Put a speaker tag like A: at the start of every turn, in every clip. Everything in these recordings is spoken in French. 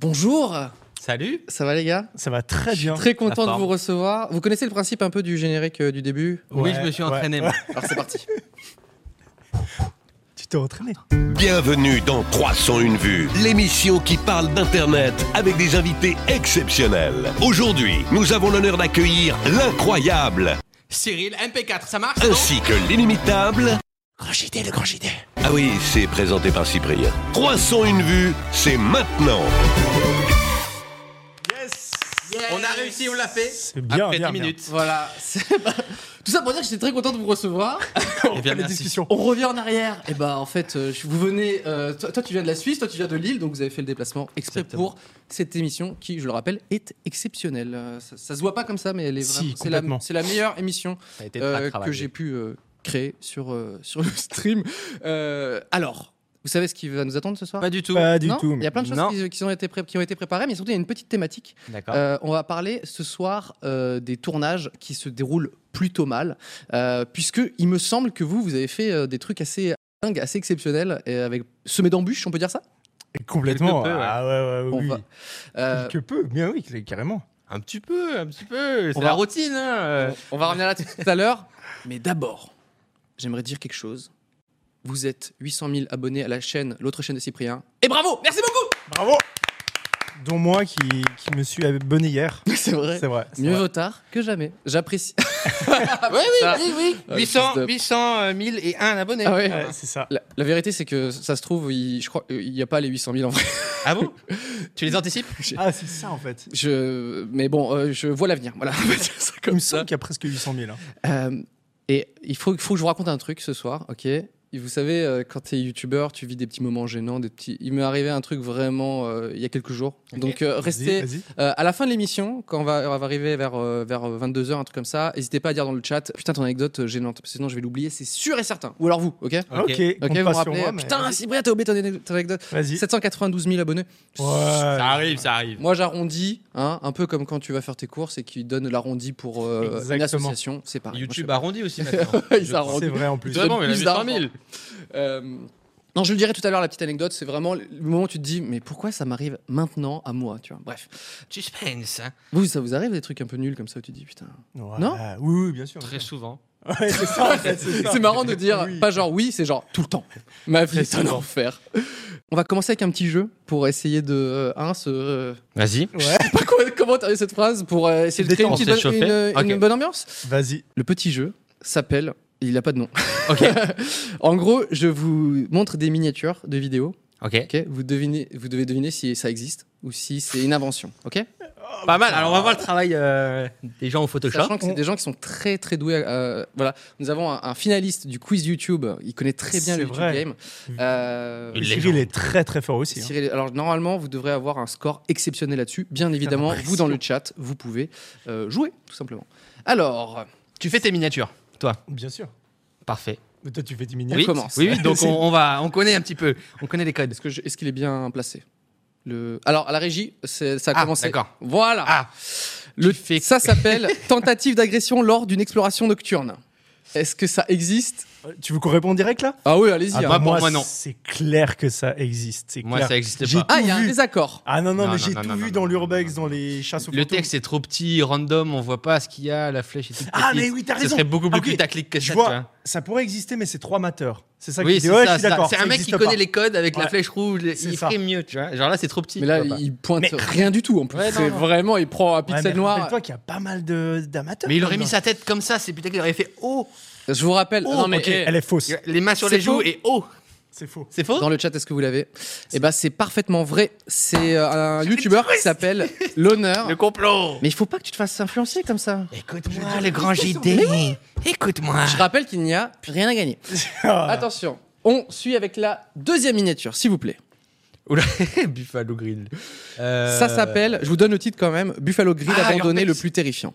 A: Bonjour,
B: Salut
A: ça va les gars
C: Ça va très bien.
A: Très content
B: La
A: de
B: forme.
A: vous recevoir. Vous connaissez le principe un peu du générique euh, du début
B: Oui,
C: Ouais,
B: je me suis
C: ouais.
B: entraîné. moi.
A: Alors c'est parti.
C: Tu t'es entraîné.
B: Ah,
D: Bienvenue dans 301 vues, l'émission qui parle d'Internet avec des invités exceptionnels. Aujourd'hui, nous avons l'honneur d'accueillir l'incroyable
B: Cyril, MP4, ça marche non
D: ainsi que l'inimitable.
C: Grand JT, le grand JT.
D: Ah oui, c'est présenté par Cyprien. 301 vues, c'est maintenant.
C: Yes
B: On a réussi, on l'a fait.
C: C'est bien,
B: Après
C: bien,
B: 10
C: bien.
B: minutes.
A: Voilà. c'est- Tout ça pour dire que j'étais très content de vous recevoir.
B: Eh bien,
C: La
B: merci.
C: discussion.
A: On revient en arrière. Et bah en fait, euh, je- vous venez. euh, toi, toi, tu viens de la Suisse, toi tu viens de Lille, donc vous avez fait le déplacement exprès
B: Exactement.
A: pour cette émission qui, je le rappelle, est exceptionnelle. Euh, Ça, ça se voit pas comme ça, mais elle est
C: Si,
A: vraiment. c'est la-
C: complètement.
A: C'est la meilleure émission
B: Ça a été
A: euh,
B: très travaillé.
A: que j'ai pu euh, créer sur euh, sur le stream. Euh, alors, vous savez ce qui va nous attendre ce soir
B: Pas du tout.
C: Pas du
A: Non
C: tout.
A: Il y a plein de choses
B: Non. Ah.
A: qui, qui ont été pré- qui ont été préparées, mais surtout il y a une petite thématique.
B: D'accord.
A: Euh, on va parler ce soir euh, des tournages qui se déroulent plutôt mal, euh, puisque il me semble que vous, vous avez fait euh, des trucs assez dingues, assez exceptionnels, et avec semés d'embûches, on peut dire ça
C: Euh, Complètement.
B: Quelque peu, ouais.
C: Ah ouais, ouais,
A: On
C: oui.
A: va- Euh,
C: Quelque peu. Bien oui, cl- carrément.
B: Un petit peu, un petit peu. C'est
A: On
B: la
A: va-
B: routine. hein, euh.
A: on, on va revenir là-dessus tout à l'heure, mais d'abord, j'aimerais dire quelque chose. Vous êtes 800 000 abonnés à la chaîne, l'autre chaîne de Cyprien. Et bravo, merci beaucoup.
C: Bravo Dont moi qui, qui me suis abonné hier.
A: C'est vrai.
C: C'est vrai. c'est
A: Mieux
C: vrai.
A: vaut tard que jamais. J'apprécie.
B: Oui, oui,
A: Ça-
B: oui, oui.
A: Euh,
B: 800,
A: fils de-
B: 800 euh, 1000 et 1 abonné.
A: Ah ouais.
C: Ouais, c'est ça.
A: La, la vérité, c'est que ça se trouve, il, je crois, il n'y a pas les 800 000 en vrai.
B: Ah bon Tu les anticipes
C: Ah, c'est ça en fait.
A: Je, mais bon, euh, je vois l'avenir. Voilà, on va dire ça
C: Il
A: comme
C: me
A: ça.
C: semble qu'il y a presque 800 000. hein.
A: Euh, et il faut, il faut que je vous raconte un truc ce soir, ok Et Vous savez, euh, quand t'es youtubeur, tu vis des petits moments gênants, des petits. Il m'est arrivé un truc vraiment euh, il y a quelques jours. Donc euh, restez
C: Vas-y, vas-y.
A: euh, à la fin de l'émission, quand on va, on va arriver vers euh, vers 22 h un truc comme ça. N'hésitez pas à dire dans le chat, putain ton anecdote euh, gênante, parce que sinon je vais l'oublier, c'est sûr et certain. Ou alors vous, ok
C: Ok,
B: Ok,
A: Ok,
C: compte
A: vous me
C: pas sur
A: rappelez.
C: moi,
A: euh,
C: mais
A: Putain, Cyprien, t'as oublié ton ané- ton anecdote.
C: Vas-y.
A: 792 000 abonnés.
C: Ouais.
B: Ça arrive, ça arrive.
A: Moi, j'arrondis, hein, un peu comme quand tu vas faire tes courses et qu'ils donnent l'arrondi pour euh, une
C: Exactement.
A: association. C'est pareil.
B: YouTube
A: Moi,
B: arrondi aussi maintenant.
A: Ils
B: Je crois.
A: arrondissent.
C: C'est vrai en plus.
A: Deux-
B: Vraiment, il a
A: Plus
B: vu 100
A: d'argent.
B: 000.
A: je fais- Euh, Non, je le dirai tout à l'heure, la petite anecdote. C'est vraiment le moment où tu te dis, mais pourquoi ça m'arrive maintenant à moi tu vois Bref.
B: Suspense. hein.
A: Vous, ça vous arrive des trucs un peu nuls comme ça où tu te dis, putain.
C: Ouais.
A: Non
C: Oui, oui, bien sûr.
B: Très souvent.
C: Ouais, c'est ça en fait. ça.
A: C'est marrant de dire,
C: Oui.
A: pas genre oui, c'est genre tout le temps. Ma vie est un
C: souvent.
A: enfer. On va commencer avec un petit jeu pour essayer de. euh, hein, se. euh,
B: Vas-y.
C: Ouais,
A: pas quoi- comment t'as eu cette phrase pour euh, essayer de créer une,
B: Détendre,
A: petite bonne,
B: s'échauffer.
A: une- une
B: Ok.
A: bonne ambiance
C: vas-y.
A: Le petit jeu s'appelle. Il n'a pas de nom.
B: Ok.
A: en gros, je vous montre des miniatures de vidéos.
B: Ok.
A: ok vous, devinez, vous devez deviner si ça existe ou si c'est une invention. ok
C: Oh,
B: Pas mal. Alors, on va voir le travail euh, des gens au Photoshop.
A: Sachant que c'est des gens qui sont très très doués. euh, voilà, nous avons un, un finaliste du quiz YouTube. Il connaît très bien
C: C'est
A: le YouTube
C: vrai.
A: game. Euh,
B: Une
C: Cyril
B: légende.
C: est très très fort aussi. hein.
A: Cyril, alors normalement, vous devrez avoir un score exceptionnel là-dessus. Bien évidemment, vous dans le chat, vous pouvez euh, jouer tout simplement. Alors,
B: Tu fais tes miniatures, toi.
C: Bien sûr.
B: Parfait.
C: Mais toi, tu fais 10 minutes.
B: Oui,
A: commence.
B: oui, oui, donc on, on va, on connaît un petit peu, on connaît les codes.
A: est-ce que je- est-ce qu'il est, bien placé le... Alors, à la régie, c'est- ça a
B: Ah,
A: commencé.
B: d'accord.
A: Voilà.
B: Ah,
A: Le-
B: tu fais-
A: Ça s'appelle tentative d'agression lors d'une exploration nocturne. Est-ce que ça existe
C: Tu veux qu'on réponde direct là
A: Ah oui, allez-y.
B: Ah,
A: hein.
B: bah, pour moi, non.
C: C'est clair que ça existe. c'est
B: moi
C: clair.
B: ça n'existe
C: J'ai-
B: pas.
A: Ah, il y a
C: tout
A: un
C: vu.
A: désaccord.
C: Ah non, non,
B: Non,
C: mais
B: non,
C: j'ai
B: non,
C: tout
B: non,
C: vu
B: non,
C: dans
B: non,
C: l'urbex,
B: non,
C: dans les chasses aux
B: Le texte est trop petit, random, on voit pas ce qu'il y a, la flèche est toute
C: Ah,
B: petite.
C: mais oui, t'as
B: Ce
C: raison.
B: serait beaucoup plus
C: Ok,
B: putaclic que ça,
C: Je
B: tu vois.
C: vois, ça pourrait exister, mais c'est trop amateur. C'est ça que
B: Oui,
C: je dis.
B: c'est
C: Ouais, je
B: ça,
C: suis
B: ça.
C: d'accord.
B: C'est un
C: ça
B: mec qui
C: existe pas.
B: connaît les codes avec la
C: Ouais.
B: flèche rouge, il
C: C'est
B: ferait
C: ça.
B: mieux, tu vois. Genre là, c'est trop petit.
A: Mais là,
B: pourquoi pas.
A: il pointe
C: Mais-
A: rien du tout en plus.
B: Ah, bah. Ouais, non,
A: c'est
B: non.
A: vraiment, il prend un pixel noir.
C: toi qu'il y a pas mal de- d'amateurs.
B: Mais il aurait mis
C: là-dedans.
B: sa tête comme ça, c'est peut-être qu'il aurait fait oh,
A: Je vous rappelle.
C: Oh,
A: non, mais,
C: ok,
A: eh,
C: elle est fausse.
B: les mains sur
A: C'est
B: les joues
A: faux.
B: et oh.
C: C'est faux.
B: C'est faux
A: Dans le chat, est-ce que vous l'avez Eh ben, c'est parfaitement vrai. C'est euh, un youtubeur qui s'appelle l'honneur.
B: Le complot.
A: Mais il faut pas que tu te fasses influencer comme ça.
B: Écoute-moi, le grand JD. Écoute-moi.
A: Je rappelle qu'il
B: Ah.
A: n'y a rien à gagner. Attention, on suit avec la deuxième miniature, s'il vous plaît.
B: Oula, Buffalo Grill. Euh,
A: Ça s'appelle, je vous donne le titre quand même, Buffalo Grill
B: Ah,
A: abandonné
B: Urbex.
A: le plus terrifiant.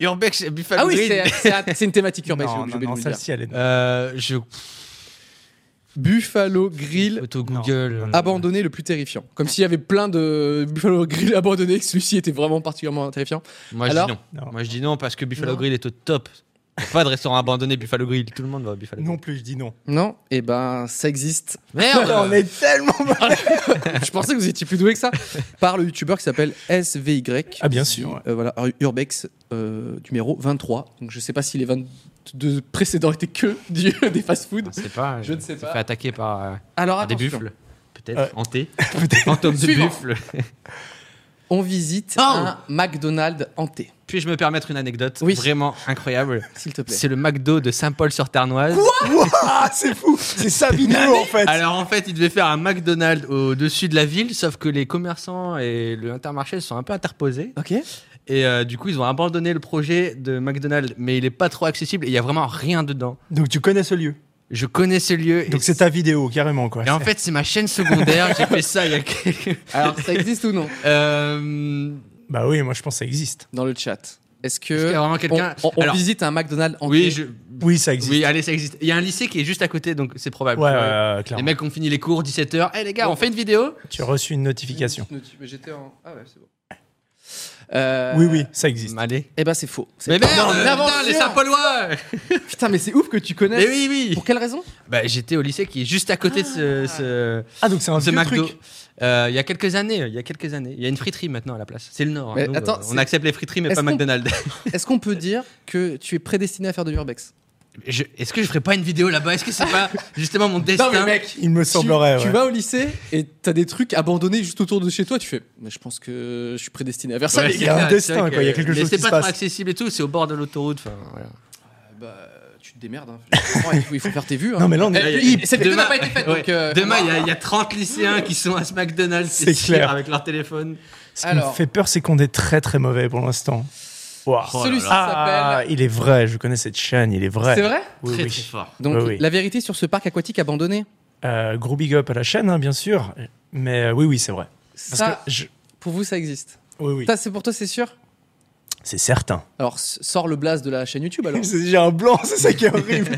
B: Urbex Buffalo
A: Ah oui,
B: Grill.
A: c'est- c'est c'est une thématique urbaine, j'ai
C: Non,
A: oublié
C: non,
A: de
C: non,
A: vous le dire.
C: celle-ci, elle est.
B: Euh, je
A: Buffalo Grill
B: auto Google.
A: abandonné le plus terrifiant. Comme s'il y avait plein de Buffalo Grill abandonnés, que celui-ci était vraiment particulièrement terrifiant.
B: Moi
A: Alors
B: je dis non.
C: Non.
B: Moi je dis non parce que Buffalo
A: Non.
B: Grill est au top. Y a Pas de restaurant abandonné Buffalo Grill. Tout le monde va au Buffalo.
C: Non
B: Grill.
C: plus, je dis non.
A: Non Eh ben, ça existe.
B: Merde.
C: on est tellement mal.
A: je pensais que vous étiez plus doué que ça. Par le youtubeur qui s'appelle SVY.
C: Ah, bien sûr.
A: Euh, voilà, alors, Urbex euh, numéro 23. Donc je sais pas si les 22 précédents étaient que du- des fast-food.
B: Je sais pas.
A: Je ne sais
B: s'est
A: pas.
B: Fait attaquer par euh,
A: Alors
B: par des
A: attention.
B: buffles. Peut-être
C: Euh,
B: hanté.
C: Peut-être.
B: Fantôme de
A: Suivant.
B: buffle.
A: On visite
B: Oh
A: un McDonald's hanté,
B: Puis-je me permettre une anecdote
A: Oui.
B: vraiment incroyable
A: s'il te plaît.
B: C'est le McDo de Saint-Paul-sur-Tarnoise.
C: Ah, c'est fou. C'est Sabino, en fait.
B: Alors en fait, il devait faire un McDonald's au-dessus de la ville, sauf que les commerçants et le Intermarché se sont un peu interposés.
A: Ok.
B: Et euh, du coup, ils ont abandonné le projet de McDonald's, mais il est pas trop accessible et il y a vraiment rien dedans.
C: Donc, tu connais ce lieu.
B: Je connais ce lieu.
C: Donc,
B: et
C: c'est ta vidéo, carrément, quoi.
B: Et en fait, c'est ma chaîne secondaire. J'ai fait ça il y a quelques...
A: Alors ça existe ou non
B: Euh,
C: Bah oui, moi, je pense que ça existe.
A: Dans le chat. Est-ce que
B: Est-ce qu'il y a
C: Euh,
B: vraiment quelqu'un
A: on, on- on
B: Alors,
A: visite un McDonald's hanté
B: Oui, je...
C: Oui, ça existe.
B: oui, allez, ça existe. Il y a un lycée qui est juste à côté, donc c'est probable.
C: Ouais, ouais,
B: Tu vois.
C: ouais,
B: les
C: clairement.
B: mecs ont fini les cours 17h. Eh les gars, on fait une vidéo
C: Tu as reçu une notification.
A: J'étais en. Ah ouais, c'est bon.
C: Oui, oui, ça existe.
B: Allez.
A: Euh, Eh ben c'est faux. C'est
B: Mais
A: pas-
B: merde,
A: Non,
B: putain,
A: l'aventure
B: les Saint-Paulois
A: Putain, mais c'est ouf que tu connais.
B: Mais oui, oui
A: Pour quelle raison
B: bah, J'étais au lycée qui est juste à côté de ce,
C: Ah, donc, c'est un
B: ce, ce
C: vieux
B: McDo.
C: truc.
B: Euh, Il y a quelques années, il y a quelques années. Il y a une friterie maintenant à la place. C'est le Nord. hein,
A: Mais
B: nous,
A: attends,
B: euh,
A: c'est-
B: on accepte les friteries, mais
A: Est-ce
B: pas
A: qu'on-
B: McDonald's.
A: Est-ce qu'on peut dire que tu es prédestiné à faire de l'urbex
B: Je- Est-ce que je ferais pas une vidéo là-bas Est-ce que c'est pas justement mon destin
A: mec,
C: Il me
A: Tu-
C: semblerait.
A: Tu,
C: ouais.
A: vas au lycée et t'as des trucs abandonnés juste autour de chez toi. Tu fais, mais je pense que je suis prédestiné à faire ça.
B: Ouais,
A: les
B: c'est
C: il y a
A: gars.
C: un
B: clair,
C: destin,
B: c'est vrai
C: quoi, il y a quelque
B: mais
C: chose
B: c'est
C: qui
B: pas
C: se
B: trop
C: passe.
B: accessible et tout, c'est au bord de l'autoroute. Enfin, voilà.
A: Bah, tu te démerdes. hein. il, faut, il faut faire tes vues. hein.
C: Non, mais là, on est-
A: Et puis,
B: Il-
A: cette vidéo n'a pas été faite.
B: ouais.
A: donc, euh,
B: Demain, il y a- il y, a 30 lycéens qui sont à ce McDonald's, c'est
C: C'est
B: sûr,
C: clair.
B: avec leur téléphone.
C: Ce qui me
A: Alors.
C: fait peur, c'est qu'on est très très mauvais pour l'instant. Wow.
B: Oh là
A: Celui-ci
C: Ah,
A: s'appelle.
C: il est vrai, je connais cette chaîne, il est vrai.
A: C'est vrai
C: Oui,
B: très,
C: oui.
B: très fort.
A: Donc,
C: Oui, oui.
A: la vérité sur ce parc aquatique abandonné,
C: Euh, gros big up à la chaîne, hein, bien sûr. Mais euh, oui, oui, c'est vrai. Parce
A: ça,
C: que je-
A: pour vous, ça existe.
C: Oui, oui.
A: Ça, c'est pour toi, c'est sûr
C: C'est certain.
A: Alors, s- sors le blaze de la chaîne YouTube alors.
C: C'est- J'ai un blanc, c'est ça qui est horrible.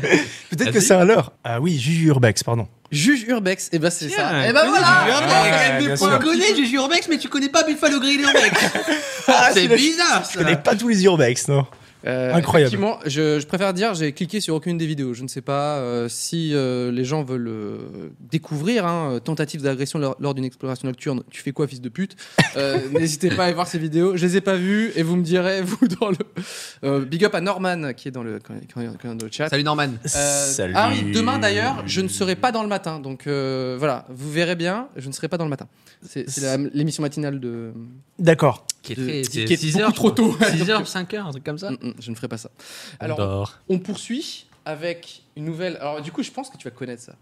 C: Peut-être que
B: Vas-y.
C: c'est un leurre. Ah oui, Juju Urbex, pardon.
A: Juge Urbex, et bah c'est ça.
B: Tiens,
A: Et bah
B: connais Juju
A: voilà
B: Urbex.
C: Ah,
B: Gagne des
C: bien
B: points.
C: sûr.
B: Tu connais Juju Urbex, mais tu connais pas Buffalo Grill Urbex. c'est
C: Ah, celui-là,
B: bizarre
C: Je connais
B: ça.
C: pas tous les Urbex, non
A: Euh,
C: Incroyable.
A: Effectivement, je, je préfère dire, j'ai cliqué sur aucune des vidéos. Je ne sais pas euh, si euh, les gens veulent euh, découvrir hein, euh, tentative d'agression lors, lors d'une exploration nocturne. Tu fais quoi, fils de pute Euh, N'hésitez pas à aller voir ces vidéos. Je les ai pas vues et vous me direz vous dans le Euh, big up à Norman qui est dans le, qui est dans le chat.
B: Salut Norman.
A: Euh,
C: Salut.
A: Ah oui, demain d'ailleurs, je ne serai pas dans le matin. Donc euh, voilà, vous verrez bien, je ne serai pas dans le matin. C'est c'est la- l'émission matinale de.
C: D'accord.
B: Qui est,
A: de-
B: très,
A: qui est beaucoup
B: heures,
A: trop tôt.
B: 6 h 5 h un truc comme ça.
A: Mm, mm, je ne ferai pas ça. Alors, on poursuit avec une nouvelle. Alors, du coup, je pense que tu vas connaître ça.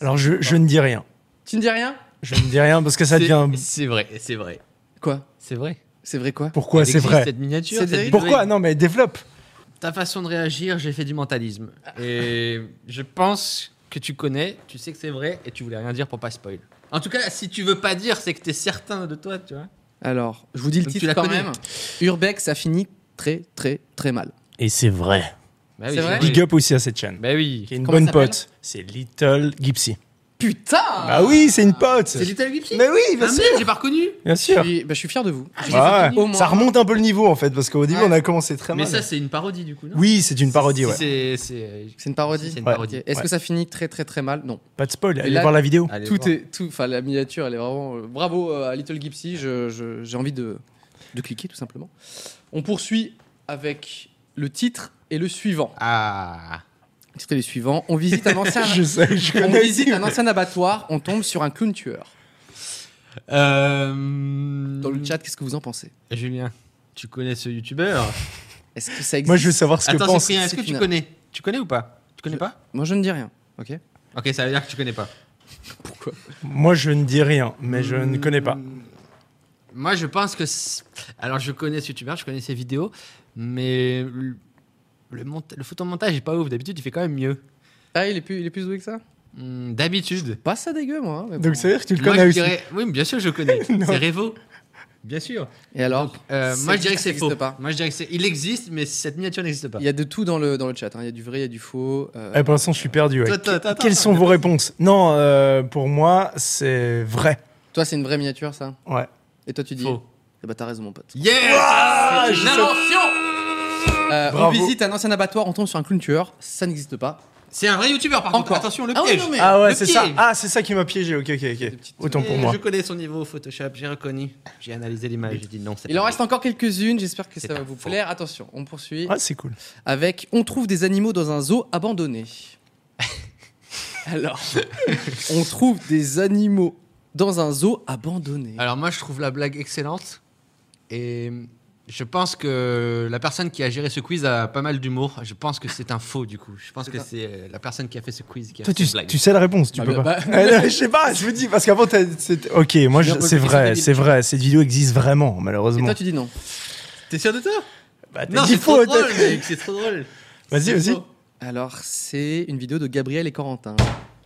C: Alors je, je ne dis rien.
A: Tu ne dis rien
C: Je ne dis rien parce que ça
B: C'est-
C: devient.
B: C'est vrai, c'est vrai.
A: Quoi
B: C'est vrai.
A: C'est vrai quoi
C: Pourquoi
B: Elle
C: c'est
B: existe,
C: vrai
B: Cette miniature.
A: C'est
B: cette
A: vrai.
B: vidéo
C: Pourquoi Non, mais développe.
B: Ta façon de réagir, j'ai fait du mentalisme. Et je pense que tu connais, tu sais que c'est vrai et tu voulais rien dire pour pas spoil. En tout cas, si tu veux pas dire, c'est que t'es certain de toi, tu vois.
A: Alors, je vous dis le
B: Donc, tu
A: titre
B: la
A: quand
B: connais.
A: même. Urbex a fini très très très mal.
C: Et c'est vrai.
B: Bah
A: C'est vrai
C: Big up aussi à cette chaîne.
B: Bah oui.
C: Qui est une
A: Comment
C: bonne
A: ça s'appelle
C: pote. C'est Little Gypsy.
A: Putain
C: Ah oui, c'est une pote.
B: C'est Little Gypsy
C: Mais oui, bien
B: Ah
C: sûr.
B: merde, j'ai pas reconnu
C: Bien
A: je
C: sûr.
A: suis, bah, je suis fier de vous. Je les ai
C: Ouais.
A: connus au moins.
C: Ça remonte un peu le niveau en fait, parce qu'au début
A: Ouais.
C: on a commencé très
B: Mais
C: mal.
B: ça, c'est une parodie du coup, non
C: oui, c'est une parodie,
B: Si
C: ouais.
B: C'est. euh, c'est-
A: C'est une parodie.
B: C'est une
A: Ok.
B: parodie.
A: Est-ce que
C: Ouais.
A: ça finit très très très mal Non.
C: Pas de spoil, allez
A: là-
C: voir la vidéo.
B: Allez
A: tout
B: voir.
A: est tout. Enfin, la miniature, elle est vraiment. euh, bravo euh, à Little Gypsy. je- je- J'ai envie de, de cliquer tout simplement. On poursuit avec le titre et le suivant.
B: Ah
A: Le titre et le suivant. On visite un ancien.
C: Je sais, je
A: On
C: connais.
A: visite un ancien abattoir, on tombe sur un clown tueur.
B: Euh,
A: Dans le chat, qu'est-ce que vous en pensez
B: Julien, tu connais ce youtubeur
A: Est-ce que ça existe
C: Moi je veux savoir ce que
B: Attends,
C: pense.
B: Cyprien, est-ce que
A: c'est
B: tu
A: une-
B: connais Tu connais ou pas Tu connais
A: Je-
B: pas
A: Moi, je ne dis rien. Ok.
B: Ok, ça veut dire que tu connais pas.
A: Pourquoi
C: Moi je ne dis rien, mais je ne connais pas.
B: Moi, je pense que. c'est- Alors, je connais ce youtubeur, je connais ses vidéos, mais le, le, monta- le photomontage est pas ouf. D'habitude, il fait quand même mieux.
A: Ah, il est plus, il est plus doué que ça
B: Hmm, D'habitude.
A: Pas ça dégueu, moi. hein, mais bon.
C: Donc ça veut dire que tu le
B: Moi,
C: connais
B: je
C: aussi.
B: dirais. Oui, mais bien sûr, je connais.
C: Non.
B: c'est Revo. Bien sûr.
A: Et alors
B: Euh,
A: C'est-
B: moi, je dirais que
A: ça
B: c'est
A: n'existe
B: faux.
A: pas.
B: Moi, je dirais que c'est. Il existe, mais cette miniature n'existe pas.
A: Il y a de tout dans le, dans le chat. hein. Il y a du vrai, il y a du faux. euh,
C: Eh, pour l'instant, je suis perdu. ouais.
B: Toi, toi, attends,
C: Quelles
B: attends.
C: sont vos réponses Non, euh, pour moi, c'est vrai.
A: Toi, c'est une vraie miniature, ça
C: Ouais.
A: Et toi, tu dis
B: Faux.
A: Eh bah, t'as raison, mon pote.
B: Yes C'est une invention
A: Euh, on
C: Bravo.
A: visite un ancien abattoir, on tombe sur un clown tueur. Ça n'existe pas.
B: C'est un vrai youtubeur, par contre.
A: Encore.
B: Attention, le
A: Ah oui,
B: piège.
A: non, mais-
C: Ah ouais,
B: Le
C: c'est ça.
B: piège.
C: Ah, c'est ça qui m'a piégé. Ok, ok, ok.
A: petites-
C: Autant pour
B: Et
C: moi.
B: Eh, Je connais son niveau au Photoshop, j'ai reconnu. J'ai analysé l'image, j'ai dit non. c'est
A: Il en
B: pas
A: reste encore quelques-unes, j'espère que
B: C'est
A: ça va
B: un
A: vous
B: faux.
A: plaire. Attention, on poursuit
C: Ah, c'est cool.
A: avec On trouve des animaux dans un zoo abandonné. Alors, on trouve des animaux dans un zoo abandonné.
B: vrai. Alors moi, je trouve la blague excellente. Et je pense que la personne qui a géré ce quiz a pas mal d'humour. Je pense que c'est un faux, du coup. Je pense que c'est euh, la personne qui a fait ce quiz qui a
C: Toi,
B: fait
C: tu,
B: cette blague.
C: tu sais la réponse, tu
A: Bah,
C: peux
A: bah,
C: pas.
A: bah.
C: Euh, non, je sais pas, je me dis, parce qu'avant, t'as- c'est- ok, moi,
A: Je
C: je-
A: viens
C: c'est
A: de me
C: vrai,
A: poser
C: c'est vrai, cette vidéo existe vraiment,
A: Et
C: malheureusement.
A: toi, tu dis non.
B: T'es sûr de toi
C: Bah, t'as
B: Non,
C: dit
B: c'est trop
C: faux,
B: drôle,
C: t'as-
B: mec, c'est trop drôle.
C: Vas-y,
B: C'est
C: vas-y.
B: faux.
A: Alors, c'est une vidéo de Gabriel et Corentin.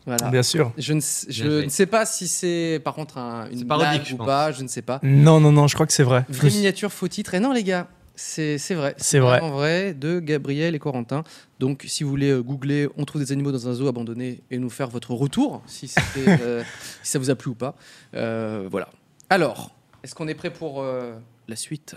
A: Voilà.
C: Bien sûr.
A: Je ne, sais- je
B: Bien fait.
A: ne sais pas si c'est par contre un-
B: C'est
A: une
B: parodique,
A: blague
B: je
A: ou
B: pense.
A: pas, je ne sais pas.
C: Non, non, non, je crois que c'est vrai.
A: Vraie
C: Je-
A: miniature faux titre. Et non, les gars, c'est c'est vrai.
C: C'est vrai.
A: En vrai, de Gabriel et Corentin. Donc, si vous voulez euh, googler On trouve des animaux dans un zoo abandonné et nous faire votre retour, si, c'était, euh, si ça vous a plu ou pas. Euh, voilà. Alors, est-ce qu'on est prêt pour euh, la suite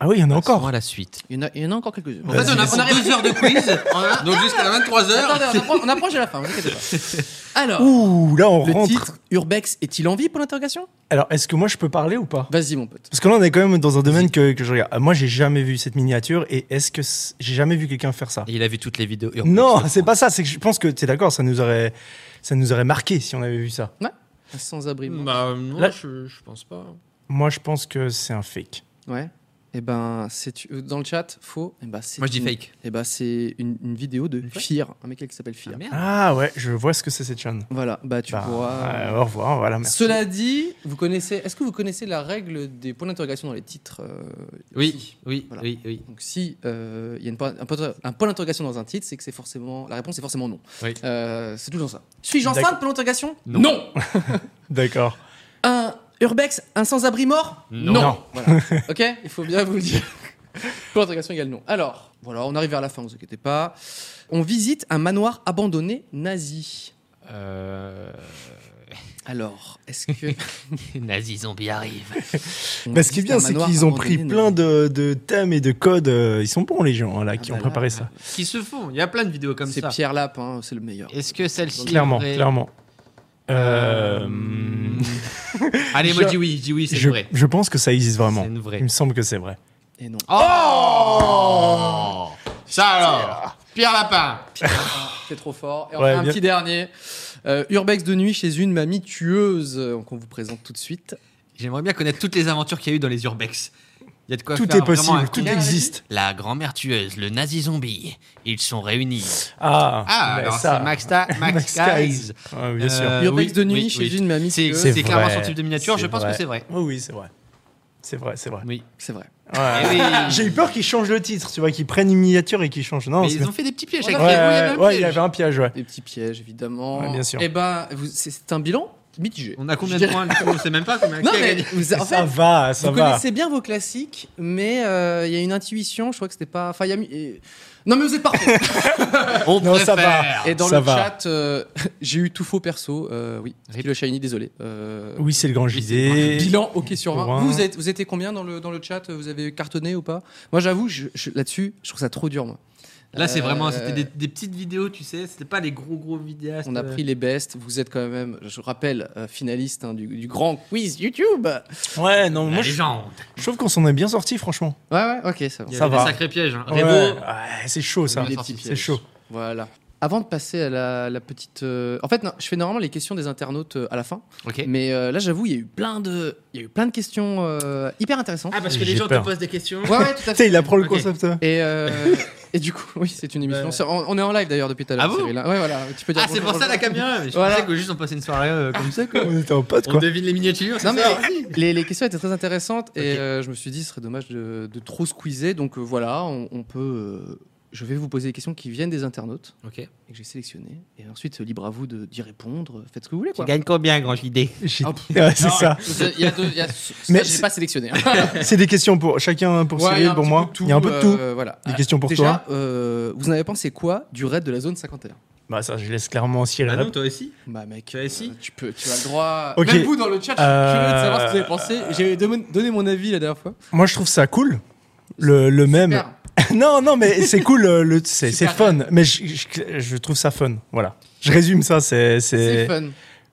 C: Ah oui, il y en a
B: Passons
C: encore.
B: à la suite.
A: il y, en a, il y en a encore quelques-unes.
B: En fait, on a on a deux heures de quiz, on a- donc jusqu'à 23h.
A: Attendez, on approche, on approche de la fin, vous inquiétez pas. Alors,
C: Ouh, là, on
A: le
C: rentre.
A: titre Urbex est-il en vie pour l'interrogation
C: Alors, est-ce que moi, je peux parler ou pas
A: Vas-y, mon pote.
C: Parce que là, on est quand même dans un domaine que, que je regarde. Ah, Moi, j'ai jamais vu cette miniature et est-ce que c'est- j'ai jamais vu quelqu'un faire ça
B: Et Il a vu toutes les vidéos. urbaines.
C: Non, c'est pas ça. C'est que je pense que t'es d'accord, ça nous aurait, ça nous aurait marqué si on avait vu ça.
A: Un Sans-abri. moi.
B: Bah, non,
C: Là- Ah,
B: je, je pense pas.
C: Moi, je pense que c'est un fake.
A: Ouais. Et ben, c'est euh, dans le chat, faux. Et ben, c'est
B: Moi, je dis
A: une-
B: fake.
A: Eh ben, c'est une, une vidéo de
B: fake
A: Fear, un mec qui s'appelle Fear.
B: merde.
C: Ah ouais, je vois ce que c'est cette chaîne.
A: voilà, bah tu
C: Bah,
A: pourras.
C: euh, au revoir, voilà. Merci.
A: Cela dit, vous connaissez. Est-ce que vous connaissez la règle des points d'interrogation dans les titres euh,
B: Oui, oui,
A: Voilà.
B: oui, oui.
A: Donc si euh, il y a une point- un, point, un point d'interrogation dans un titre, c'est que c'est forcément la réponse est forcément non.
B: Oui.
A: Euh, c'est toujours ça. Suis-je enceinte
C: D'accord.
A: Point d'interrogation
B: Non.
C: D'accord.
A: Un urbex, un sans-abri mort
B: Non.
C: Non.
A: Voilà. ok, il faut bien vous le dire. Point d'interrogation égale non. Alors, voilà, on arrive vers la fin, vous inquiétez pas. On visite un manoir abandonné nazi.
B: Euh...
A: Alors, est-ce que
B: Nazis zombies arrivent.
C: Bah, ce qui est bien, c'est qu'ils ont pris plein de, de thèmes et de codes. euh, Ils sont bons les gens hein,
B: Ah
C: là qui
A: bah
C: ont
A: là,
C: préparé ça.
B: Qui se font Il y a plein de vidéos comme
A: C'est
B: ça.
A: Pierre Lapin, hein, c'est le meilleur.
B: Est-ce que celle-ci.
C: Clairement,
B: est vraie
C: clairement. Euh,
B: Euh, Allez, moi,
C: Je-
B: je dis oui, je dis oui, c'est
C: je,
B: vrai.
C: je pense que ça existe
B: C'est
C: vraiment.
B: une vraie.
C: Il me semble que c'est vrai.
A: Et non.
B: Oh Ça alors Pierre Lapin
A: C'est trop fort. Et on
C: Ouais,
A: fait un
C: bien.
A: petit dernier. Euh, urbex de nuit chez une mamie tueuse euh, qu'on vous présente tout de suite.
B: J'aimerais bien connaître toutes les aventures qu'il y a eu dans les Urbex. Il y a de quoi
C: Tout
B: faire
C: est
B: vraiment un
C: possible,
B: coup
C: tout
B: de-
C: existe.
B: La grand-mère tueuse, le nazi zombie, ils sont réunis.
C: Ah,
B: Ah,
C: bah,
B: alors
C: ça.
B: c'est Max, Ta- Max
C: Max
B: Guys.
C: Guys. Ouais, bien sûr.
B: Euh,
A: Urbex
B: oui,
A: de nuit
B: oui,
A: chez
B: oui.
A: une mamie
B: C'est
A: tueuse.
B: c'est clairement
C: vrai.
B: son type de miniature, je
C: C'est
B: pense que
C: vrai.
B: c'est vrai.
C: Oui, oui, c'est vrai. C'est vrai, c'est vrai.
B: Oui.
A: C'est vrai.
C: Ouais.
B: Eh oui.
C: J'ai eu peur qu'ils changent le titre, tu vois, qu'ils prennent une miniature et qu'ils changent. Non,
B: Mais
C: c'est
B: ils
C: bien.
B: ont fait des petits pièges.
A: Ouais,
B: avec
C: Ouais,
B: les roues, il y avait un
C: ouais, ouais, il y
B: piège.
C: avait un piège, ouais.
A: Des petits pièges, évidemment.
C: Ouais, bien sûr.
A: Et ben, vous- c'est c'est un bilan mitigé.
B: On a combien
A: Je
B: de
A: dirais-
B: points du coup, On sait même pas combien.
A: Non,
B: qui a
A: mais
B: gagné.
A: vous, en fait,
C: ça va, ça
A: vous
C: va.
A: connaissez bien vos classiques, mais euh, il y a une intuition. Je crois que c'était pas. Enfin, il y a mis- et- Non, mais vous êtes parfait.
B: On
C: Non, ça
B: préfère.
A: Et dans
C: Ça
A: le
C: va.
A: chat, euh, j'ai eu tout faux perso. euh, oui, c'était le shiny, désolé. Euh,
C: Oui, c'est le grand JD.
A: Bilan OK sur 20.
C: Pour un.
A: Vous, vous, êtes, vous étiez combien dans le, dans le chat Vous avez cartonné ou pas Moi, j'avoue, je, je- là-dessus, je trouve ça trop dur, moi.
B: Là, c'est vraiment,
A: Euh,
B: c'était des, des petites vidéos, tu sais, c'était pas les gros gros vidéastes.
A: On a
B: euh.
A: pris les bestes. Vous êtes quand même, je rappelle, euh, finaliste hein, du, du grand quiz YouTube. Ouais,
C: Ouais, non,
B: la
C: moi, je,
B: légende.
C: je trouve qu'on s'en est bien sorti, franchement.
A: ouais, ok, ça va.
B: Il y
C: Ça
B: avait
C: va.
B: des sacrés pièges. Hein.
C: Ouais,
B: Rébo,
C: ouais, c'est chaud, ça.
B: on a sorti
A: petits
C: C'est
B: pièges.
C: chaud.
A: Voilà. Avant de passer à la, la petite. euh, En fait, non, je fais normalement les questions des internautes euh, à la fin.
B: Ok.
A: Mais euh, là, j'avoue, il y a eu plein de, il y a eu plein de questions euh, hyper intéressantes.
B: Ah, parce que les
C: J'ai
B: gens
C: peur.
B: te posent des questions.
A: Ouais, ouais, tout à
C: Putain,
A: fait.
C: il apprend le
B: Ok.
C: concept. hein.
A: Et, euh, et du coup, oui, c'est une émission.
B: Ouais.
A: C'est- On, on est en live d'ailleurs depuis tout à l'heure.
B: Ah bon
A: Cyril, hein. Ouais, voilà. Tu peux dire
B: Ah, c'est
A: bonjour,
B: pour ça la
A: bonjour.
B: caméra. mais Je
A: Voilà.
B: pensais que juste on passait une soirée euh, comme ça. Quoi.
C: On était en pote,
B: On
C: quoi.
B: devine les miniatures. c'est
A: Non,
B: ça
A: mais les, les questions étaient très intéressantes et
B: Ok.
A: euh, je me suis dit, ce serait dommage de, de trop squeezer. Donc euh, voilà, on, on peut euh, je vais vous poser des questions qui viennent des internautes
B: Ok.
A: et que j'ai sélectionnées. Et ensuite, euh, libre à vous de- d'y répondre. euh, Faites ce que vous voulez. Quoi.
B: gagnes combien, grand JD
C: J'ai-
A: Ah, pff.
C: Ouais, c'est
A: Non,
C: ça.
A: Il y a deux. il y a- ça,
C: Mais
A: je l'ai
C: c'est-
A: pas sélectionné. hein.
C: C'est des questions pour chacun, pour
A: Ouais, il y a
C: Cyril,
A: un
C: pour
A: petit
C: moi.
A: peu de
C: Il y a un peu de tout.
A: euh, voilà.
C: Des questions pour
A: Déjà,
C: toi.
A: euh, vous en avez pensé quoi du raid de la zone 51
C: Bah ça, je laisse clairement Cyril.
B: Ah non,
C: répondre.
B: toi aussi
A: Bah mec,
B: Tu as ici
A: euh, tu peux, tu as le droit.
C: Ok.
A: Même vous dans le chat, je suis
C: Euh,
A: curieux de savoir ce que vous avez pensé. J'ai dem- donné mon avis la dernière fois.
C: Moi, je trouve ça cool. Le, le même.
A: Super.
C: non, non, mais c'est cool. euh, le- C'est c'est
A: Super.
C: fun. Mais je, je- je trouve ça fun. Voilà. Je résume ça. C'est.
A: C'est
C: c'est-
A: fun.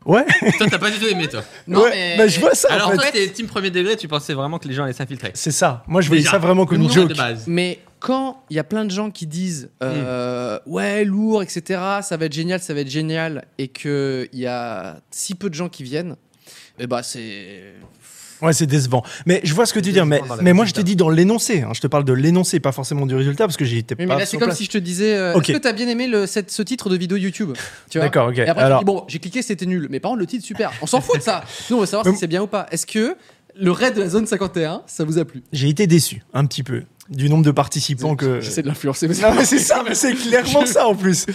C: Ouais.
B: Toi, t'as pas du tout aimé, toi.
A: Non,
C: ouais.
A: mais-
C: Bah, je vois ça.
B: Alors,
C: en
B: toi,
C: fait.
B: t'es team premier degré, tu pensais vraiment que les gens allaient s'infiltrer.
C: C'est ça. Moi, je voyais
B: Déjà,
C: ça vraiment comme
B: le
C: une
B: nom
C: joke.
B: de base.
A: Mais quand il y a plein de gens qui disent euh,
C: Hmm.
A: ouais lourd etc ça va être génial ça va être génial et que il y a si peu de gens qui viennent et bah c'est
C: Ouais, c'est décevant. Mais je vois ce que tu
B: C'est
C: dis. hein, Mais,
B: décevant dans la
C: mais moi, je te
B: résultat.
C: dis dans l'énoncé. hein. Je te parle de l'énoncé, pas forcément du résultat, parce que j'y étais
A: Oui, mais
C: pas.
A: là c'est
C: sur
A: comme
C: place.
A: si je te disais euh,
C: Ok.
A: est-ce que t'as bien aimé le, cette- ce titre de vidéo YouTube Tu vois
C: D'accord, ok.
A: et après
C: Alors-
A: tu dis bon j'ai cliqué c'était nul mais par contre le titre super on s'en fout de ça nous on va savoir si c'est bien ou pas est-ce que le raid de la zone 51 ça vous a plu
C: J'ai été déçu, un petit peu, du nombre de participants que.
A: j'essaie de l'influencer mais
C: Non, mais c'est ça, mais c'est clairement ça en plus.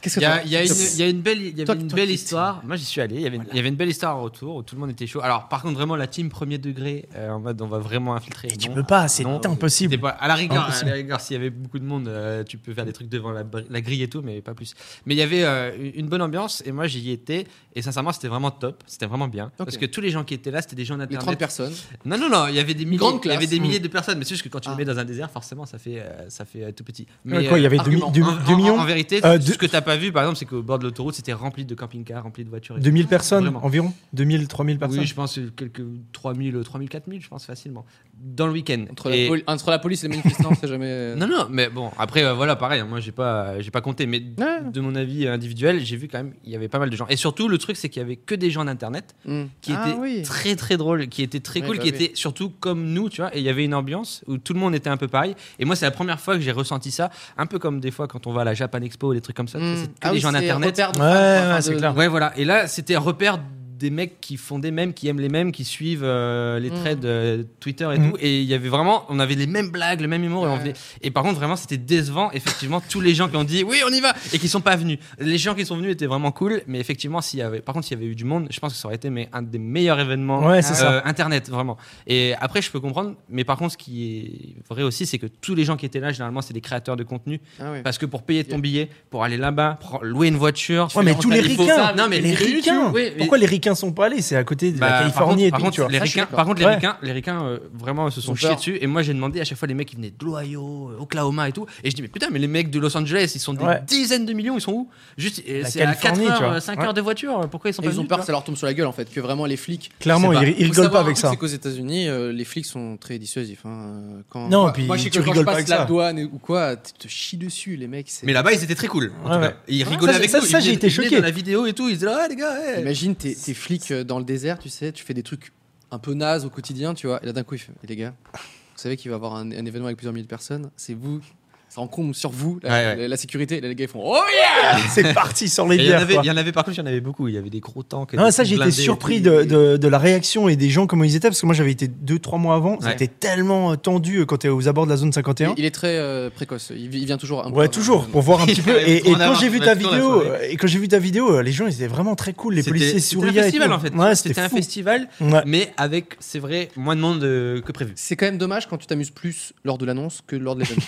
A: qu'est-ce que
B: Il y, a,
A: t'en-
B: il y a une, il y a une belle, il y avait
A: Toi-
B: une
A: toi
B: belle
A: qui-
B: histoire. Moi, j'y suis allé. Il y, avait, il y avait une belle histoire en retour. où Tout le monde était chaud. Alors, par contre, vraiment, la team premier degré, euh, en mode, on va vraiment infiltrer.
C: Et tu
B: Non,
C: peux pas,
B: ah,
C: c'est
B: non,
C: impossible.
B: c'était pas- à la rigueur, à
C: Impossible.
B: la rigueur, s'il y avait beaucoup de monde, euh, tu peux faire des trucs devant la, br- la grille et tout, mais pas plus. Mais il y avait euh, une bonne ambiance et moi, j'y étais. Et sincèrement, c'était vraiment top. C'était vraiment bien. Parce que tous les gens qui étaient là, c'était des gens
A: les
B: d'internet.
A: 30 personnes
B: Non, non, non, il y avait des milliers,
A: grande
B: il y avait
A: classe.
B: des milliers de personnes, mais c'est juste que quand tu
A: Ah.
B: les mets dans un désert, forcément, ça fait, euh, ça fait euh, tout petit. euh,
C: Ouais, Ah, quoi, il y avait deux mi-
B: argument.
C: deux-
B: En-
C: deux
B: en-
C: millions
B: En, vérité,
C: Euh,
B: ce
C: deux-
B: que t'as pas vu, par exemple, c'est qu'au bord de l'autoroute, c'était rempli de camping-cars, rempli de voitures. et tout.
C: 2000 personnes
B: Vraiment.
C: environ 2000, 3000 personnes
B: Oui, je pense euh, quelques 3000, 3000, 4000, je pense facilement. Dans le week-end.
A: entre, la
B: Et-
A: poli- entre la police et les manifestants on sait jamais
B: Non, non, mais bon, après, euh, voilà, pareil, hein, moi, j'ai pas, euh, j'ai pas compté, mais
A: Ouais.
B: de mon avis euh, individuel, j'ai vu quand même, il y avait pas mal de gens. Et surtout, le truc, c'est qu'il y avait que des gens d'Internet
A: Hmm.
B: qui
A: Ah
B: était
A: oui.
B: très très drôle, qui était très
A: Ouais,
B: cool,
A: bah
B: qui
A: oui.
B: était surtout comme nous, tu vois. Et il y avait une ambiance où tout le monde était un peu pareil. Et moi, c'est la première fois que j'ai ressenti ça, un peu comme des fois quand on va à la Japan Expo ou des trucs comme ça. tu sais,
A: Hmm.
B: C'est que
A: Ah
B: des
A: oui,
B: gens
A: c'est
B: d'internet.
A: repère de-
C: Ouais,
A: enfin,
C: ouais,
A: de-
C: c'est clair.
B: Euh, Ouais, voilà. Et là, c'était un repère des mecs qui font des mêmes, qui aiment les mêmes, qui suivent euh, les
A: Mm.
B: trades euh, Twitter et
C: Mm.
B: tout. Et il y avait vraiment, on avait les mêmes blagues, le même humour. Et, on
A: Ouais.
B: venait- et par contre, vraiment, c'était décevant. Effectivement, tous les gens qui ont dit oui, on y va et qui sont pas venus. Les gens qui sont venus étaient vraiment cool. Mais effectivement, s'il y avait, par contre, s'il y avait eu du monde, je pense que ça aurait été mais, un des meilleurs événements euh,
C: Ouais, c'est ça.
B: internet, vraiment. Et après, je peux comprendre. Mais par contre, ce qui est vrai aussi, c'est que tous les gens qui étaient là, généralement, c'est des créateurs de contenu.
A: Ah oui.
B: Parce que pour payer ton billet, pour aller là-bas, pour louer une voiture,
C: Ouais, mais tous les
B: il faut-
C: ricains
B: Non, mais
C: les ricains
B: Oui, mais-
C: Pourquoi les ricains sont pas allés C'est à côté de
B: Bah,
C: la
B: par
C: Californie
B: contre-
C: et
B: par
C: tout,
B: contre,
C: tu vois.
B: les
A: Ah, je suis
B: ricains,
A: d'accord.
B: par contre, les
C: Ouais.
B: ricains, les ricains, euh, vraiment se
A: Ils ont
B: sont
A: peur.
B: chiés dessus. Et moi, j'ai demandé à chaque fois les mecs qui venaient de l'Ohio, euh, Oklahoma et tout. Et je dis, mais putain, mais les mecs de Los Angeles, ils sont des
C: Ouais.
B: dizaines de millions, ils sont où Juste, euh,
C: La
B: c'est à 4
C: Californie, tu vois.
B: heures, 5
C: Ouais.
B: heures de voiture, pourquoi ils sont
A: Et
B: pas
A: ils ont
B: venus,
A: peur
B: tu
A: que ça leur tombe sur la gueule en fait, que vraiment les flics.
C: Clairement,
A: je sais
C: ils- ils
A: Faut
C: rigolent
A: savoir
C: pas avec
A: un truc,
C: ça.
A: C'est qu'aux États-Unis, euh, les flics sont très dissuasifs. hein, euh, Quand...
C: Non,
A: moi,
C: puis
A: moi, je sais que
C: tu
A: quand je
C: rigoles pas
A: passe
C: avec
A: la
C: ça.
A: douane et- ou quoi, tu te chies dessus, les mecs. c'est-
B: vois. Mais là-bas, ils étaient très cool. en
C: Ouais,
B: tout cas.
C: ouais.
B: Ils rigolaient
C: ça,
B: avec
C: ça,
B: nous,
C: ça,
B: ils
C: j'ai
B: venaient-
C: été
B: ils venaient
C: choqué.
B: dans la vidéo et tout, ils disaient, ouais, les gars, ouais.
A: Imagine, t'es t'es flic euh, dans le désert, tu sais, tu fais des trucs un peu nazes au quotidien, tu vois. Et là, d'un coup, il fait Et les gars, vous savez qu'il va y avoir un, un événement avec plusieurs milliers de personnes, c'est vous, ça encombre sur vous la,
B: Ouais, ouais.
A: la- la sécurité. Et là, les gars, ils font Oh yeah
C: C'est parti sur les
B: Et Il y, en
C: bières.
B: avait,
C: quoi.
B: il y en avait, par contre, il y en avait beaucoup. Il y avait des gros tanks. et
C: Non,
B: des
C: ça,
B: trucs
C: j'ai été
B: blindés et
C: surpris
B: tout.
C: de, de- de la réaction et des gens, comment ils étaient, parce que moi j'avais été 2-3 mois avant,
B: Ouais.
C: c'était tellement euh, tendu euh, quand t'es aux abords de la zone 51.
A: Il- Il est très euh, précoce, il, vi- il vient toujours un peu
C: Ouais,
A: avant.
C: toujours, pour voir un petit peu.
B: Il
C: Et,
B: arrive
C: et
B: trop en
C: quand
B: avance,
C: j'ai vu
B: il
C: ta
B: reste toujours
C: vidéo,
B: la
C: euh, et quand j'ai vu ta vidéo, euh, les gens ils étaient vraiment très cool, les
B: C'était-
C: policiers
B: C'était un
C: souriaient. et
B: festival,
C: tout.
B: en fait.
C: Ouais,
B: C'était un
C: fou.
B: festival,
C: Ouais.
B: mais avec, c'est vrai, moins de monde euh, que prévu.
A: C'est quand même dommage quand tu t'amuses plus lors de l'annonce que lord de l'événement.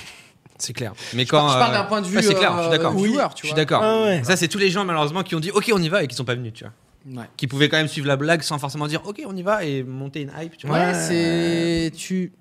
B: C'est clair. Mais quand.
A: Bah, je parle
B: euh,
A: d'un point de vue,
B: ouais, c'est clair, je
A: euh,
B: suis d'accord.
A: viewer, tu
B: je suis
A: vois.
B: d'accord.
C: Ah ouais.
B: Ça, c'est tous les gens, malheureusement, qui ont dit OK, on y va et qui sont pas venus, tu vois.
A: Ouais.
B: Qui pouvaient quand même suivre la blague sans forcément dire OK, on y va et monter une hype, tu vois.
A: Ouais, c'est. Tu.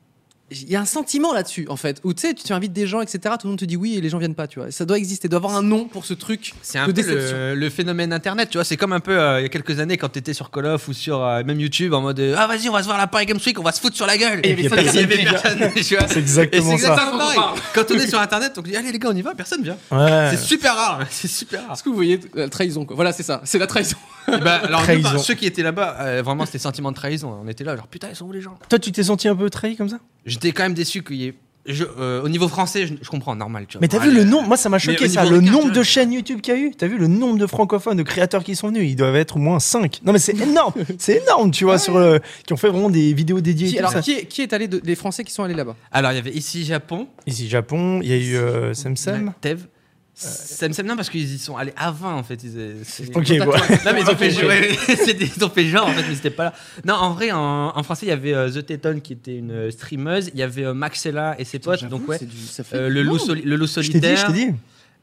A: Il y a un sentiment là-dessus, en fait, où tu sais, tu tu invites des gens, etc. Tout le monde te dit oui et les gens viennent pas, tu vois. Ça doit exister, doit avoir un nom pour ce truc.
B: C'est un
A: de
B: peu
A: déception.
B: le, le phénomène internet, tu vois. C'est comme un peu euh, il y a quelques années quand t'étais sur Call of ou sur euh, même YouTube en mode euh, Ah, vas-y, on va se voir à la Paris Games Week, on va se foutre sur la gueule.
C: Et il y avait
B: il y avait personne, tu vois. Et
C: C'est
B: c'est
C: exactement ça.
B: exactement pareil. Quand on est sur internet, on dit Allez les gars, on y va, personne vient.
C: Ouais.
B: C'est super rare, c'est super rare.
A: Est-ce que vous voyez la trahison quoi Voilà, c'est ça, c'est la trahison.
B: Et bah, alors, nous,
C: Trahison.
B: bah, ceux qui étaient là-bas, euh, vraiment, c'était sentiment de trahison. On était là, genre putain, ils sont où les gens
C: Toi, tu t'es senti un peu trahi comme ça
B: J'étais quand même déçu qu'il y ait je- euh, au niveau français, je, je comprends, normal. Tu vois.
C: Mais t'as
B: Ouais,
C: vu le
B: euh,
C: nombre Moi, ça m'a choqué
B: au
C: ça.
B: niveau hein.
C: Le
B: des
C: nombre de
B: cartouches-
C: chaînes YouTube qu'il y a eu T'as vu le nombre de francophones, de créateurs qui sont venus Ils doivent être au moins 5. Non, mais c'est énorme C'est énorme, tu vois, sur le- qui ont fait vraiment des vidéos dédiées. et
A: Qui,
C: tout
A: alors,
C: ça.
A: qui est, qui est allé de- les Français qui sont allés là-bas
B: Alors, il y avait ici Japon,
C: Ici, Japon, il y a eu euh, Samsam.
B: Tev.
C: Euh,
B: Samsam, non, parce qu'ils y sont allés avant, en fait. Ils, euh, c'est-
C: Ok, ouais.
B: Non, mais ils ont fait,
C: Ok.
B: ouais, ouais, c'était- ils ont fait genre, en fait, mais c'était pas là. Non, en vrai, en, en français, il y avait euh, The Teton qui était une euh, streameuse, il y avait euh, Maxella et ses potes, donc ouais.
A: C'est du- ça fait
B: Euh,
A: du
B: le, loup
A: monde.
B: soli- le loup
C: Je t'ai dit, je
B: solitaire.
C: t'ai dit.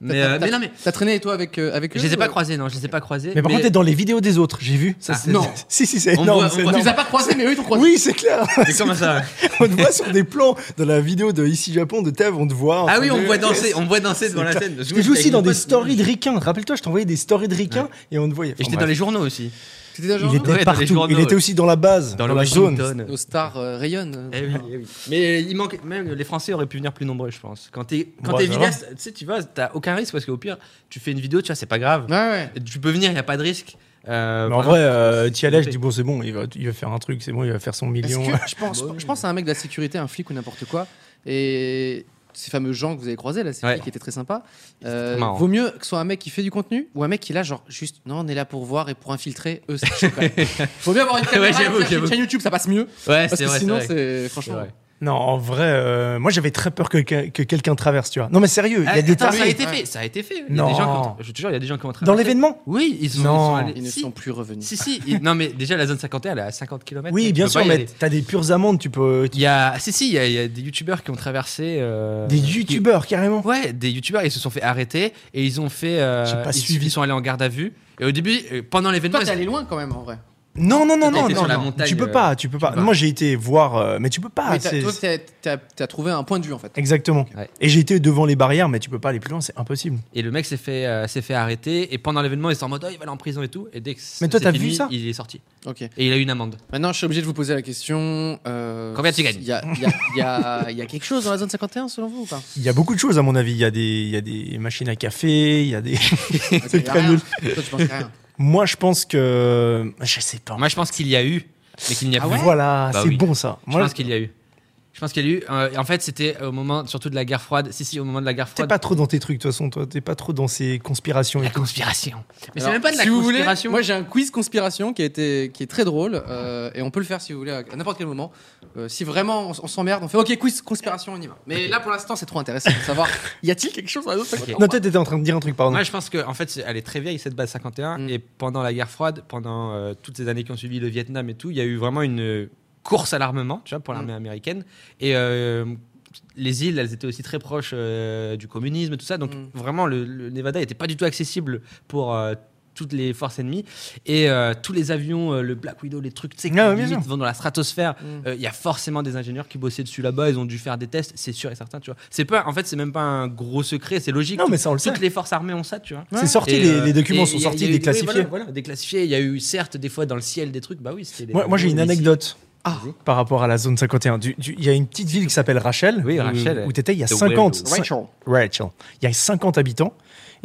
B: Mais,
A: T'as-
B: euh,
A: t'as-
B: mais non, mais
A: T'as traîné toi avec, euh, avec eux
B: je les ai pas
A: ou-
B: croisés, non, je les ai pas croisés.
C: Mais par contre, t'es dans les vidéos des autres, j'ai vu. Ça,
B: Ah,
C: c'est-
A: non.
C: Si, si, c'est
B: On
C: énorme.
B: voit- on
C: c'est
B: voit-
A: Tu
C: énorme.
A: les as pas croisés, mais eux ils t'ont croisé.
C: Oui, c'est clair.
B: Mais comment ça
C: on te voit sur des plans dans la vidéo de Ici Japon de Tev, on te voit. en
B: Ah
C: train
B: oui,
C: de-
B: on voit danser, on voit danser devant la
C: clair.
B: scène.
C: Je t'ai vu aussi dans des stories de Riquin. Rappelle-toi, je t'envoyais des stories de Riquin et on te voyait.
B: Et j'étais
C: Enfin,
B: dans les
C: bref.
B: journaux aussi.
A: T'étais déjà
C: Il
A: genre,
C: était
B: Ouais, dans les
C: partout. Il
B: journaux.
C: était aussi dans la base, dans,
B: le
C: la zone.
B: Washington.
A: nos stars euh, rayonnent.
B: Eh oui, eh oui. Mais il manque même les Français auraient pu venir plus nombreux, je pense. Quand t'es quand
C: Ouais,
B: t'es
C: Bah, ça
B: vidéaste, tu sais, tu vois, t'as aucun risque parce qu'au pire, tu fais une vidéo, tu vois, c'est pas grave.
A: Ouais, ouais.
B: Tu peux venir, il y a pas de risque. Euh,
C: Mais en
B: voilà.
C: vrai, euh, t'y allais, je dis
B: Ok.
C: bon, c'est bon, il va, il va faire un truc, c'est bon, il va faire
A: Est-ce
C: son million.
A: que je pense, je pense à un mec de la sécurité, un flic ou n'importe quoi, et ces fameux gens que vous avez croisés là, ces
B: Ouais.
A: flics qui étaient très sympas. euh,
B: très marrant.
A: vaut mieux que ce soit un mec qui fait du contenu ou un mec qui est là genre juste non on est là pour voir et pour infiltrer eux c'est chaud quand même. Faut bien avoir une caméra
B: Ouais,
A: et
B: j'avoue,
A: faire
B: j'avoue.
A: une chaîne YouTube ça passe mieux
B: ouais,
A: parce
B: c'est
A: que
B: vrai,
A: sinon
B: c'est vrai.
A: c'est
B: C'est
A: franchement
B: vrai.
C: Non, en vrai, euh, moi j'avais très peur que, que- que quelqu'un traverse, tu vois. Non, mais sérieux, il y a
B: Ah,
C: des
B: attends,
C: tas.
B: ça a été fait, ça a été fait. Il y a
C: Non.
B: des gens qui ont- je te jure, il y a des gens qui ont traversé.
C: Dans l'événement
B: Oui, ils sont,
C: Non.
B: ils sont allés-
A: ils ne
B: si,
A: sont plus revenus.
B: si, si, ils- non mais déjà la zone 51 elle est à 50 km.
C: Oui, bien sûr, mais
B: mais
C: t'as des pures amendes, tu peux.
B: il y a ah, si si, il y a, il y a des youtubeurs qui ont traversé euh,
C: Des
B: qui-
C: youtubeurs, carrément.
B: Ouais, des youtubeurs, ils se sont fait arrêter et ils ont fait. euh,
C: J'ai pas
B: ils,
C: suivi.
B: ils sont allés en garde à vue. Et au début, euh, pendant l'événement,
A: Toi t'es
B: ils-
A: allé loin quand même en vrai.
C: Non, non, non,
B: T'as
C: non,
B: été
C: non,
B: sur la
C: non.
B: montagne,
C: tu
B: euh,
C: peux pas, tu peux pas.
B: peux pas.
C: Moi j'ai été voir, euh, mais tu peux pas.
B: Ah,
A: Oui, t'as-
C: c'est-
A: toi t'as- t'as t'as trouvé un point de vue en fait.
C: Exactement.
B: Ouais.
C: Et j'ai été devant les barrières, mais tu peux pas aller plus loin, c'est impossible.
B: et le mec s'est fait, euh, s'est fait arrêter. Et pendant l'événement, ils sont en mode, oh, il va aller en prison et tout. Et dès que
C: Mais toi,
B: c'est
C: t'as vu
B: fini,
C: ça
B: Il est sorti.
A: Ok.
B: Et il a eu une amende.
A: Maintenant, je suis obligé de vous poser la question. euh,
B: Combien tu gagnes
A: Il y a, il y a- il y a- il y a quelque chose dans la zone 51 selon vous ou pas
C: Il y a beaucoup de choses à mon avis. Il y a des, il y a des machines à café, il y a des.
A: Ok, il y a
C: très
A: rien.
C: nul.
A: Toi, tu penses rien.
C: Moi je pense que, je sais pas.
B: Moi, je pense qu'il y a eu, mais qu'il n'y a
A: Ah
B: plus.
A: ouais
C: Voilà,
B: Bah
C: c'est
B: oui.
C: bon ça.
B: Je
C: Moi,
B: pense qu'il y a eu. Je pense qu'il y a eu. euh, en fait, c'était au moment surtout de la guerre froide. Si, si, au moment de la guerre
C: T'es
B: froide.
C: pas trop dans tes trucs, de toute façon, toi. T'es pas trop dans ces conspirations et
B: La
C: tout.
B: conspiration. Mais c'est
A: Alors,
B: même pas de la
A: si vous voulez,
B: conspiration.
A: moi, j'ai un quiz conspiration qui, a été, qui est très drôle euh, et on peut le faire si vous voulez à à n'importe quel moment. Euh, si vraiment on, s- on s'emmerde, on fait OK, quiz conspiration, on y va. Mais là, pour l'instant, c'est trop intéressant de savoir y a-t-il quelque chose dans la zone 51
C: Non, peut-être t'étais en train de dire un truc, pardon.
B: Moi, je pense que en fait, c'est- elle est très vieille cette base 51.
A: Mm.
B: Et pendant la guerre froide, pendant euh, toutes ces années qui ont suivi le Vietnam et tout, il y a eu vraiment une euh, course à l'armement, tu vois, pour
A: Mm.
B: l'armée américaine. Et euh, les îles, elles étaient aussi très proches euh, du communisme, et tout ça. Donc
A: Mm.
B: vraiment, le, le Nevada n'était pas du tout accessible pour euh, toutes les forces ennemies. Et euh, tous les avions, euh, le Black Widow, les trucs, tu sais, qui
C: Ah ouais, bien
B: limite
C: sûr.
B: vont dans la stratosphère.
A: Mm.
B: Euh, Il y a forcément des ingénieurs qui bossaient dessus là-bas. Ils ont dû faire des tests, c'est sûr et certain, tu vois. C'est pas, en fait, c'est même pas un gros secret, c'est logique.
C: Non, mais ça, on le sait.
B: Toutes les forces armées ont ça, tu vois.
C: C'est sorti,
B: Et,
C: les,
B: euh,
C: les documents
B: et
C: sont
B: il y a- il
C: sortis,
B: y a eu-
C: déclassifiés.
B: oui, voilà, voilà, déclassifiés. Il y a eu certes des fois dans le ciel des trucs. Bah oui, c'était. des-
C: Moi, moi, j'ai une
B: des-
C: anecdote
A: Ah.
C: par rapport à la zone 51. Du- du- Il y a une petite ville qui s'appelle Rachel,
B: Oui,
C: où-
B: Rachel,
C: où, t'étais il y a
B: The
C: 50.
B: Weirdo.
A: Rachel.
C: Rachel. Il y a 50 habitants.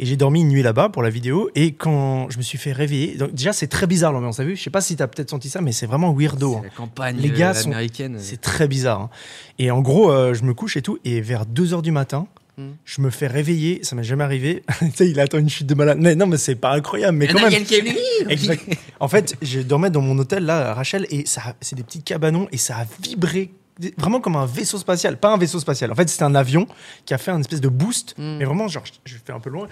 C: Et j'ai dormi une nuit là-bas pour la vidéo. Et quand je me suis fait réveiller, donc déjà c'est très bizarre l'ambiance, t'as vu Je sais pas si t'as peut-être senti ça, mais c'est vraiment weirdo. hein.
B: La campagne
C: Les gars
B: euh,
C: sont-
B: américaine.
C: C'est très bizarre. hein. Et en gros, euh, je me couche et tout, et vers 2h du matin,
A: Mm.
C: je me fais réveiller. Ça m'est jamais arrivé. tu sais, il attend une chute de malade. Mais non, mais c'est pas incroyable, mais
B: Il y en
C: quand
B: a
C: même.
B: quelqu'un qui est venu.
C: Exact. En fait, je dormais dans mon hôtel là, à Rachel, et ça, c'est des petits cabanons, et ça a vibré des- vraiment comme un vaisseau spatial. Pas un vaisseau spatial. En fait, c'était un avion qui a fait un espèce de boost.
B: Mm.
C: Mais vraiment, genre, je je fais un peu loin.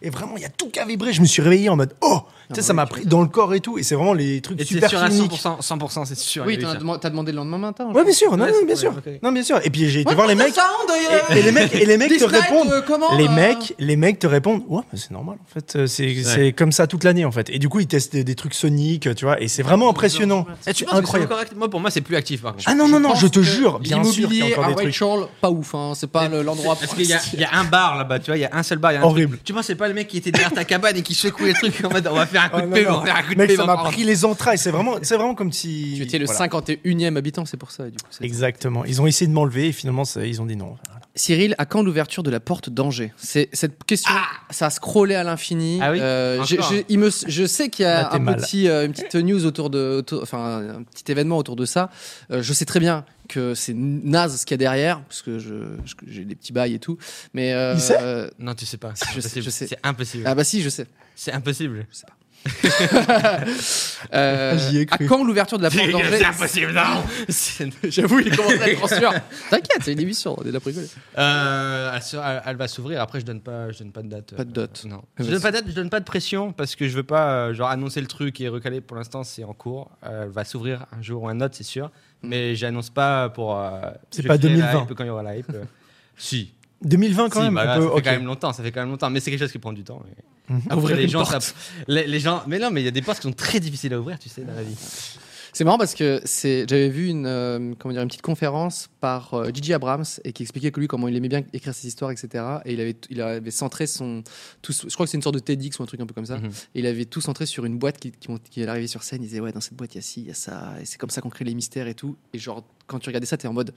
C: Et vraiment, il y a tout qui a vibré. Je me suis réveillé en mode oh, tu sais, ça m'a pris dans le corps et tout. Et c'est vraiment les trucs
B: Ah Et c'est
C: super
B: sûr à
C: cliniques.
B: 100%, 100% c'est sûr.
A: Oui,
B: il y a
A: t'en
B: eu
A: as
B: ça.
A: deman- t'as demandé le lendemain matin. je
C: Ouais,
A: crois.
C: bien sûr, non,
B: Ouais,
C: non,
B: c'est-
C: bien
B: ouais,
C: sûr.
B: ok.
C: Non, bien sûr. Et puis j'ai été
A: Ouais,
C: voir les
A: comment
C: mecs.
A: ça sound, euh,
C: Et, et les mecs, et les mecs
A: This
C: te
A: night,
C: répondent.
A: euh, comment,
C: les
A: euh,
C: mecs, les mecs te répondent. Ouais, mais c'est normal en fait. euh, C'est c'est comme ça toute l'année en fait. Et du coup, ils testent des, des trucs soniques, tu vois. Et c'est vraiment impressionnant.
B: Eh, tu penses que
C: C'est
B: c'est
C: incroyable.
B: encore actif Moi, pour moi, c'est plus actif par contre.
C: Ah non non non,
A: pense
C: je te
A: que
C: jure, bien sûr qu'il y a
A: l'immobilier Ah
C: encore
A: à
C: des trucs.
A: Rachel, pas ouf, hein, c'est pas le- l'endroit
B: Parce qu'il y, a- il y a un bar là-bas, tu vois, il y a un seul bar. il y a un
C: Horrible.
B: truc. Tu penses, c'est pas le mec qui était derrière ta cabane et qui secouait le truc en mode on va faire un coup
C: Oh,
B: de
C: non,
B: paix,
C: non.
B: on va faire un coup de
C: Mec,
B: paix.
C: ça
B: on va
C: m'a
B: prendre-
C: pris les entrailles. C'est vraiment, c'est vraiment comme si.
A: Tu étais le
C: Voilà.
A: 51e habitant, c'est pour ça. Du coup, c'est-
C: Exactement. Ils ont essayé de m'enlever et finalement, ça- ils ont dit non. Voilà.
A: Cyril, à quand l'ouverture de la porte d'Angers C'est cette question,
C: Ah
A: ça a scrollé à l'infini.
B: Ah oui
A: Euh, j'ai-
B: Encore. Bah,
A: j'ai- il me- je sais qu'il y
C: Là,
A: a
C: t'es
A: un
C: mal.
A: petit, euh, une petite news autour de, autour- enfin un petit événement autour de ça. Euh, je sais très bien que c'est naze ce qu'il y a derrière, parce que je, je- j'ai des petits bails et tout. Mais euh,
C: Il sait
A: euh,
B: Non, tu sais pas. C'est
A: Je sais,
B: impossible.
A: je sais.
B: C'est impossible.
A: ah bah si, je sais.
B: C'est impossible.
A: Euh,
C: J'y ai
A: à
C: cru.
A: quand l'ouverture de la porte d'Angers
B: impossible, non
A: C'est- J'avoue, il commence à être en sueur. T'inquiète, c'est une émission, on est là pour rigoler.
B: Euh, elle, sera- elle- elle va s'ouvrir. Après, je donne pas, je donne pas de date.
A: Pas de date.
B: Euh, non.
A: Euh,
B: Je donne pas de date. Je donne pas de pression parce que je veux pas euh, genre annoncer le truc et recaler. Pour l'instant, c'est en cours. Euh, elle va s'ouvrir un jour ou un autre, c'est sûr.
A: Mm.
B: Mais j'annonce pas pour. euh,
C: C'est
B: je
C: pas
B: crée la
C: 2020.
B: hype quand il y aura la hype. euh. si.
C: 2020 quand
B: Si,
C: même.
B: bah
C: on
B: là,
C: peut-
B: ça fait
C: ok.
B: quand même longtemps. Ça fait quand même longtemps. Mais c'est quelque chose qui prend du temps. mais-
C: Mhm.
B: Après,
A: Ouvrir
B: les
A: une
B: gens,
A: porte.
B: ça- les, les gens. Mais non, mais il y a des portes qui sont très difficiles à ouvrir, tu sais, dans la vie.
A: C'est marrant parce que c'est, j'avais vu une, euh, comment dire, une petite conférence par euh, Gigi Abrams et qui expliquait que lui comment il aimait bien écrire ses histoires, etc. Et il avait, il avait centré son, tout, je crois que c'est une sorte de TEDx ou un truc un peu comme ça.
B: Mhm.
A: Et il avait tout centré sur une boîte qui, qui, mont- qui arrivait sur scène. Il disait ouais dans cette boîte il y a ci, il y a ça, et c'est comme ça qu'on crée les mystères et tout. Et genre quand tu regardais ça t'es en mode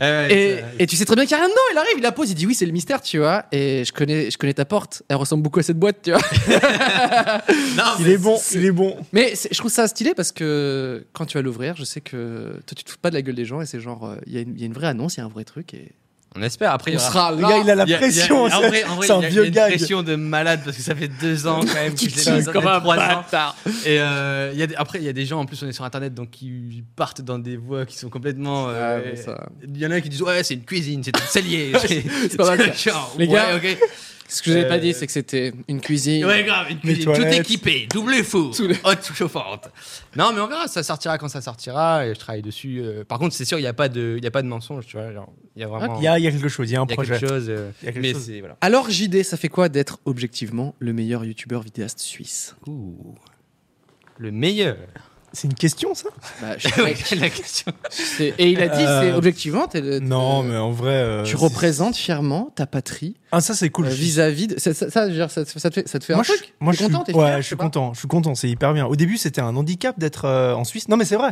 B: Euh,
A: et,
B: ça-
A: et tu sais très bien qu'il n'y a rien dedans. Il arrive, il la pose, il dit oui c'est le mystère, tu vois. Et je connais, je connais ta porte. Elle ressemble beaucoup à cette boîte, tu vois.
B: Non,
C: Il est bon, il est bon.
A: Mais c'est- je trouve ça stylé parce que quand tu vas l'ouvrir, je sais que toi tu te fous pas de la gueule des gens et c'est genre euh, il y, a une- il y a une vraie annonce, il y a un vrai truc et
B: On espère. Après, il y
A: on
B: aura-
A: sera
C: Le
A: là.
C: gars, il a la
B: Il y a-
C: pression.
B: il y a- en vrai, en vrai,
C: C'est un
B: il y a-
C: vieux
B: il y a
C: gag.
B: Une pression de malade parce que ça fait deux ans quand même que je l'ai
C: tiens
B: mis
C: comme un
B: trois ans. Et euh, il y a des- après, il y a des gens en plus, on est sur internet donc qui partent dans des voies qui sont complètement. euh,
A: Ah, mais ça-
B: Il y en a qui disent ouais, c'est une cuisine, c'est un cellier. c'est
A: c'est pas mal, ça.
B: Genre,
A: Les
B: ouais,
A: gars.
B: ok.
A: Ce que j'avais pas
B: Euh,
A: dit, c'est que c'était une cuisine.
B: Ouais, grave, une cuisine, tout
C: toilettes.
B: équipé, double four,
A: Tout le-
B: haute chauffante. Non, mais on verra, ça sortira quand ça sortira et je travaille dessus. euh. Par contre, c'est sûr, il n'y a pas de, il y a pas de mensonge, tu vois. genre, Il y a vraiment.
C: Ah, Il y, a, il y a quelque chose, il y a un
B: il y a
C: projet.
B: quelque chose. euh,
C: Il y a quelque
B: mais
C: chose.
B: c'est voilà.
A: Alors JD, ça fait quoi d'être objectivement le meilleur youtubeur vidéaste suisse
B: Ouh. Le meilleur.
C: C'est une question, ça
A: Bah, je dirais
B: Ouais,
A: que
B: c'est la question.
A: c'est- Et il a dit,
C: Euh,
A: c'est objectivement, t'es le-
C: Non,
A: t'es-
C: mais en vrai. euh,
A: Tu
C: c'est-
A: représentes fièrement ta patrie
C: Ah, ça, c'est
A: euh,
C: cool.
A: vis-à-vis de. Ça, ça- ça, je veux dire, ça- ça te fait, ça te fait un
C: Moi, je,
A: truc
C: suis- moi,
A: T'es
C: je suis,
A: content, t'es
C: ouais,
A: fier,
C: je suis
A: sais pas
C: content, je suis content, c'est hyper bien. Au début, c'était un handicap d'être euh, en Suisse. Non, mais c'est vrai.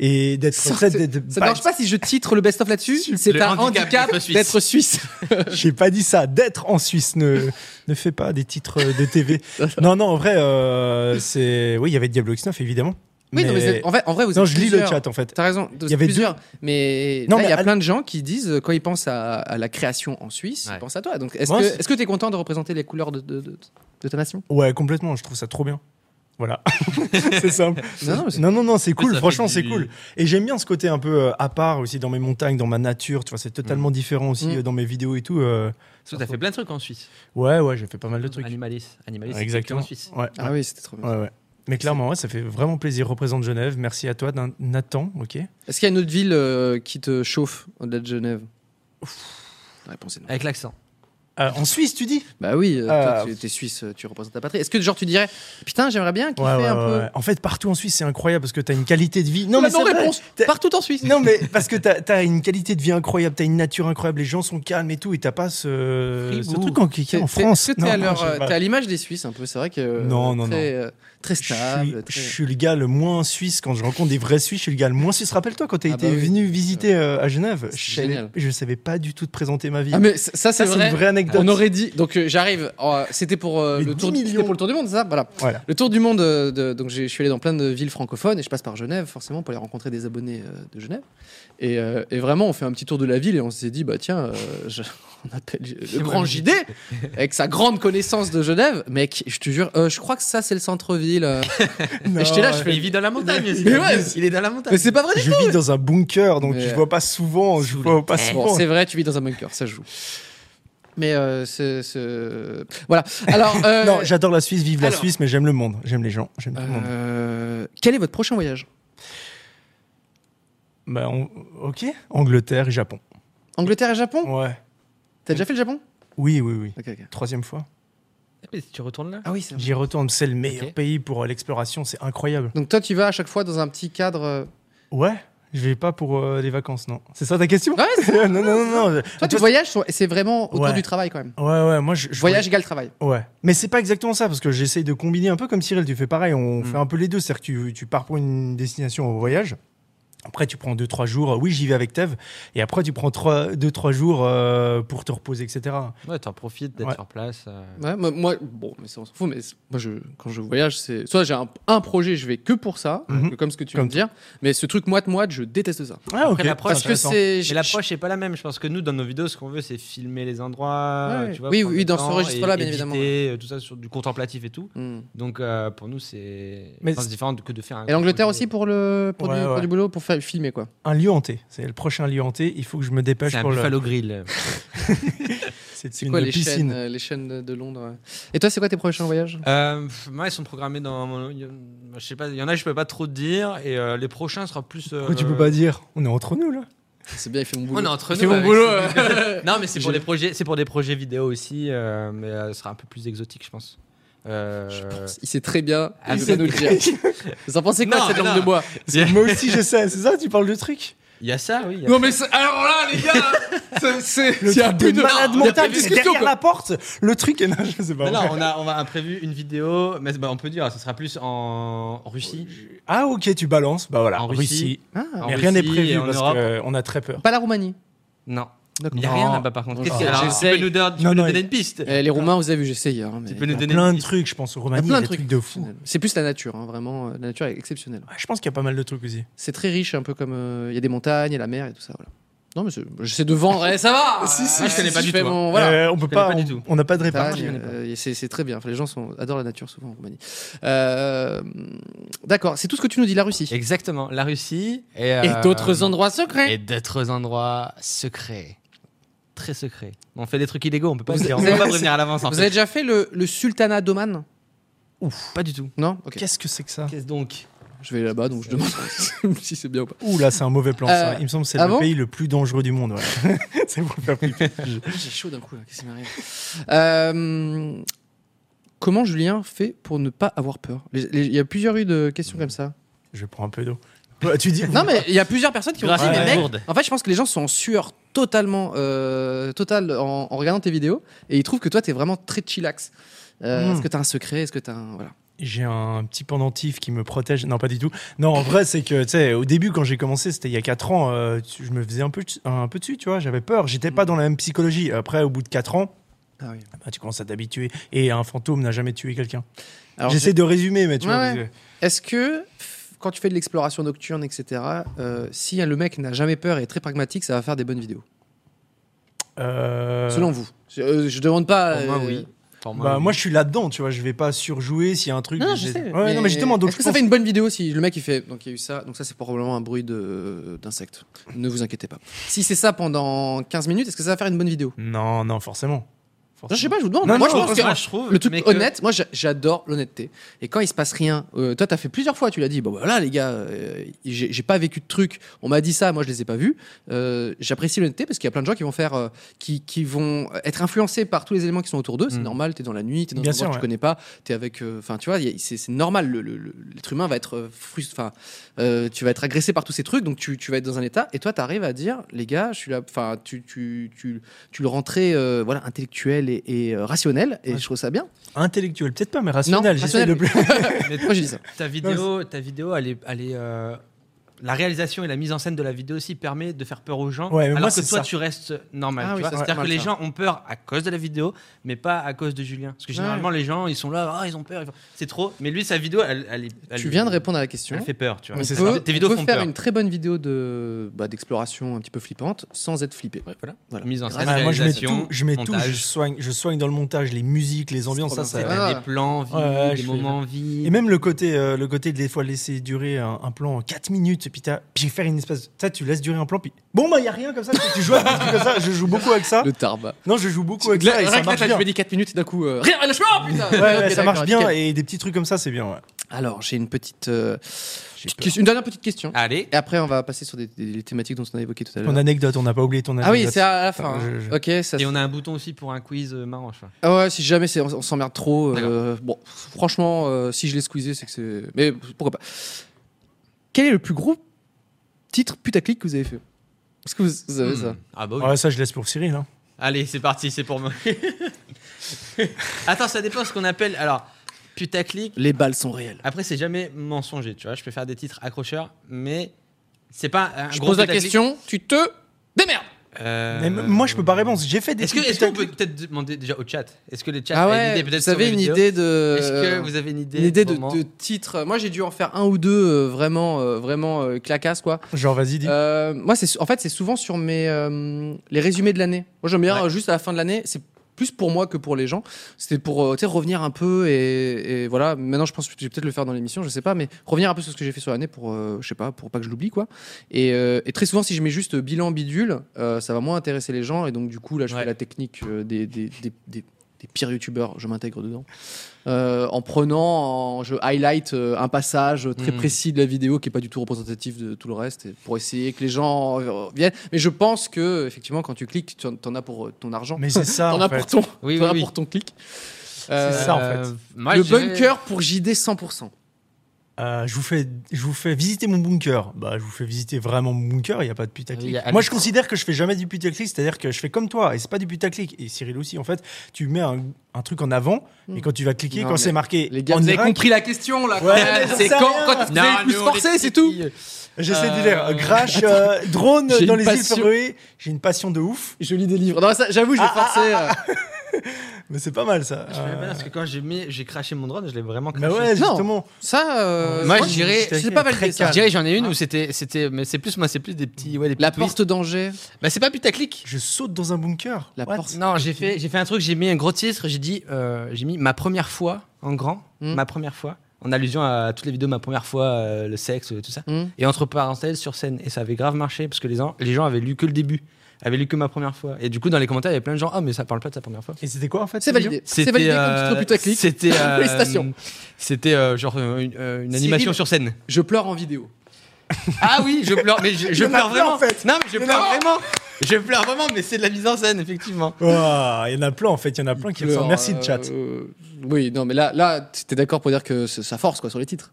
C: Et d'être.
A: Ça
C: peut-être
A: te-
C: d'être-
A: ça ne marche pas si je titre le best-of là-dessus. C'est
B: Le
A: un
B: handicap
A: handicap
B: d'être suisse.
A: d'être suisse.
C: J'ai pas dit ça. D'être en Suisse ne, ne fait pas des titres de TV. non, non, en vrai, euh, c'est. Oui, il y avait Diablo X9, évidemment.
A: Oui, non, mais c'est- en, vrai, en vrai, vous
C: Non,
A: êtes
C: je lis le
A: plusieurs.
C: chat, en fait.
A: T'as raison, il
C: y avait
A: plusieurs. Mais
C: Non,
A: là, il
C: mais
A: y a
C: à-
A: plein de gens qui disent, euh, quand ils pensent à, à la création en Suisse,
B: Ouais.
A: ils pensent à toi. Donc, est-ce
C: Moi,
A: que
C: c'est-
A: est-ce que t'es content de représenter les couleurs de, de, de- de ta nation
C: Ouais, complètement, je trouve ça trop bien. Voilà, c'est simple.
A: Non, non, mais c'est-
C: Non, non, non, c'est cool,
B: Ça fait
C: franchement,
B: du-
C: c'est cool. Et j'aime bien ce côté un peu euh, à part aussi dans mes montagnes, dans ma nature, tu vois, c'est totalement différent aussi
A: Mm.
C: euh, dans mes vidéos et tout. euh.
B: Parce que t'as fait plein de trucs en Suisse.
C: Ouais, ouais, j'ai fait pas mal de trucs.
B: Animalis. Animalis,
C: Ouais,
B: c'est
C: exactement.
B: en Suisse.
C: Ouais,
A: Ah oui, c'était trop bien.
C: ouais, ouais. Mais clairement, ouais, ça fait vraiment plaisir. Représente Genève. Merci à toi, Dan- Nathan. Ok.
A: Est-ce qu'il y a une autre ville euh, qui te chauffe au-delà de Genève La réponse est non.
B: Avec l'accent.
C: Euh, en Suisse, tu dis
A: Bah oui, euh, toi,
C: Euh,
A: tu es suisse, euh, tu représentes ta patrie. Est-ce que genre tu dirais, putain, j'aimerais bien kiffer
C: Ouais, ouais,
A: un
C: ouais,
A: peu
C: ouais. En fait, partout en Suisse, c'est incroyable parce que t'as une qualité de vie. Non,
A: La
C: mais c'est vrai.
A: non-réponse,
C: T'as-
A: partout en Suisse.
C: Non, mais parce que t'as as une qualité de vie incroyable, t'as une nature incroyable, les gens sont calmes et tout, et t'as pas ce, ce
B: Fribourg.
C: truc en, qui
A: T'es-
C: est en
A: t'es-
C: France.
A: Est-ce que t'es
C: Non,
A: à,
C: non,
A: leur,
C: je sais
A: euh,
C: pas.
A: t'es à l'image des Suisses un peu C'est vrai que. euh,
C: Non, non,
A: très, euh, très
C: Je suis-
A: stable.
C: Je
A: très-
C: suis le gars le moins suisse quand je rencontre des vrais Suisses. Je suis le gars le moins suisse. Rappelle-toi quand t'as
A: Ah
C: été
A: bah oui.
C: venu visiter euh, à Genève,
A: C'est
C: je savais,
A: génial.
C: je savais pas du tout te présenter ma vie.
A: Ah, mais ça, ça, c'est
C: ça c'est
A: vrai.
C: une vraie anecdote.
A: On aurait dit. Donc euh, j'arrive. euh, c'était pour euh,
C: Mais
A: le
C: 10
A: tour. C'était
C: millions.
A: pour le tour du monde, c'est ça. Voilà.
C: Voilà.
A: Le tour du monde. euh, de- donc j'ai- je suis allé dans plein de villes francophones et je passe par Genève forcément pour aller rencontrer des abonnés euh, de Genève. Et, euh, et vraiment, on fait un petit tour de la ville et on s'est dit bah tiens, euh, je- on appelle le grand JD avec sa grande connaissance de Genève, mec. Je te jure, euh, je crois que ça c'est le centre-ville. euh.
C: Non,
A: et j'étais là, je
B: Mais
A: fais.
B: il vit dans la montagne. aussi.
A: Mais ouais.
B: il est dans la montagne.
A: Mais c'est pas vrai.
C: je vis dans un bunker, donc
A: Mais,
C: je
A: euh,
C: vois pas souvent. Je
B: sous
C: vois
B: les
C: pas
B: terres.
C: souvent.
A: Bon, Eh, c'est vrai, tu vis dans un bunker, ça joue. Mais euh, ce, ce- voilà. Alors, euh,
C: Non, j'adore la Suisse, vive la
A: alors-
C: Suisse, mais j'aime le monde, j'aime les gens, j'aime tout le monde.
A: euh, quel est votre prochain voyage
C: Bah, on- ok, Angleterre et Japon.
A: Angleterre et Japon
C: Ouais.
A: T'as déjà fait le Japon
C: Oui, oui, oui.
A: Ok, ok.
C: Troisième fois.
B: Mais tu retournes là
A: Ah oui, c'est vrai.
C: J'y retourne. C'est le meilleur
B: Ok.
C: pays pour euh, l'exploration. C'est incroyable.
A: Donc toi, tu vas à chaque fois dans un petit cadre. euh,
C: Ouais. Je vais pas pour euh, les vacances, non. C'est ça ta question
A: Ouais, c'est
C: Non, non, non, non.
A: Toi, tu voyages, sur- c'est vraiment autour
C: Ouais.
A: du travail quand même.
C: Ouais, ouais, moi je, je
A: Voyage égale travail.
C: Ouais. Mais c'est pas exactement ça, parce que j'essaye de
B: Mm.
C: combiner un peu comme Cyril, tu fais pareil, on fait un peu les deux, c'est-à-dire que tu, tu pars pour une destination au voyage, Après, tu prends 2-3 jours. euh, Oui, j'y vais avec Tev. Et après, tu prends 2-3 jours euh, pour te reposer, etc.
B: Ouais, t'en profites d'être
C: Ouais.
B: sur place. euh.
A: Ouais, moi, moi- bon, mais ça, on s'en fout, mais c'est- moi, je, quand je voyage, c'est soit j'ai un, un projet, je vais que pour ça,
C: Mhm.
A: comme ce que tu
C: Comme
A: viens de dire, mais ce truc moite-moite, je déteste ça.
C: Ah, ok.
B: l'approche,
A: Parce que c'est.
B: Mais l'approche n'est pas la même. Je pense que nous, dans nos vidéos, ce qu'on veut, c'est filmer les endroits.
A: Ouais.
B: tu vois,
A: Oui,
B: prendre
A: oui,
B: le
A: dans ce
B: temps
A: registre-là,
B: et
A: bien évidemment.
B: éditer, euh, Tout ça sur du contemplatif et tout.
A: Hmm.
B: Donc euh, pour nous, c'est enfin,
C: Mais c'est-
B: c'est différent que de faire un.
A: Et l'Angleterre
B: projet.
A: aussi pour, le, pour,
C: Ouais,
A: du, pour
C: ouais.
A: du boulot, pour faire, filmer quoi.
C: Un lieu hanté. C'est le prochain lieu hanté. Il faut que je me dépêche
B: C'est un
C: pour le.
B: Buffalo Grill.
C: C'est
A: C'est
C: une
A: quoi les chaînes,
C: piscine.
A: euh, les chaînes de- de Londres ouais. Et toi, c'est quoi tes prochains voyages
B: Euh, pff, moi, ils sont programmés dans. mon- il y en- Je sais pas, il y en a, je peux pas trop te dire. Et euh, les prochains sera plus. euh,
C: Pourquoi Ah tu peux pas dire On est entre nous là.
A: C'est bien, il fait mon boulot.
B: On est entre
A: Il fait
B: nous.
A: mon
B: avec
A: boulot.
B: ce-
A: ouais.
B: Non, mais c'est pour
A: J'ai-
B: des projets, c'est pour des projets vidéo aussi, euh, mais euh, ce sera un peu plus exotique, je pense. Euh,
A: Il sait très bien.
B: Ah,
A: il veut
B: c'est-
A: pas nous le dire. Vous en pensez quoi
B: Non,
A: cette langue
B: non.
A: de bois
C: Moi aussi, je sais. C'est ça Tu parles de truc
B: Il y a ça, oui. il y a-
A: Non mais c'est- alors là les gars, c'est- c'est
C: Le
A: il y a
C: truc
A: plus
C: de
A: de
C: malade
A: il y a plus de
C: mental. C'est
A: discussion,
C: derrière
A: quoi.
C: la porte. Le truc. Non, je sais pas.
B: Non, non, on a, on a prévu une vidéo, mais bah, on peut dire, ce sera plus en Russie.
C: Ah, ok. Tu balances. Bah voilà.
B: En Russie.
A: Ah,
B: en
C: Mais rien n'est
B: Russie et
C: prévu
B: en
C: parce
B: Europe.
C: qu'on a très peur.
A: pas la Roumanie.
B: Non,
A: D'accord.
B: il y a rien là-bas par contre. Qu'est-ce qu'il y a
A: Ah,
B: Alors,
A: j'essaye.
B: Tu peux nous donner, tu
C: Non,
B: peux
C: non,
B: nous donner
C: il-
B: une piste.
A: Eh, les Roumains, vous avez vu, j'ai essayé. hein, mais-
B: Tu peux nous
C: Il y a
B: donner
C: plein
B: une
C: de
B: piste.
C: trucs, je pense,
A: Il y
C: au
A: a
C: Roumanie.
A: plein de
C: trucs
A: trucs
C: de fou.
A: C'est plus la nature, hein, vraiment. euh, La nature est exceptionnelle.
C: Ah, Je pense qu'il y a pas mal de trucs aussi.
A: C'est très riche, un peu comme euh, il y a des montagnes, il y a la mer et tout ça. Voilà. Non, mais c'est- j'essaie de vendre. eh, ça va.
C: Si, si,
A: Euh,
C: je connais
B: pas du
A: fais
B: tout, hein.
A: mon- voilà.
C: Euh, on peut
B: Je connais
C: pas,
B: pas du
C: on-
B: tout.
C: on n'a pas de répartie.
A: Montagne, euh, c'est c'est très bien. Enfin, les gens sont, adorent la nature souvent en Roumanie. Euh, D'accord, c'est tout ce que tu nous dis, la Russie.
B: Exactement, la Russie et,
A: Et
B: euh,
A: d'autres endroits secrets.
B: Et d'autres endroits secrets, très secrets. On fait des trucs illégaux, on peut pas
A: Vous-
B: le dire, on
A: vous
B: peut
A: avez-
B: pas prévenir à l'avance. en
A: Vous
B: fait.
A: avez déjà fait le, le sultanat d'Oman
B: Pas du tout.
A: Non Ok.
C: Qu'est-ce que c'est que ça
B: Qu'est-ce donc
A: Je vais là-bas, donc je demande si c'est bien ou pas.
C: Ouh là, c'est un mauvais plan.
A: Euh,
C: ça. Il me semble que c'est
A: ah
C: le
A: bon
C: pays le plus dangereux du monde. voilà. c'est pour faire plus.
A: Ah, J'ai chaud d'un coup, là. qu'est-ce qui m'arrive Euh, Comment Julien fait pour ne pas avoir peur Les- les- Il y a plusieurs eu de questions comme ça.
C: Je prends un peu d'eau. Bah, tu dis
A: Non, mais il y a plusieurs personnes qui ont dit,
B: Grâce à
A: mais
B: la
A: mec,
B: gourde.
A: en fait, je pense que les gens sont en sueur totalement, euh, totale en, en regardant tes vidéos et ils trouvent que toi, t'es vraiment très chillax. Euh,
C: Mm.
A: Est-ce que t'as un secret Est-ce que t'as un. Voilà.
C: j'ai un petit pendentif qui me protège. Non, pas du tout. Non, en vrai, c'est que tu sais, au début quand j'ai commencé, c'était il y a 4 ans, euh, tu- je me faisais un peu un peu dessus, tu vois, j'avais peur, j'étais
A: Mm.
C: pas dans la même psychologie. Après au bout de 4 ans,
A: Ah oui.
C: bah, tu commences à t'habituer et un fantôme n'a jamais tué quelqu'un.
A: Alors,
C: J'essaie de résumer mais tu
A: Ouais,
C: vois.
A: ouais.
C: parce que-
A: Est-ce que f- quand tu fais de l'exploration nocturne, etc., euh, si euh, le mec n'a jamais peur et est très pragmatique, ça va faire des bonnes vidéos
C: Euh,
A: Selon vous je, euh, je demande pas.
B: Pour moi,
A: euh,
B: oui. Pour
C: bah,
B: oui.
C: moi je suis là-dedans, tu vois, je vais pas surjouer s'il y a un truc.
A: Non, non,
C: j'ai-
A: je sais.
C: Ouais, non, mais justement, donc
A: Est-ce
C: je
A: que ça
C: pense-
A: fait une bonne vidéo si le mec il fait donc il y a eu ça donc ça c'est probablement un bruit de d'insecte. Ne vous inquiétez pas. Si c'est ça pendant 15 minutes, est-ce que ça va faire une bonne vidéo
C: Non, non, forcément.
A: Non, Je sais pas, je vous demande.
C: Non,
A: moi
C: non,
A: je pense que
B: Moi, je trouve.
A: le truc
B: mais que-
A: honnête, moi j'a- j'adore l'honnêteté. Et quand il se passe rien, euh, toi t'as fait plusieurs fois, tu l'as dit. Bon bah, voilà les gars, euh, j'ai j'ai pas vécu de truc. On m'a dit ça, moi je les ai pas vus. Euh, J'apprécie l'honnêteté parce qu'il y a plein de gens qui vont faire, euh, qui, qui vont être influencés par tous les éléments qui sont autour d'eux. C'est
B: Mm.
A: normal. T'es dans la nuit, t'es dans
C: Bien
A: un endroit
C: sûr,
A: que tu
C: ouais.
A: connais pas, t'es avec, euh, enfin tu vois, il y a- c'est c'est normal. le- le- le- L'être humain va être euh, frust- enfin euh, tu vas être agressé par tous ces trucs, donc tu, tu vas être dans un état. Et toi t'arrives à dire, les gars, je suis là. Enfin tu tu tu tu le rends très, euh, voilà intellectuel et, et, euh, rationnel. Et
C: Ouais.
A: je trouve ça bien.
C: Intellectuel, peut-être pas, mais
A: Non,
C: rationnel. j'essaie
A: rationnel.
C: de le-
B: mais
A: Moi, j'ai dit ça.
B: Ta vidéo, ta vidéo, elle est, elle est, euh, la réalisation et la mise en scène de la vidéo aussi permet de faire peur aux gens.
C: Ouais, mais
B: alors
C: moi,
B: que
C: c'est
B: toi,
C: ça.
B: tu restes normal.
A: Ah
B: tu
A: oui,
B: vois.
A: ça, c'est
B: C'est-à-dire
A: pas
B: que
A: mal,
B: les
A: ça.
B: gens ont peur à cause de la vidéo, mais pas à cause de Julien. Parce que généralement, les gens, ils sont là, ah, ils ont peur. ils font- C'est trop. Mais lui, sa vidéo, elle, elle, est- elle-
A: Tu viens de répondre à la question.
B: Elle fait peur, tu
A: On
B: vois.
C: c'est
A: peut,
B: ça. Tes vidéos
A: on peut
B: font
A: faire
B: peur.
A: une très bonne vidéo de bah, d'exploration un petit peu flippante sans être flippé.
B: Voilà.
A: Voilà.
B: Mise en
A: Ah,
B: scène,
C: Ah, moi je mets
B: réalisation,
C: tout, je mets tout, je
B: montage.
C: soigne, je soigne dans le montage les musiques, les ambiances,
A: trop
C: ça,
A: bien
C: ça.
A: fait. Ah.
B: des plans vides,
C: Ouais, ouais,
B: des
C: je
B: moments vides.
C: Et même le côté, euh, le côté de des fois laisser durer un, un plan en 4 minutes, et puis, t'as- puis faire une espèce, ça tu laisses durer un plan, puis bon bah y a rien comme ça, tu- tu joues avec des trucs comme ça, je joue beaucoup avec ça.
A: Le tarba.
C: Non, je joue beaucoup avec ça et ça marche
A: je
C: bien.
A: me dis 4 minutes et d'un coup. euh, Rien, lâche-moi putain
C: Ouais, ouais,
A: Ok,
C: ça
A: d'accord,
C: marche bien
A: nickel.
C: et des petits trucs comme ça, c'est bien. ouais.
A: Alors, j'ai une petite. euh,
C: J'ai peur.
A: question- une dernière petite question.
B: Allez.
A: Et après, on va passer sur des, des- des thématiques dont on a évoqué tout à
C: Ton
A: l'heure.
C: anecdote, on n'a pas oublié ton
A: Ah
C: anecdote.
A: oui, c'est à la fin.
C: Attends,
A: hein.
C: je- je-
A: Ok, ça
B: Et on a un bouton aussi pour un quiz euh, marrant. je crois.
A: Ah ouais, si jamais c'est- on, on s'emmerde trop. euh, bon, franchement, euh, si je l'ai squeezé, c'est que c'est. Mais pourquoi pas. Quel est le plus gros titre putaclic que vous avez fait Est-ce que vous, vous avez ça
B: Hmm. Ah bah oui.
C: Ouais, ça je laisse pour Cyril. hein.
B: Allez, c'est parti, c'est pour moi. Attends, ça dépend ce qu'on appelle. Alors, putaclic.
A: Les balles sont réelles.
B: Après, c'est jamais mensonger, tu vois. Je peux faire des titres accrocheurs, mais C'est pas un
A: Je
B: gros
A: pose la
B: putaclic.
A: question, tu te démerdes
B: Euh,
C: Mais m- moi, je peux pas répondre. J'ai fait des.
B: Est-ce que,
C: petits
B: est-ce qu'on peut
C: putaclic.
B: peut-être demander déjà au chat Est-ce que le chat
A: Ah
B: a une
A: ouais,
B: idée peut-être
A: vous
B: sur
A: avez
B: mes
A: une
B: vidéos
A: idée de.
B: Est-ce que vous avez une idée
A: Euh, une idée de,
B: vraiment
A: de titre Moi, j'ai dû en faire un ou deux euh, vraiment, euh, vraiment euh, clacasse quoi.
C: Genre, vas-y, dis.
A: Euh, moi, c'est en fait, c'est souvent sur mes euh, les résumés de l'année. Moi, j'aime bien
B: Ouais.
A: euh, juste à la fin de l'année. C'est plus pour moi que pour les gens. C'était pour euh, tu sais, revenir un peu et, et voilà. Maintenant, je pense que je vais peut-être le faire dans l'émission, je sais pas, mais revenir un peu sur ce que j'ai fait sur l'année pour euh, je sais pas, pour pas que je l'oublie quoi. Et, euh, et très souvent, si je mets juste euh, bilan bidule, euh, ça va moins intéresser les gens et donc du coup, là, je
B: Ouais.
A: fais la technique euh, des, des, des- des- des pires youtubeurs, je m'intègre dedans. Euh, en prenant, en- je highlight euh, un passage très
B: Mm.
A: précis de la vidéo qui est pas du tout représentatif de tout le reste et pour essayer que les gens euh, viennent. Mais je pense que effectivement, quand tu cliques, tu en, t'en as pour euh, ton argent.
C: Mais c'est ça.
A: T'en
C: en
A: as
C: fait.
A: pour ton,
B: Oui,
A: t'en
B: oui,
A: as
B: oui.
A: pour ton clic.
C: C'est
A: Euh,
C: ça, en fait.
B: Euh, moi,
A: le
B: je dirais-
A: bunker pour JD 100%.
C: Euh, je vous fais, je vous fais visiter mon bunker. Bah, je vous fais visiter vraiment mon bunker. Il y a pas de
B: Il
C: putaclic.
B: y a Alex.
C: Moi, je considère que je fais jamais du putaclic, c'est-à-dire que je fais comme toi, et c'est pas du putaclic. Et Cyril aussi, en fait, tu mets un, un truc en avant, et quand tu vas
A: Hmm.
C: cliquer,
A: Non,
C: quand
A: mais
C: c'est marqué,
A: Les gars,
C: en
A: vous avez
C: Irak,
A: compris la question là.
C: Ouais,
A: quand même.
C: mais
A: c'est
C: ça
A: quand,
C: rien.
A: quand vous
B: Non,
A: avez le
B: nous,
A: plus
B: on
A: forcé,
B: est
A: c'est tout.
B: petits.
C: J'essaie
B: Euh,
C: de lire. Crash, euh, drone
A: J'ai
C: dans
A: une
C: les
A: passion.
C: îles Féroé. J'ai une passion de ouf,
A: Je lis des livres. Non, ça, j'avoue, je vais forcer. euh.
C: mais c'est pas mal ça.
B: Je
A: bah,
B: me rappelle,
C: Euh,
B: parce que quand j'ai mis, j'ai craché mon drone, je l'ai vraiment craché.
C: Bah ouais,
A: Non.
C: justement.
A: Ça, euh,
B: Moi,
A: moi,
B: je dirais-
A: je sais pas valider
B: Je
A: ça.
B: dirais j'en ai une où c'était c'était mais c'est plus moi c'est plus des petits ouais des
A: La
B: petits twists.
A: porte danger.
B: Bah c'est pas putaclic.
C: Je saute dans un bunker.
A: La
C: What
A: porte.
B: Non, j'ai fait j'ai fait un truc, j'ai mis un gros titre, j'ai dit euh, j'ai mis ma première fois en grand,
A: Hmm.
B: ma première fois en allusion à toutes les vidéos ma première fois euh, le sexe euh, tout ça.
A: Hmm.
B: Et entre parenthèses sur scène et ça avait grave marché parce que les gens les gens avaient lu que le début, avaient lu que ma première fois et du coup dans les commentaires il y avait plein de gens "Ah mais ça parle pas de sa première fois."
C: Et c'était quoi en fait
A: C'est
C: cette vidéo
A: validé. C'est validé comme titre
B: euh,
A: putaclic.
B: C'était euh,
A: Félicitations.
B: C'était euh, genre euh, une, euh, une
A: Cyril.
B: animation sur scène.
A: Je pleure en vidéo.
B: Ah oui, je pleure, mais je, je
C: Il y en a
B: pleure
C: plein,
B: vraiment.
C: en fait.
B: Non, mais je
C: Il y en a
B: pleure vraiment. Je pleure vraiment, mais c'est de la mise en scène, effectivement.
C: Ouah, Il y en a plein en fait. Il y en a plein qui
A: Pleure,
C: ressortent. Merci
A: euh,
C: le chat.
A: euh, oui, non, mais là, là, t'es d'accord pour dire que c'est- ça force quoi sur les titres.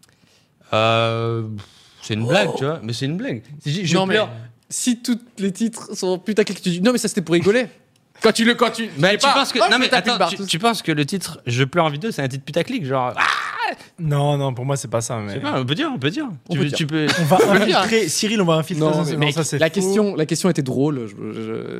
B: Euh, c'est une blague, tu vois, mais c'est une blague. C'est juste- Je,
A: Oh. non,
B: pleure.
A: mais si tous les titres sont putaclic, tu dis non, mais ça c'était pour rigoler. quand tu le, quand tu,
B: Mais
A: je sais
B: Bah, tu
A: pas.
B: penses que
A: Oh,
B: non
A: je
B: mais
A: me tape une
B: attends,
A: barre
B: tu,
A: tous.
B: tu penses que le titre je pleure en vidéo c'est un titre putaclic genre ah,
C: Non, non, pour moi c'est pas ça.
B: je
C: Mais...
B: sais pas, on peut dire on peut dire
A: On
B: tu,
A: peut
B: peux-
A: dire.
B: tu peux
C: On va
A: le dire,
C: infiltrer. Cyril, on va infiltrer.
A: Non,
C: ça,
A: mais
C: c'est-
A: mec,
C: ça, c'est
A: la
C: faux.
A: question, la question était drôle. Je,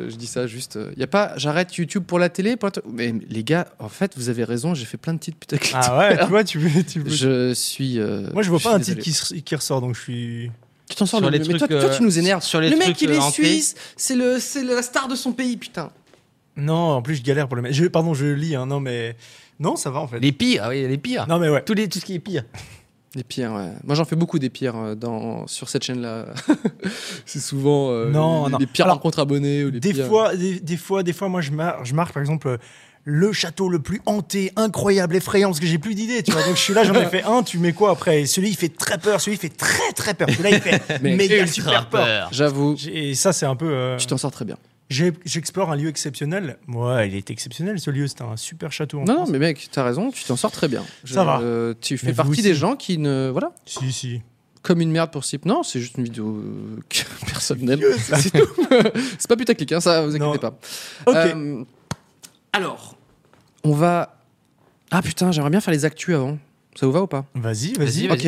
A: je- je dis ça juste. Il y a pas, j'arrête YouTube pour la télé. pour la t- Mais les gars, en fait, vous avez raison. J'ai fait plein de titres putaclic.
C: Ah ouais, tu vois, tu veux. Tu veux-
A: Je suis. euh,
C: Moi, je vois
A: suis
C: pas un
A: désolé.
C: titre qui, se- qui ressort, donc je suis.
A: Tu t'en sors
B: Sur
A: le
B: les
A: mieux. Mais
B: trucs,
A: toi, toi,
B: euh,
A: tu nous énerves.
B: sur les
A: le mec,
B: trucs,
A: il est
B: euh, hantés.
A: suisse. C'est le, c'est la star de son pays, putain.
C: Non, en plus, je galère pour le mettre. Je- Pardon, je lis, hein, non, mais. Non, ça va en fait.
B: les pires ah oui les pires
C: Non, mais ouais.
B: tout les tout ce qui est pire
A: Des pires, ouais. Moi, j'en fais beaucoup des pires euh, dans, sur cette chaîne-là. c'est souvent euh,
C: Non,
A: les,
C: non.
A: les pires
C: Alors,
A: rencontres abonnés ou les
C: Des
A: pires-
C: fois, des, des fois, des fois, moi, je marque, je marque par exemple. euh, Le château le plus hanté, incroyable, effrayant, parce que j'ai plus d'idées, tu vois. Donc je suis là, j'en ai fait un, tu mets quoi après Et Celui il fait très peur, celui il fait très très peur. Celui-là il fait
A: Mais
C: méga super peur.
A: J'avoue,
C: J'ai- Et ça c'est un peu. euh,
A: tu t'en sors très bien.
C: j'ai- J'explore un lieu exceptionnel. Moi, il est exceptionnel ce lieu, c'était un super château. en
A: Non, non,
C: France.
A: mais mec, t'as raison, tu t'en sors très bien.
C: Ça va.
A: euh, tu fais
C: vous
A: partie des
C: aussi.
A: gens qui ne. Voilà.
C: Si, si.
A: Comme une merde pour Sip. Non, c'est juste une vidéo euh, que personne n'aime. C'est tout. c'est pas putaclic, hein, ça, vous inquiétez
C: Non.
A: pas.
C: Ok.
A: Euh, alors, on va. Ah putain, j'aimerais bien faire les actus avant. Ça vous va ou pas
C: Vas-y, vas-y.
A: Ok.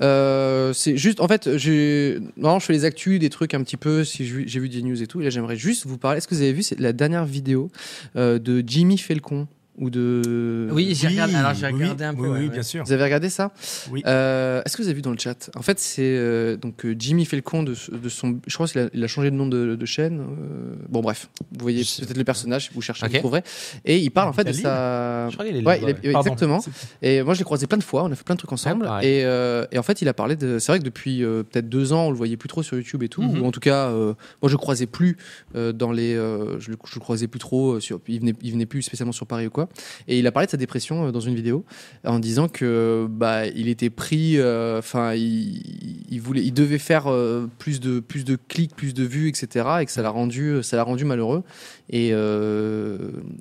A: Euh, c'est juste, en fait, j'ai- normalement, je fais les actus, des trucs un petit peu, si j'ai j'ai vu des news et tout. Et là, j'aimerais juste vous parler. Est-ce que vous avez vu c'est la dernière vidéo euh, de Jimmy Felcon ou de.
B: oui j'ai
C: Oui,
B: regardé alors j'ai
C: oui,
B: regardé un peu
C: Oui,
B: ouais,
C: oui,
B: ouais.
C: bien sûr.
A: Vous avez regardé ça
C: Oui.
A: Euh, Est-ce que vous avez vu dans le chat En fait, c'est euh, donc euh, Jimmy Felcon de, ce- de son. Je crois qu'il a, il a changé de nom de, de chaîne. euh, bon, bref, vous voyez
B: Je sais
A: peut-être le personnage. Vous cherchez,
B: Ok. Ah,
A: vous trouverez. Et il parle en fait de
C: Italie,
A: sa.
B: je crois qu'il est
A: Ouais,
B: là-bas,
A: il a-
B: ouais.
C: Pardon.
A: exactement.
C: C'est-
A: Et moi, je l'ai croisé plein de fois. On a fait plein de trucs ensemble.
B: Ah, pareil.
A: et, euh, et en fait, il a parlé de. C'est vrai que depuis euh, peut-être deux ans, on le voyait plus trop sur YouTube et tout.
B: Mhm.
A: Ou en tout cas, euh, moi, je le croisais plus euh, dans les. euh, je, le, je le croisais plus trop. euh, Sur, il venait, il venait plus spécialement sur Paris ou quoi. Et il a parlé de sa dépression euh, dans une vidéo en disant que bah il était pris. euh, Enfin, il, il voulait, il devait faire euh, plus de plus de clics, plus de vues, etc. Et que ça l'a rendu, ça l'a rendu malheureux. Et, euh,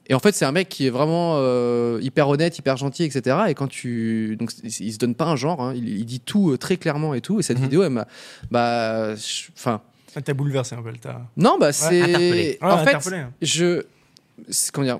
A: et en fait, c'est un mec qui est vraiment euh, hyper honnête, hyper gentil, etc. Et quand tu. Donc, c- il se donne pas un genre, hein. il, il dit tout euh, très clairement et tout. Et cette
B: Mhm.
A: vidéo, elle m'a. Bah. je- Enfin.
C: Ah, T'as bouleversé un peu le tas. Ah,
A: Non, bah, c'est.
B: interpellé.
C: Ouais,
A: en fait,
C: interpellé.
A: je. c'est- Comment dire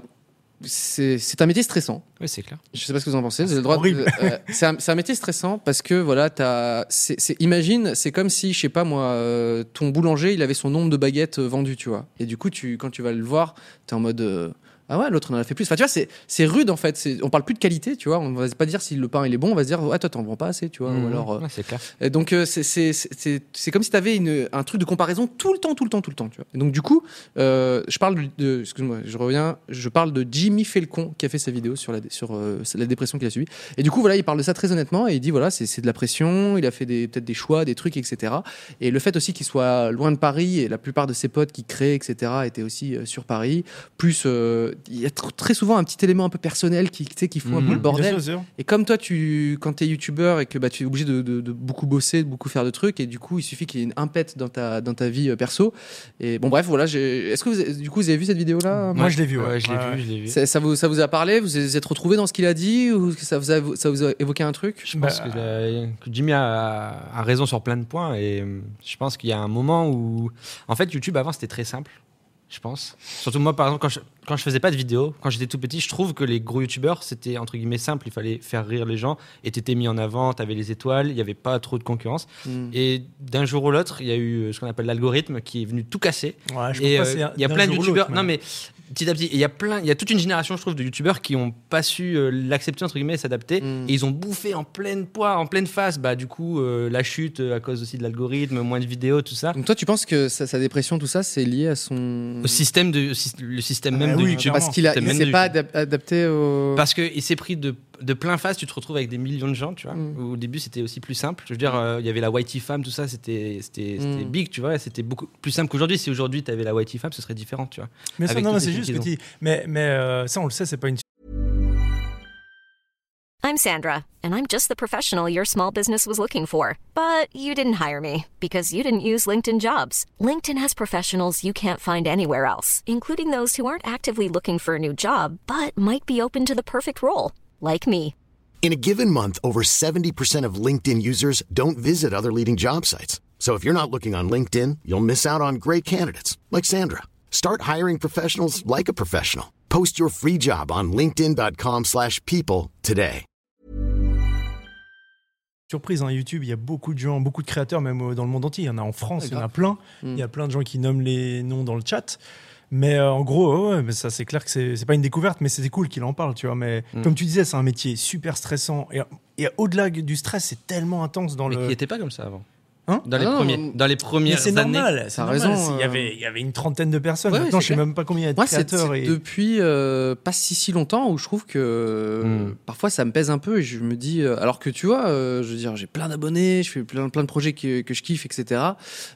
A: c'est c'est un métier stressant.
B: Oui, c'est clair.
A: Je sais pas ce que vous en pensez. Vous avez le droit. de-
C: horrible.
A: euh, c'est un, c'est un métier stressant parce que voilà, t'as. c'est- c'est- imagine, c'est comme si, je sais pas moi, euh, ton boulanger, il avait son nombre de baguettes euh, vendues, tu vois. Et du coup, tu, quand tu vas le voir, t'es en mode. euh, ah ouais, l'autre on en a fait plus. Enfin, tu vois, c'est- c'est rude en fait. C'est- On parle plus de qualité, tu vois. On va pas dire si le pain il est bon, on va se dire, ah toi t'en vends pas assez, tu vois.
B: Mmh.
A: Ou alors, euh,
B: Mhm. Ouais, c'est clair.
A: et donc euh, c'est- c'est c'est- c'est comme si tu avais un truc de comparaison tout le temps, tout le temps, tout le temps. Tu vois. Et donc du coup, euh, je parle de, de- excuse-moi, je reviens, je parle de Jimmy Felcon qui a fait sa vidéo sur la dé- sur euh, la dépression qu'il a subie. Et du coup voilà, il parle de ça très honnêtement et il dit voilà c'est c'est de la pression, il a fait des- peut-être des choix, des trucs, etc. Et le fait aussi qu'il soit loin de Paris et la plupart de ses potes qui créent, etc. étaient aussi euh, sur Paris. Plus euh, il y a tr- très souvent un petit élément un peu personnel qui tu sais, qui fout un peu le
B: Mhm.
A: bordel.
C: Mmh, Bien sûr, bien sûr.
A: Et comme toi, tu, quand t'es youtubeur et que bah, tu es obligé de, de- de beaucoup bosser, de beaucoup faire de trucs, et du coup, il suffit qu'il y ait une impète dans ta, dans ta vie euh, perso. Et bon, bref, voilà. j'ai- Est-ce que vous, avez- du coup, vous avez vu cette vidéo-là
C: Moi,
A: Marc
C: je l'ai vu, ouais.
B: Ouais, je l'ai
C: Ouais,
B: vu, je l'ai vu.
A: ça, ça vous, ça vous a parlé Vous vous êtes retrouvé dans ce qu'il a dit Ou est-ce que ça vous a, ça vous a évoqué un truc
B: Je pense
C: Bah,
B: que, euh, que Jimmy a, a raison sur plein de points et euh, je pense qu'il y a un moment où. En fait, YouTube avant c'était très simple, je pense. Surtout moi, par exemple, quand je, quand je faisais pas de vidéos, quand j'étais tout petit, je trouve que les gros YouTubeurs c'était entre guillemets simple. Il fallait faire rire les gens et t'étais mis en avant, t'avais les étoiles, il n'y avait pas trop de concurrence.
A: Hmm.
B: Et d'un jour ou l'autre, il y a eu euh, ce qu'on appelle l'algorithme qui est venu tout casser.
C: Ouais, je
B: Et
C: pense pas
B: euh,
C: c'est un-
B: il y a
C: d'un
B: plein de
C: jour ou
B: youtubeurs.
C: l'autre,
B: Non, mais petit à petit, il y a plein, il y a toute une génération, je trouve, de youtubeurs qui ont pas su euh, l'accepter entre guillemets, et s'adapter,
A: Mm.
B: et ils ont bouffé en pleine poids, en pleine face. Bah, du coup, euh, la chute euh, à cause aussi de l'algorithme, moins de vidéos, tout ça.
A: Donc toi, tu penses que sa, sa dépression, tout ça, c'est lié à son...
B: Au système de, au syst- le système
C: Ah,
B: même de
C: oui,
B: YouTube.
C: clairement.
A: Parce qu'il a-
B: T'as
A: il
B: même
A: s'est
B: du-
A: pas adap- adapté au...
B: Parce qu'il s'est pris de, de plein face, tu te retrouves avec des millions de gens, tu vois.
A: Mm.
B: Où Au début, c'était aussi plus simple. Je veux dire, euh, il y avait la Whitey femme, tout ça, c'était c'était- c'était
A: Mm.
B: big, tu vois. C'était beaucoup plus simple qu'aujourd'hui. Si aujourd'hui, tu avais la Whitey femme, ce serait différent, tu vois.
C: Mais ça,
B: avec
C: non,
B: tous
C: mais
B: ces
C: c'est
B: films
C: juste
B: qu'ils
C: petit. Mais, mais euh, ça, on le sait, c'est pas une
E: I'm Sandra, and I'm just the professional your small business was looking for. But you didn't hire me because you didn't use LinkedIn jobs. LinkedIn has professionals you can't find anywhere else, including those who aren't actively looking for a new job but might be open to the perfect role, like me.
F: In a given month, over 70% of LinkedIn users don't visit other leading job sites. So if you're not looking on LinkedIn, you'll miss out on great candidates like Sandra. Start hiring professionals like a professional. Post your free job on linkedin.com/people slash people today.
C: surprise. Hein, YouTube, il y a beaucoup de gens, beaucoup de créateurs, même euh, dans le monde entier. Il y en a en France,
A: Ouais,
C: il y en a
A: grave.
C: plein.
A: Mm.
C: Il y a plein de gens qui nomment les noms dans le chat. Mais euh, en gros, ouais, ouais, mais ça, c'est clair que c'est c'est pas une découverte, mais c'est cool qu'il en parle, tu vois. Mais
B: Mm.
C: comme tu disais, c'est un métier super stressant. Et, et au-delà du stress, c'est tellement intense dans
B: Mais
C: le.
B: qui n'était pas comme ça avant.
C: Hein
B: dans, les
A: Ah non,
B: premiers,
A: non.
B: dans les
C: Mais
B: premières
C: c'est
B: années.
C: normal,
A: T'as
C: c'est normal.
A: raison,
C: C'est- Il y
A: euh.
C: avait, il y avait une trentaine de personnes.
A: Ouais,
C: Maintenant,
A: ouais,
C: je
A: c'est
C: sais même pas combien il y a de
A: Moi, c'est
C: créateurs.
A: c'est
C: et-
A: depuis euh, pas si si longtemps où je trouve que euh,
B: Mm.
A: parfois ça me pèse un peu et je me dis, euh, alors que tu vois, euh, je veux dire, j'ai plein d'abonnés, je fais plein, plein de projets que, que je kiffe, etc.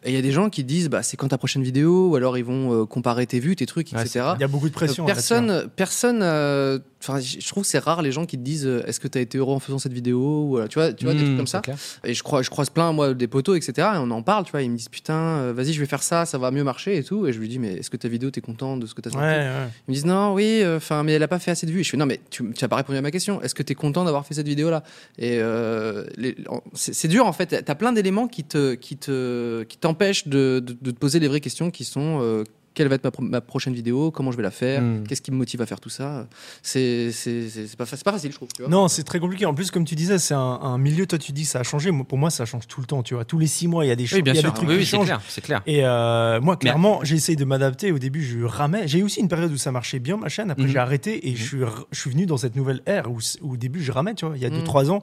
A: Et il y a des gens qui disent, bah, c'est quand ta prochaine vidéo, ou alors ils vont euh, comparer tes vues, tes trucs,
B: Ouais, c'est
A: etc.
B: clair.
C: Il y a beaucoup de pression.
A: Euh,
C: hein, là-dessus, hein.
A: personne, personne. euh, Enfin, je trouve que c'est rare les gens qui te disent, euh, est-ce que t'as été heureux en faisant cette vidéo ou, euh, tu vois, tu vois des trucs
B: Mm,
A: comme ça.
B: c'est clair.
A: Et je, crois, je croise plein, moi, des poteaux, etc. Et on en parle, tu vois. Ils me disent, putain, euh, vas-y, je vais faire ça, ça va mieux marcher et tout. Et je lui dis, mais est-ce que ta vidéo, t'es content de ce que t'as sorti
C: Ouais, ouais.
A: ils me disent non, oui, euh, enfin, mais elle a pas fait assez de vues. Et je fais non, mais tu tu as pas répondu à ma question. Est-ce que tu es content d'avoir fait cette vidéo là Et euh, les- en- c'est c'est dur en fait. T'as plein d'éléments qui te qui te qui t'empêchent de, de, de te poser les vraies questions qui sont euh, quelle va être ma, pro- ma prochaine vidéo Comment je vais la faire
C: Hmm.
B: Mm.
A: Qu'est-ce qui me motive à faire tout ça C'est c'est c'est- c'est pas fa- c'est pas facile, je trouve. Tu vois
C: Non, c'est très compliqué. En plus, comme tu disais, c'est un, un milieu. Toi, tu dis ça a changé. Moi, pour moi, ça change tout le temps. Tu vois, tous les six mois, il y a des, choses,
B: Oui, bien
C: il y a
B: sûr.
C: des trucs
B: oui,
C: qui
B: oui, c'est
C: changent.
B: clair, c'est clair.
C: Et euh, moi, clairement, j'ai essayé de m'adapter. Au début, je ramais. J'ai eu aussi une période où ça marchait bien, ma chaîne. Après,
B: Mhm.
C: j'ai arrêté et je, suis, re- je suis venu dans cette nouvelle ère où, c- où au début, je ramais, tu vois. Il y a 2-3 ans,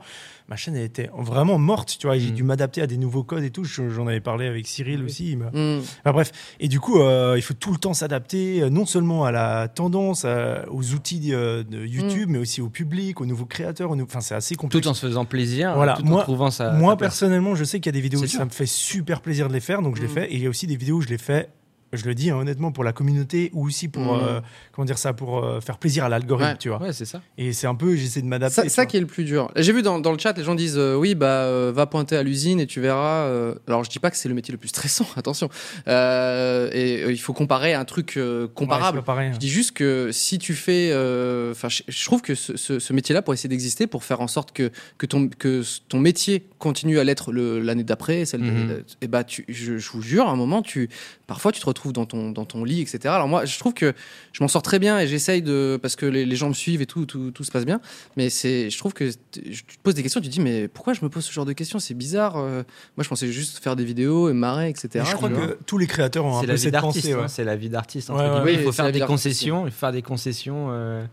C: ma chaîne, elle était vraiment morte, tu vois. et J'ai
B: Mhm.
C: dû m'adapter à des nouveaux codes et tout. Je- J'en avais parlé avec Cyril aussi. il m'a-
B: Mhm.
A: Mm.
C: Enfin, bref. Et du coup, euh, il faut tout le temps s'adapter, euh, non seulement à la tendance, à- aux outils euh, de YouTube, mais aussi au public, aux nouveaux créateurs. aux nou- Enfin, c'est assez compliqué.
B: Mhm. Tout en se faisant plaisir,
C: Voilà,
B: tout en
C: moi-
B: trouvant
A: Euh,
B: sa.
C: Moi,
B: sa place.
C: personnellement, je sais qu'il y a des vidéos
B: C'est
C: où ça
B: dur.
C: me fait super plaisir de les faire, donc je les
A: Mm.
C: fais. Et il y a aussi des vidéos où je les fais, je le dis hein, honnêtement, pour la communauté ou aussi pour,
A: Mm.
C: euh, comment dire ça, pour euh, faire plaisir à l'algorithme,
A: Ouais,
C: tu vois.
B: Ouais, c'est ça.
C: Et c'est un peu, j'essaie de m'adapter.
A: Ça,
C: tu
A: ça
C: vois.
A: qui est le plus dur. J'ai vu dans, dans le chat, les gens disent euh, oui, bah euh, va pointer à l'usine et tu verras. euh. Alors je dis pas que c'est le métier le plus stressant, attention. Euh, et euh, il faut comparer à un truc euh, comparable.
C: Ouais, c'est pas pareil, hein.
A: Je dis juste que si tu fais, euh, enfin, je- je trouve que ce, ce- ce métier-là, pour essayer d'exister, pour faire en sorte que que ton que s- ton métier continue à l'être le- l'année d'après, celle, eh
B: Mhm.
A: ben, et bah, tu, je, je vous jure, à un moment, tu, parfois, tu te retrouves dans ton, dans ton lit, etc. Alors moi, je trouve que je m'en sors très bien et j'essaye de. Parce que les, les gens me suivent et tout, tout, tout se passe bien. Mais c'est, je trouve que t- je- tu te poses des questions, tu te dis, mais pourquoi je me pose ce genre de questions C'est bizarre. euh, moi, je pensais juste faire des vidéos et me marrer, etc.
C: Mais je crois
A: tu vois.
C: que tous les créateurs ont un
B: C'est la
C: peu
B: vie
C: cette
B: d'artiste.
C: pensée.
B: hein,
C: ouais.
B: C'est la vie d'artiste. entre
C: Ouais, ouais,
B: guillemets.
A: ouais.
B: il faut
A: Oui, c'est la vie
B: faire des
A: d'artiste.
B: concessions, il faut faire des concessions euh,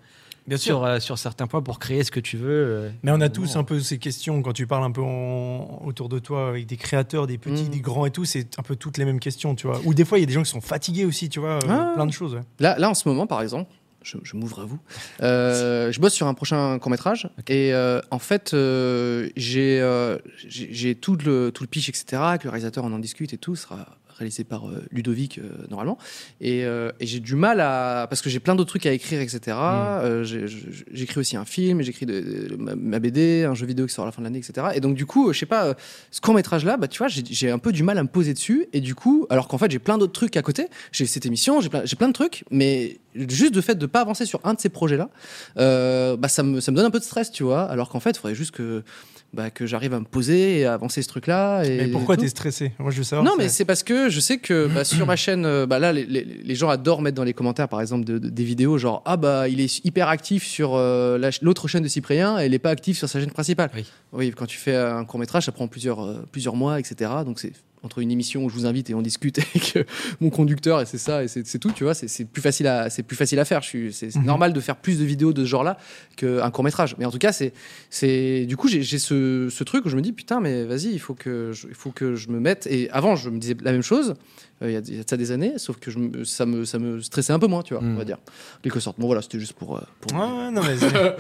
C: Bien sûr.
B: sur, euh, sur certains points pour créer ce que tu veux. euh,
C: Mais on a
B: évidemment.
C: tous un peu ces questions quand tu parles un peu en- autour de toi avec des créateurs, des petits,
A: Mm.
C: des grands et tout, c'est un peu toutes les mêmes questions, tu vois. Ou des fois, il y a des gens qui sont fatigués aussi, tu vois, euh,
A: Ah.
C: plein de choses. ouais.
A: Là, là, en ce moment, par exemple, je, je m'ouvre à vous. euh, je bosse sur un prochain court métrage et euh, en fait, euh, j'ai euh, j'ai j'ai tout le tout le pitch, etc. Que le réalisateur on en discute et tout ce sera réalisé par euh, Ludovic euh, normalement. Et, euh, et j'ai du mal à parce que j'ai plein d'autres trucs à écrire, etc.
C: Mm.
A: Euh, j'ai- j'ai- j'écris aussi un film, et j'écris de, de- ma, ma BD, un jeu vidéo qui sort à la fin de l'année, etc. Et donc du coup, euh, je sais pas, euh, ce court métrage là, bah tu vois, j'ai- j'ai un peu du mal à me poser dessus. Et du coup, alors qu'en fait, j'ai plein d'autres trucs à côté. J'ai cette émission, j'ai plein, j'ai plein de trucs, mais juste de fait de pas avancer sur un de ces projets là, bah ça me ça me donne un peu de stress, tu vois. Alors qu'en fait, il faudrait juste que bah, que j'arrive à me poser et à avancer ce truc là.
C: Mais pourquoi
A: tout.
C: t'es stressé Moi, je veux savoir.
A: Non,
C: ça.
A: mais c'est parce que je sais que bah, sur ma chaîne, euh, bah, là, les, les- les gens adorent mettre dans les commentaires, par exemple, de- de- des vidéos genre Ah, bah, il est hyper actif sur euh, la ch- l'autre chaîne de Cyprien et il n'est pas actif sur sa chaîne principale.
B: Oui.
A: quand tu fais un court métrage, ça prend plusieurs, euh, plusieurs mois, etc. Donc, c'est entre une émission où je vous invite et on discute avec euh, mon conducteur et c'est ça et c'est c'est tout tu vois c'est- c'est plus facile à c'est plus facile à faire je suis c'est c'est
C: Mhm.
A: normal de faire plus de vidéos de ce genre là qu'un court métrage mais en tout cas c'est c'est du coup j'ai j'ai ce, ce truc où je me dis putain mais vas-y il faut que je, il faut que je me mette et avant je me disais la même chose euh, il y a- il y, a de ça des années sauf que je, me- ça me ça me stressait un peu moins tu vois
B: Mm.
A: on va dire en quelque sorte bon voilà c'était juste pour, euh, pour-
C: Ouais, ouais, non, mais c'est-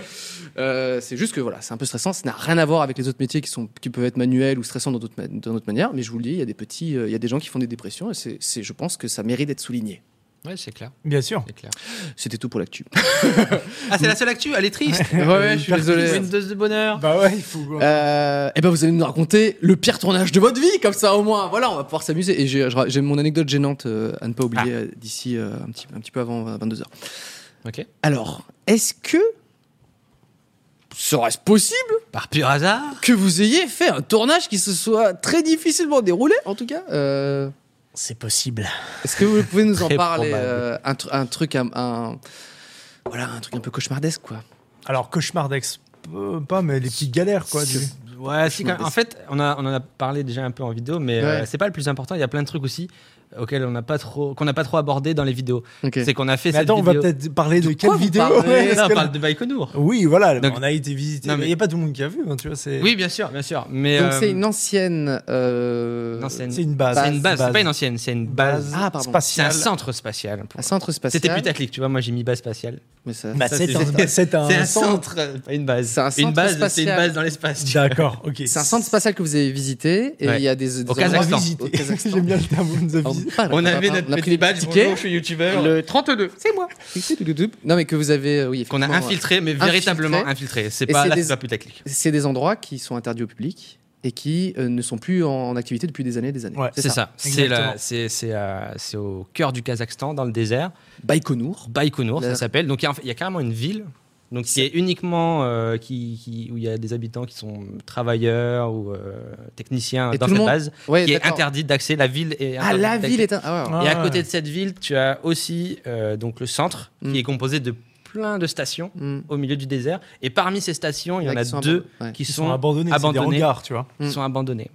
A: Euh, c'est juste que voilà c'est un peu stressant ça n'a rien à voir avec les autres métiers qui sont qui peuvent être manuels ou stressants dans d'autres ma- dans d'autres manières mais je vous le dis il y a des petits euh, il y a des gens qui font des dépressions et c'est c'est- je pense que ça mérite d'être souligné
B: Ouais, c'est clair.
C: bien sûr.
B: C'est clair.
A: c'était tout pour l'actu
B: Ah, c'est la seule actu, elle est triste.
A: ouais, ouais, je suis désolé
B: Une dose de bonheur.
C: Bah ouais, il faut.
A: Euh, et ben vous allez nous raconter le pire tournage de votre vie, comme ça au moins. Voilà, on va pouvoir s'amuser. Et j'ai je ra- j'ai mon anecdote gênante euh, à ne pas oublier
B: Ah.
A: euh, d'ici euh, un, petit, un petit peu avant 22h.
B: Ok.
A: Alors, est-ce que serait-ce possible
B: Par pur hasard.
A: que vous ayez fait un tournage qui se soit très difficilement déroulé, en tout cas Euh,
C: C'est possible.
A: Est-ce que vous pouvez nous en
B: Très
A: parler
B: probable.
A: euh, un, tr- un truc, un, un- voilà, un truc un peu cauchemardesque, quoi.
C: Alors, cauchemar d'ex. euh, Pas, mais les petites galères, quoi. tu-
B: Ouais, si, quand- en fait, on, a, on en a parlé déjà un peu en vidéo, mais euh,
A: Ouais.
B: c'est pas le plus important. Il y a plein de trucs aussi euh, auxquels on n'a pas trop, qu'on n'a pas trop abordé dans les vidéos.
A: Ok.
B: C'est qu'on a fait
C: Mais
B: cette
C: attends, on va
B: vidéo.
C: peut-être parler de quelle
A: quoi vous
C: vidéo
A: parlez
C: ouais,
B: Non,
C: parce
B: on
C: que-
B: parle de Baïkonour.
C: Oui, voilà,
B: Donc-
C: on a été visité.
B: Non,
C: mais il
B: mais-
C: n'y a pas tout le monde qui a vu, hein, tu vois. c'est-
B: Oui, bien sûr, bien sûr. Mais
A: Donc
B: euh,
A: c'est une ancienne. euh,
B: non, c'est une,
C: C'est une base.
B: c'est une base. C'est pas une ancienne, c'est une base.
A: Ah pardon.
B: c'est un
C: spatiale.
B: centre spatial. pour-
A: Un centre spatial.
B: C'était putaclic, tu vois. Moi, j'ai mis base spatiale.
A: Mais ça-
C: Bah,
B: Ça,
C: c'est
B: c'est-
C: un- c'est
B: C'est un
C: un centre.
B: centre, pas une base.
A: C'est un centre
B: une base, c'est
A: spatial.
B: une base dans l'espace. tu vois.
C: D'accord, ok.
A: C'est un centre spatial que vous avez visité et il
B: Ouais.
A: y a des, des
B: Au Kazakhstan.
A: Au Kazakhstan.
C: J'aime bien le terme on the
A: Ah,
C: visit.
A: pardon,
B: On avait
A: pardon,
B: notre
A: on a pris
B: petit
A: des
B: badge. Bonjour, je
A: tickets.
B: suis youtubeur.
A: Le 32, c'est moi. Non mais que vous avez euh, oui
B: Qu'on a
A: effectivement,
B: infiltré, mais véritablement infiltré. C'est
A: Et
B: pas
A: c'est
B: là,
A: des-
B: c'est pas putaclic.
A: euh, C'est des endroits qui sont interdits au public et qui euh, ne sont plus en, en activité depuis des années et des années.
C: Ouais,
B: C'est ça. C'est
C: Exactement.
B: la- c'est c'est, euh, c'est au cœur du Kazakhstan, dans le désert.
A: Baïkonour.
B: Baïkonour,
A: Là.
B: ça s'appelle. Donc il y, a- il y a carrément une ville. Donc qui est uniquement euh, qui, qui- où il y a des habitants qui sont travailleurs ou euh, techniciens
A: Et
B: dans
A: tout le
B: cette
A: monde-
B: base
A: Ouais,
B: qui est
A: d'accord.
B: interdite d'accès. La ville est
A: Ah la
B: interdite d'accès.
A: ville est un... ah, ouais, ouais.
C: Ah.
B: Et à côté de cette ville, tu as aussi euh, donc le centre
A: Mm.
B: qui est composé de plein de stations
A: Mm.
B: au milieu du désert. Et parmi ces stations, il y
A: Là,
B: en
A: qui
B: a
A: sont
B: deux
A: abandonnées. Ouais.
B: qui
C: Ils
B: sont
C: sont abandonnés, c'est des
B: abandonnés.
C: hangars, tu vois.
B: Ils sont abandonnés.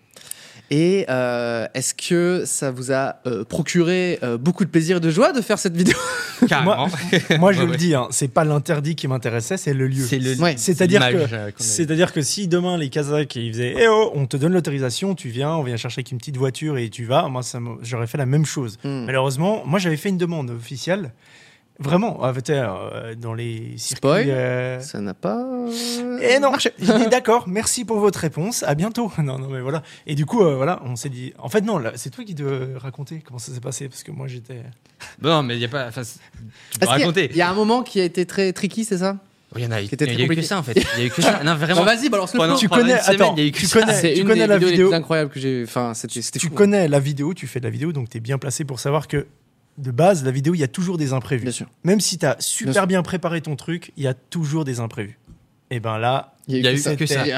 A: Et euh, est-ce que ça vous a euh, procuré euh, beaucoup de plaisir et de joie de faire cette vidéo
B: Carrément.
C: Moi, je
B: Ouais,
C: le
B: ouais.
C: dis, hein, c'est pas l'interdit qui m'intéressait, c'est le lieu.
B: C'est le-
A: Ouais.
C: C'est-à-dire
B: l'image,
C: que,
B: euh, qu'on a eue.
C: c'est-à-dire que si demain les Kazakhs ils faisaient, eh oh, on te donne l'autorisation, tu viens, on vient chercher avec une petite voiture et tu vas, moi ça me- j'aurais fait la même chose.
A: Hmm.
C: Malheureusement, moi j'avais fait une demande officielle, vraiment, ah, peut-être, euh, dans les circuits.
A: Spoil.
C: euh,
A: Ça n'a pas.
C: Eh non, j'ai dit d'accord, merci pour votre réponse, à bientôt. Non, non, mais voilà. Et du coup, euh, voilà, on s'est dit. En fait, non, là, c'est toi qui te raconter comment ça s'est passé, parce que moi j'étais.
B: Bon, Non, mais il n'y a pas. enfin, c'est- Tu peux
A: Parce qu'il y a-
B: raconter.
A: Il y a un moment qui a été très tricky, c'est ça
B: Il y en a,
A: Qui était
B: il y
A: très
B: a eu que
A: compliqué.
B: ça en fait. Il y a eu que ça. Ah Non, vraiment.
A: Bon, vas-y, balance le
B: Pendant-
A: plan.
C: Tu
B: pendant
C: connais-
B: une semaine,
C: attends,
B: il y a eu que
C: tu
B: ça.
C: connais-
A: C'est
C: tu
A: une
C: connais
A: des
C: la
A: vidéos les
C: vidéo-
A: plus incroyables que j'ai. Enfin, c'était c'était
C: Tu
A: fou. hein.
C: connais la vidéo, tu fais de la vidéo, donc t'es bien placé pour savoir que de base, la vidéo, il y a toujours des imprévus.
A: Bien sûr.
C: Même si t'as
A: Bien sûr.
C: super bien préparé ton truc, il y a toujours des imprévus. Et ben là,
B: Il y a eu
C: ça.
B: que ça.
C: C'était-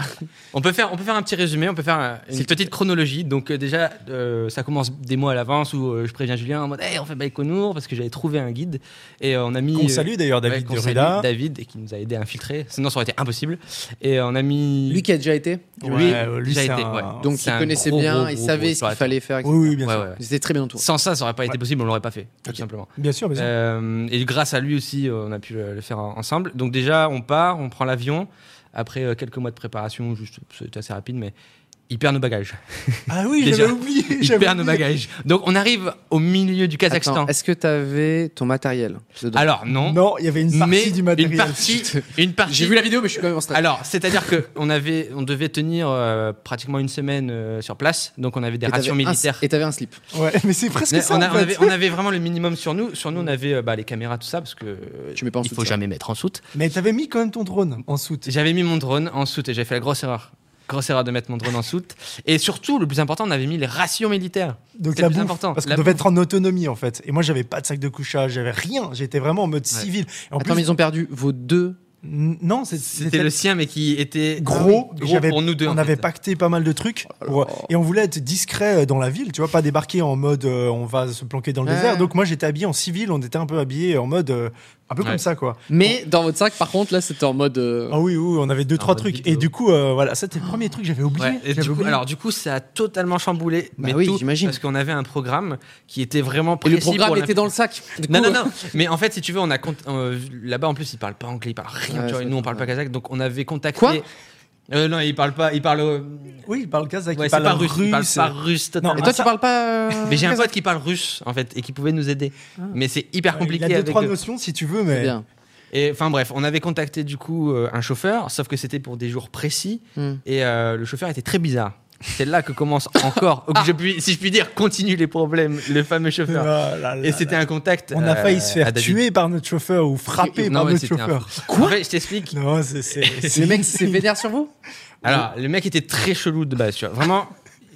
B: On peut faire, on peut faire un petit résumé, on peut faire un- une petite chronologie. Donc euh, déjà, euh, ça commence des mois à l'avance où euh, je préviens Julien en mode, Hey, on fait Baïkonour parce que j'avais trouvé un guide et euh, on a mis.
C: Qu'on
B: euh,
C: salue d'ailleurs
B: ouais,
C: David
B: qu'on salue
C: Durilla.
B: David et qui nous a aidé à infiltrer. Sinon, ça aurait été impossible. Et euh, on a mis.
A: Lui qui a déjà été,
C: Ouais,
B: lui,
C: euh, lui,
B: il a
C: c'est
B: été,
C: un-
B: ouais.
A: donc
B: C'est
A: il
B: un
A: connaissait
B: gros,
A: bien,
B: gros,
A: il savait
B: gros, gros
A: ce qu'il
B: explorateur.
A: fallait faire. etc.
C: Oui, oui, bien
B: Ouais,
C: sûr.
B: ouais, ouais.
A: Ils étaient très bien entourés.
B: Sans ça, ça aurait pas été
C: Ouais.
B: possible. On l'aurait pas fait, tout simplement.
C: Bien sûr, bien sûr.
B: Euh, et grâce à lui aussi, euh, on a pu le, le faire en- ensemble. Donc déjà, on part, on prend l'avion. Après euh, quelques mois de préparation, juste c'était assez rapide, mais il perd nos bagages.
C: Ah oui,
B: Euh, déjà,
C: j'avais oublié.
B: Il
C: j'avais
B: perd nos
C: oublié.
B: bagages. Donc on arrive au milieu du Kazakhstan.
A: Attends, Est-ce que t'avais ton matériel dedans
B: Alors non,
C: Non, il y avait une partie
B: mais
C: du matériel.
B: une partie, une partie.
A: J'ai vu la vidéo, mais je suis quand même en stress.
B: Alors, c'est-à-dire que on avait, on devait tenir euh, pratiquement une semaine euh, sur place, donc on avait des
A: Et t'avais
B: rations
A: un-
B: militaires.
A: Et t'avais un slip.
C: Ouais, mais c'est presque
B: Mais
C: ça.
B: on, a-
C: en
B: on
C: fait.
B: avait, on avait vraiment le minimum sur nous. Sur nous, on avait euh, bah, les caméras, tout ça, parce que euh,
A: Tu mets pas en
B: il
A: soute,
B: faut
A: ça.
B: jamais mettre en soute.
C: Mais t'avais mis quand même ton drone en soute.
B: J'avais mis mon drone en soute et j'avais fait la grosse erreur. Grosse erreur de mettre mon drone en soute. Et surtout, le plus important, on avait mis les rations militaires.
C: Donc
B: C'est
C: la
B: le plus
C: bouffe,
B: important.
C: parce qu'on
B: La
C: devait
B: bouffe.
C: être en autonomie en fait. Et moi j'avais pas de sac de couchage, j'avais rien. J'étais vraiment en mode civil. Et en
A: Attends, mais
C: plus,
A: ils ont perdu vos deux.
C: n- non, c'est-
B: C'était le sien, mais qui
A: Ah
B: était
C: gros.
B: Ah gros
C: j'avais-
B: pour nous deux. en
C: on
B: fait. Oh
C: avait pacté pas mal de trucs pour- et on voulait être discret euh, dans la ville, tu vois, pas débarquer en mode euh, on va se planquer dans le
A: Ouais.
C: désert. Donc moi j'étais habillé en civil, on était un peu habillé en mode euh, un peu
B: Ouais.
C: comme ça quoi.
A: Mais dans votre sac, par contre, là, c'était en mode. euh,
C: Ah oui, oui, on avait deux trois
B: mode
C: trucs et
B: vidéo.
C: du coup euh, voilà, ça c'était le premier truc que j'avais oublié.
B: Ouais, et
C: J'avais
B: du coup,
C: oublié.
B: alors du coup, ça a totalement chamboulé.
A: Bah
B: mais
A: oui,
B: tout,
A: j'imagine.
B: Parce qu'on avait un programme qui était vraiment
A: Et
B: précis.
A: le programme
B: pour la-
A: était dans le sac. Du
B: Non,
A: coup,
B: non,
A: euh,
B: non. Mais en fait, si tu veux, on a cont- euh, là-bas en plus, ils parlent pas anglais, ils parlent rien.
A: Ouais,
B: tu vois,
A: ça
B: et nous, on
A: fait-
B: parle pas kazakh, donc on avait contacté.
A: Quoi
B: Euh, Non, ils parlent pas. Ils parlent. euh,
C: oui, il parle kazakh,
B: ouais,
C: il
B: c'est pas
C: parle
B: russe.
C: russe.
B: Ils parlent pas russe. totalement.
A: Et
C: Ah,
A: toi,
C: ça-
A: tu parles pas. euh,
B: Mais j'ai un pote qui parle russe en fait et qui pouvait nous aider. Mais c'est hyper compliqué.
C: Ah. Il a deux
B: avec
C: trois
B: eux.
C: notions si tu veux, mais
A: Bien.
B: Et enfin bref, on avait contacté du coup euh, un chauffeur, sauf que c'était pour des jours précis
A: Hmm.
B: et euh, le chauffeur était très bizarre. C'est là que commence encore, que je puis- si je puis dire, continue les problèmes, le fameux chauffeur.
C: Ah là là
B: Et c'était un contact.
C: On a
B: euh,
C: failli se
B: à
C: faire
B: David.
C: tuer par notre chauffeur ou frapper
B: Non,
C: par
B: mais
C: notre
B: c'était un-
C: chauffeur. Mmh.
B: En fait, je t'explique.
C: Non, c'est- c'est.
A: Le
C: c'est-
A: mec s'est vénère sur vous
B: Alors, le mec était très chelou de base, tu vois. Vraiment,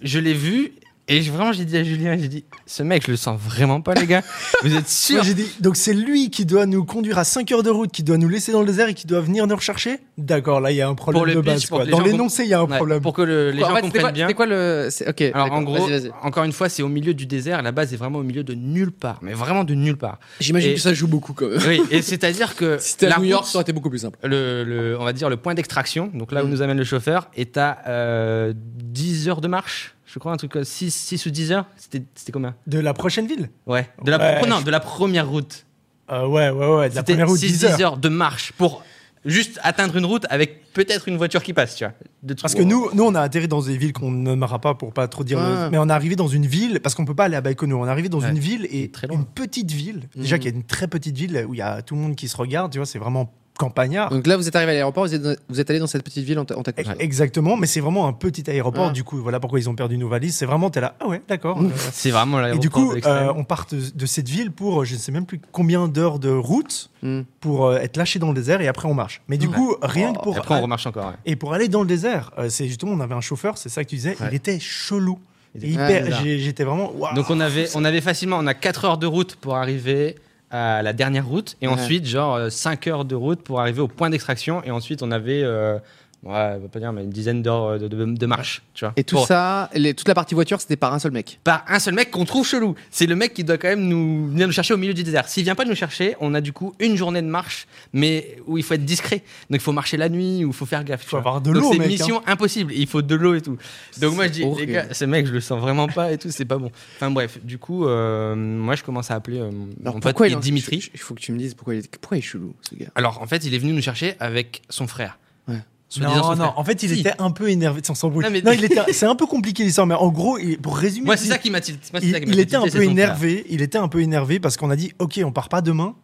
B: je l'ai vu et je- vraiment, j'ai dit à Julien, j'ai dit, ce mec, je le sens vraiment pas, les gars. Vous êtes
C: Moi,
B: sûrs
C: j'ai dit, donc c'est lui qui doit nous conduire à 5 heures de route, qui doit nous laisser dans le désert et qui doit venir nous rechercher D'accord, là il y a un problème
B: Pour le
C: de
B: pitch,
C: base.
B: pour
C: quoi.
B: que les
C: Dans
B: gens
C: l'énoncé, il y a un
B: Ouais,
C: problème.
B: Pour que le- les
A: Quoi, en
B: gens
A: fait, c'était
B: comprennent
A: quoi-
B: bien.
A: C'était quoi le. c'est- Ok.
B: Alors en
A: d'accord,
B: gros,
A: vas-y, vas-y.
B: encore une fois, c'est au milieu du désert. La base est vraiment au milieu de nulle part, mais vraiment de nulle part.
A: J'imagine
B: Et-
A: que ça joue beaucoup quand même.
B: Oui, et c'est-à-dire que
A: Si c'était
B: la
A: à New York,
B: route,
A: ça aurait été beaucoup plus simple.
B: le, le- on va dire le point d'extraction, donc là où
A: Mm.
B: nous amène le chauffeur, est à euh, 10 heures de marche, je crois, un truc 6, 6 ou 10 heures. C'était c'était combien
C: De la prochaine ville
B: Ouais. De la,
C: Ouais.
B: pro- non, de la première route.
C: Euh, Ouais, ouais, ouais. De la
B: C'était
C: première route,
B: 6,
C: 10 heures.
B: de marche pour juste atteindre une route avec peut-être une voiture qui passe, tu vois. De trucs-
C: Parce que nous, nous, on a atterri dans des villes qu'on nommera pas pour pas trop dire. le-
A: Ouais.
C: Mais on est arrivé dans une ville, parce qu'on peut pas aller à Baïkonour. On est arrivé dans
B: Ouais.
C: une ville et
B: Très loin. Mm.
C: une petite ville, déjà qui est une très petite ville où il y a tout le monde qui se regarde, tu vois, c'est vraiment campagnard.
B: Mm.
A: Donc là, vous êtes arrivé à l'aéroport, vous êtes, vous êtes allé dans cette petite ville en, ta- en
C: E-
A: Tacos.
C: Exactement, mais c'est vraiment un petit
B: Mm.
C: aéroport.
A: Ouais.
C: Du coup, voilà pourquoi ils ont perdu nos valises. C'est vraiment, t'es là, ah ouais, d'accord. euh,
B: c'est vraiment
C: Et du
B: l'aéroport
C: coup,
B: de l'extrême.
C: euh, on part de, de cette ville pour euh, je ne sais même plus combien d'heures de route
A: Mm.
C: pour euh, être lâché dans le désert et après on marche. Mais du coup, rien que pour.
B: Après, on remarche encore. ouais.
C: Et pour aller dans le désert, euh, c'est justement, on avait un chauffeur, c'est ça que tu disais, il était chelou.
B: était
C: Et
B: très
C: hyper-
B: bizarre.
C: j'ai- J'étais vraiment. waouh.
B: Donc on avait, on avait facilement, on a 4 heures de route pour arriver à la dernière route, et
A: Ouais.
B: ensuite genre 5 heures de route pour arriver au point d'extraction, et ensuite on avait, euh, ouais, on va pas dire, mais une dizaine d'heures euh, de, de- de marche, tu vois.
A: Et tout
B: Pour-
A: ça, les- toute la partie voiture, c'était par un seul mec.
B: Par un seul mec qu'on trouve chelou. C'est le mec qui doit quand même nous venir nous chercher au milieu du désert. S'il vient pas nous chercher, on a du coup une journée de marche, mais où il faut être discret. Donc il faut marcher la nuit, ou il faut faire gaffe. tu vois.
C: Faut avoir de
B: Donc,
C: l'eau,
B: C'est
C: mec, hein.
B: mission impossible. Il faut de l'eau et tout. Donc moi je dis, les
A: horrible.
B: gars, ce mec, je le sens vraiment pas et tout, c'est pas bon. Enfin bref, du coup, euh, moi je commence à appeler euh, mon pote qui est
A: en-
B: Dimitri.
A: Il faut que tu me dises pourquoi il est, pourquoi il est chelou, ce gars.
B: Alors en fait, il est venu nous chercher avec son frère.
A: Ouais.
B: Soi-disant son
C: Non, non,
B: frère.
C: en fait, il
B: Si.
C: était un peu énervé de son
B: Non, mais-
C: Non, il était. C'est un peu compliqué l'histoire, mais en gros, il- pour résumer.
B: Moi c'est
C: il-
B: ça qui m'a tilt- moi, c'est
C: il,
B: ça qui
C: il
B: m'a
C: était un
B: tilté,
C: peu
B: c'est son frère.
C: énervé. Il était un peu énervé parce qu'on a dit, ok, on part pas demain,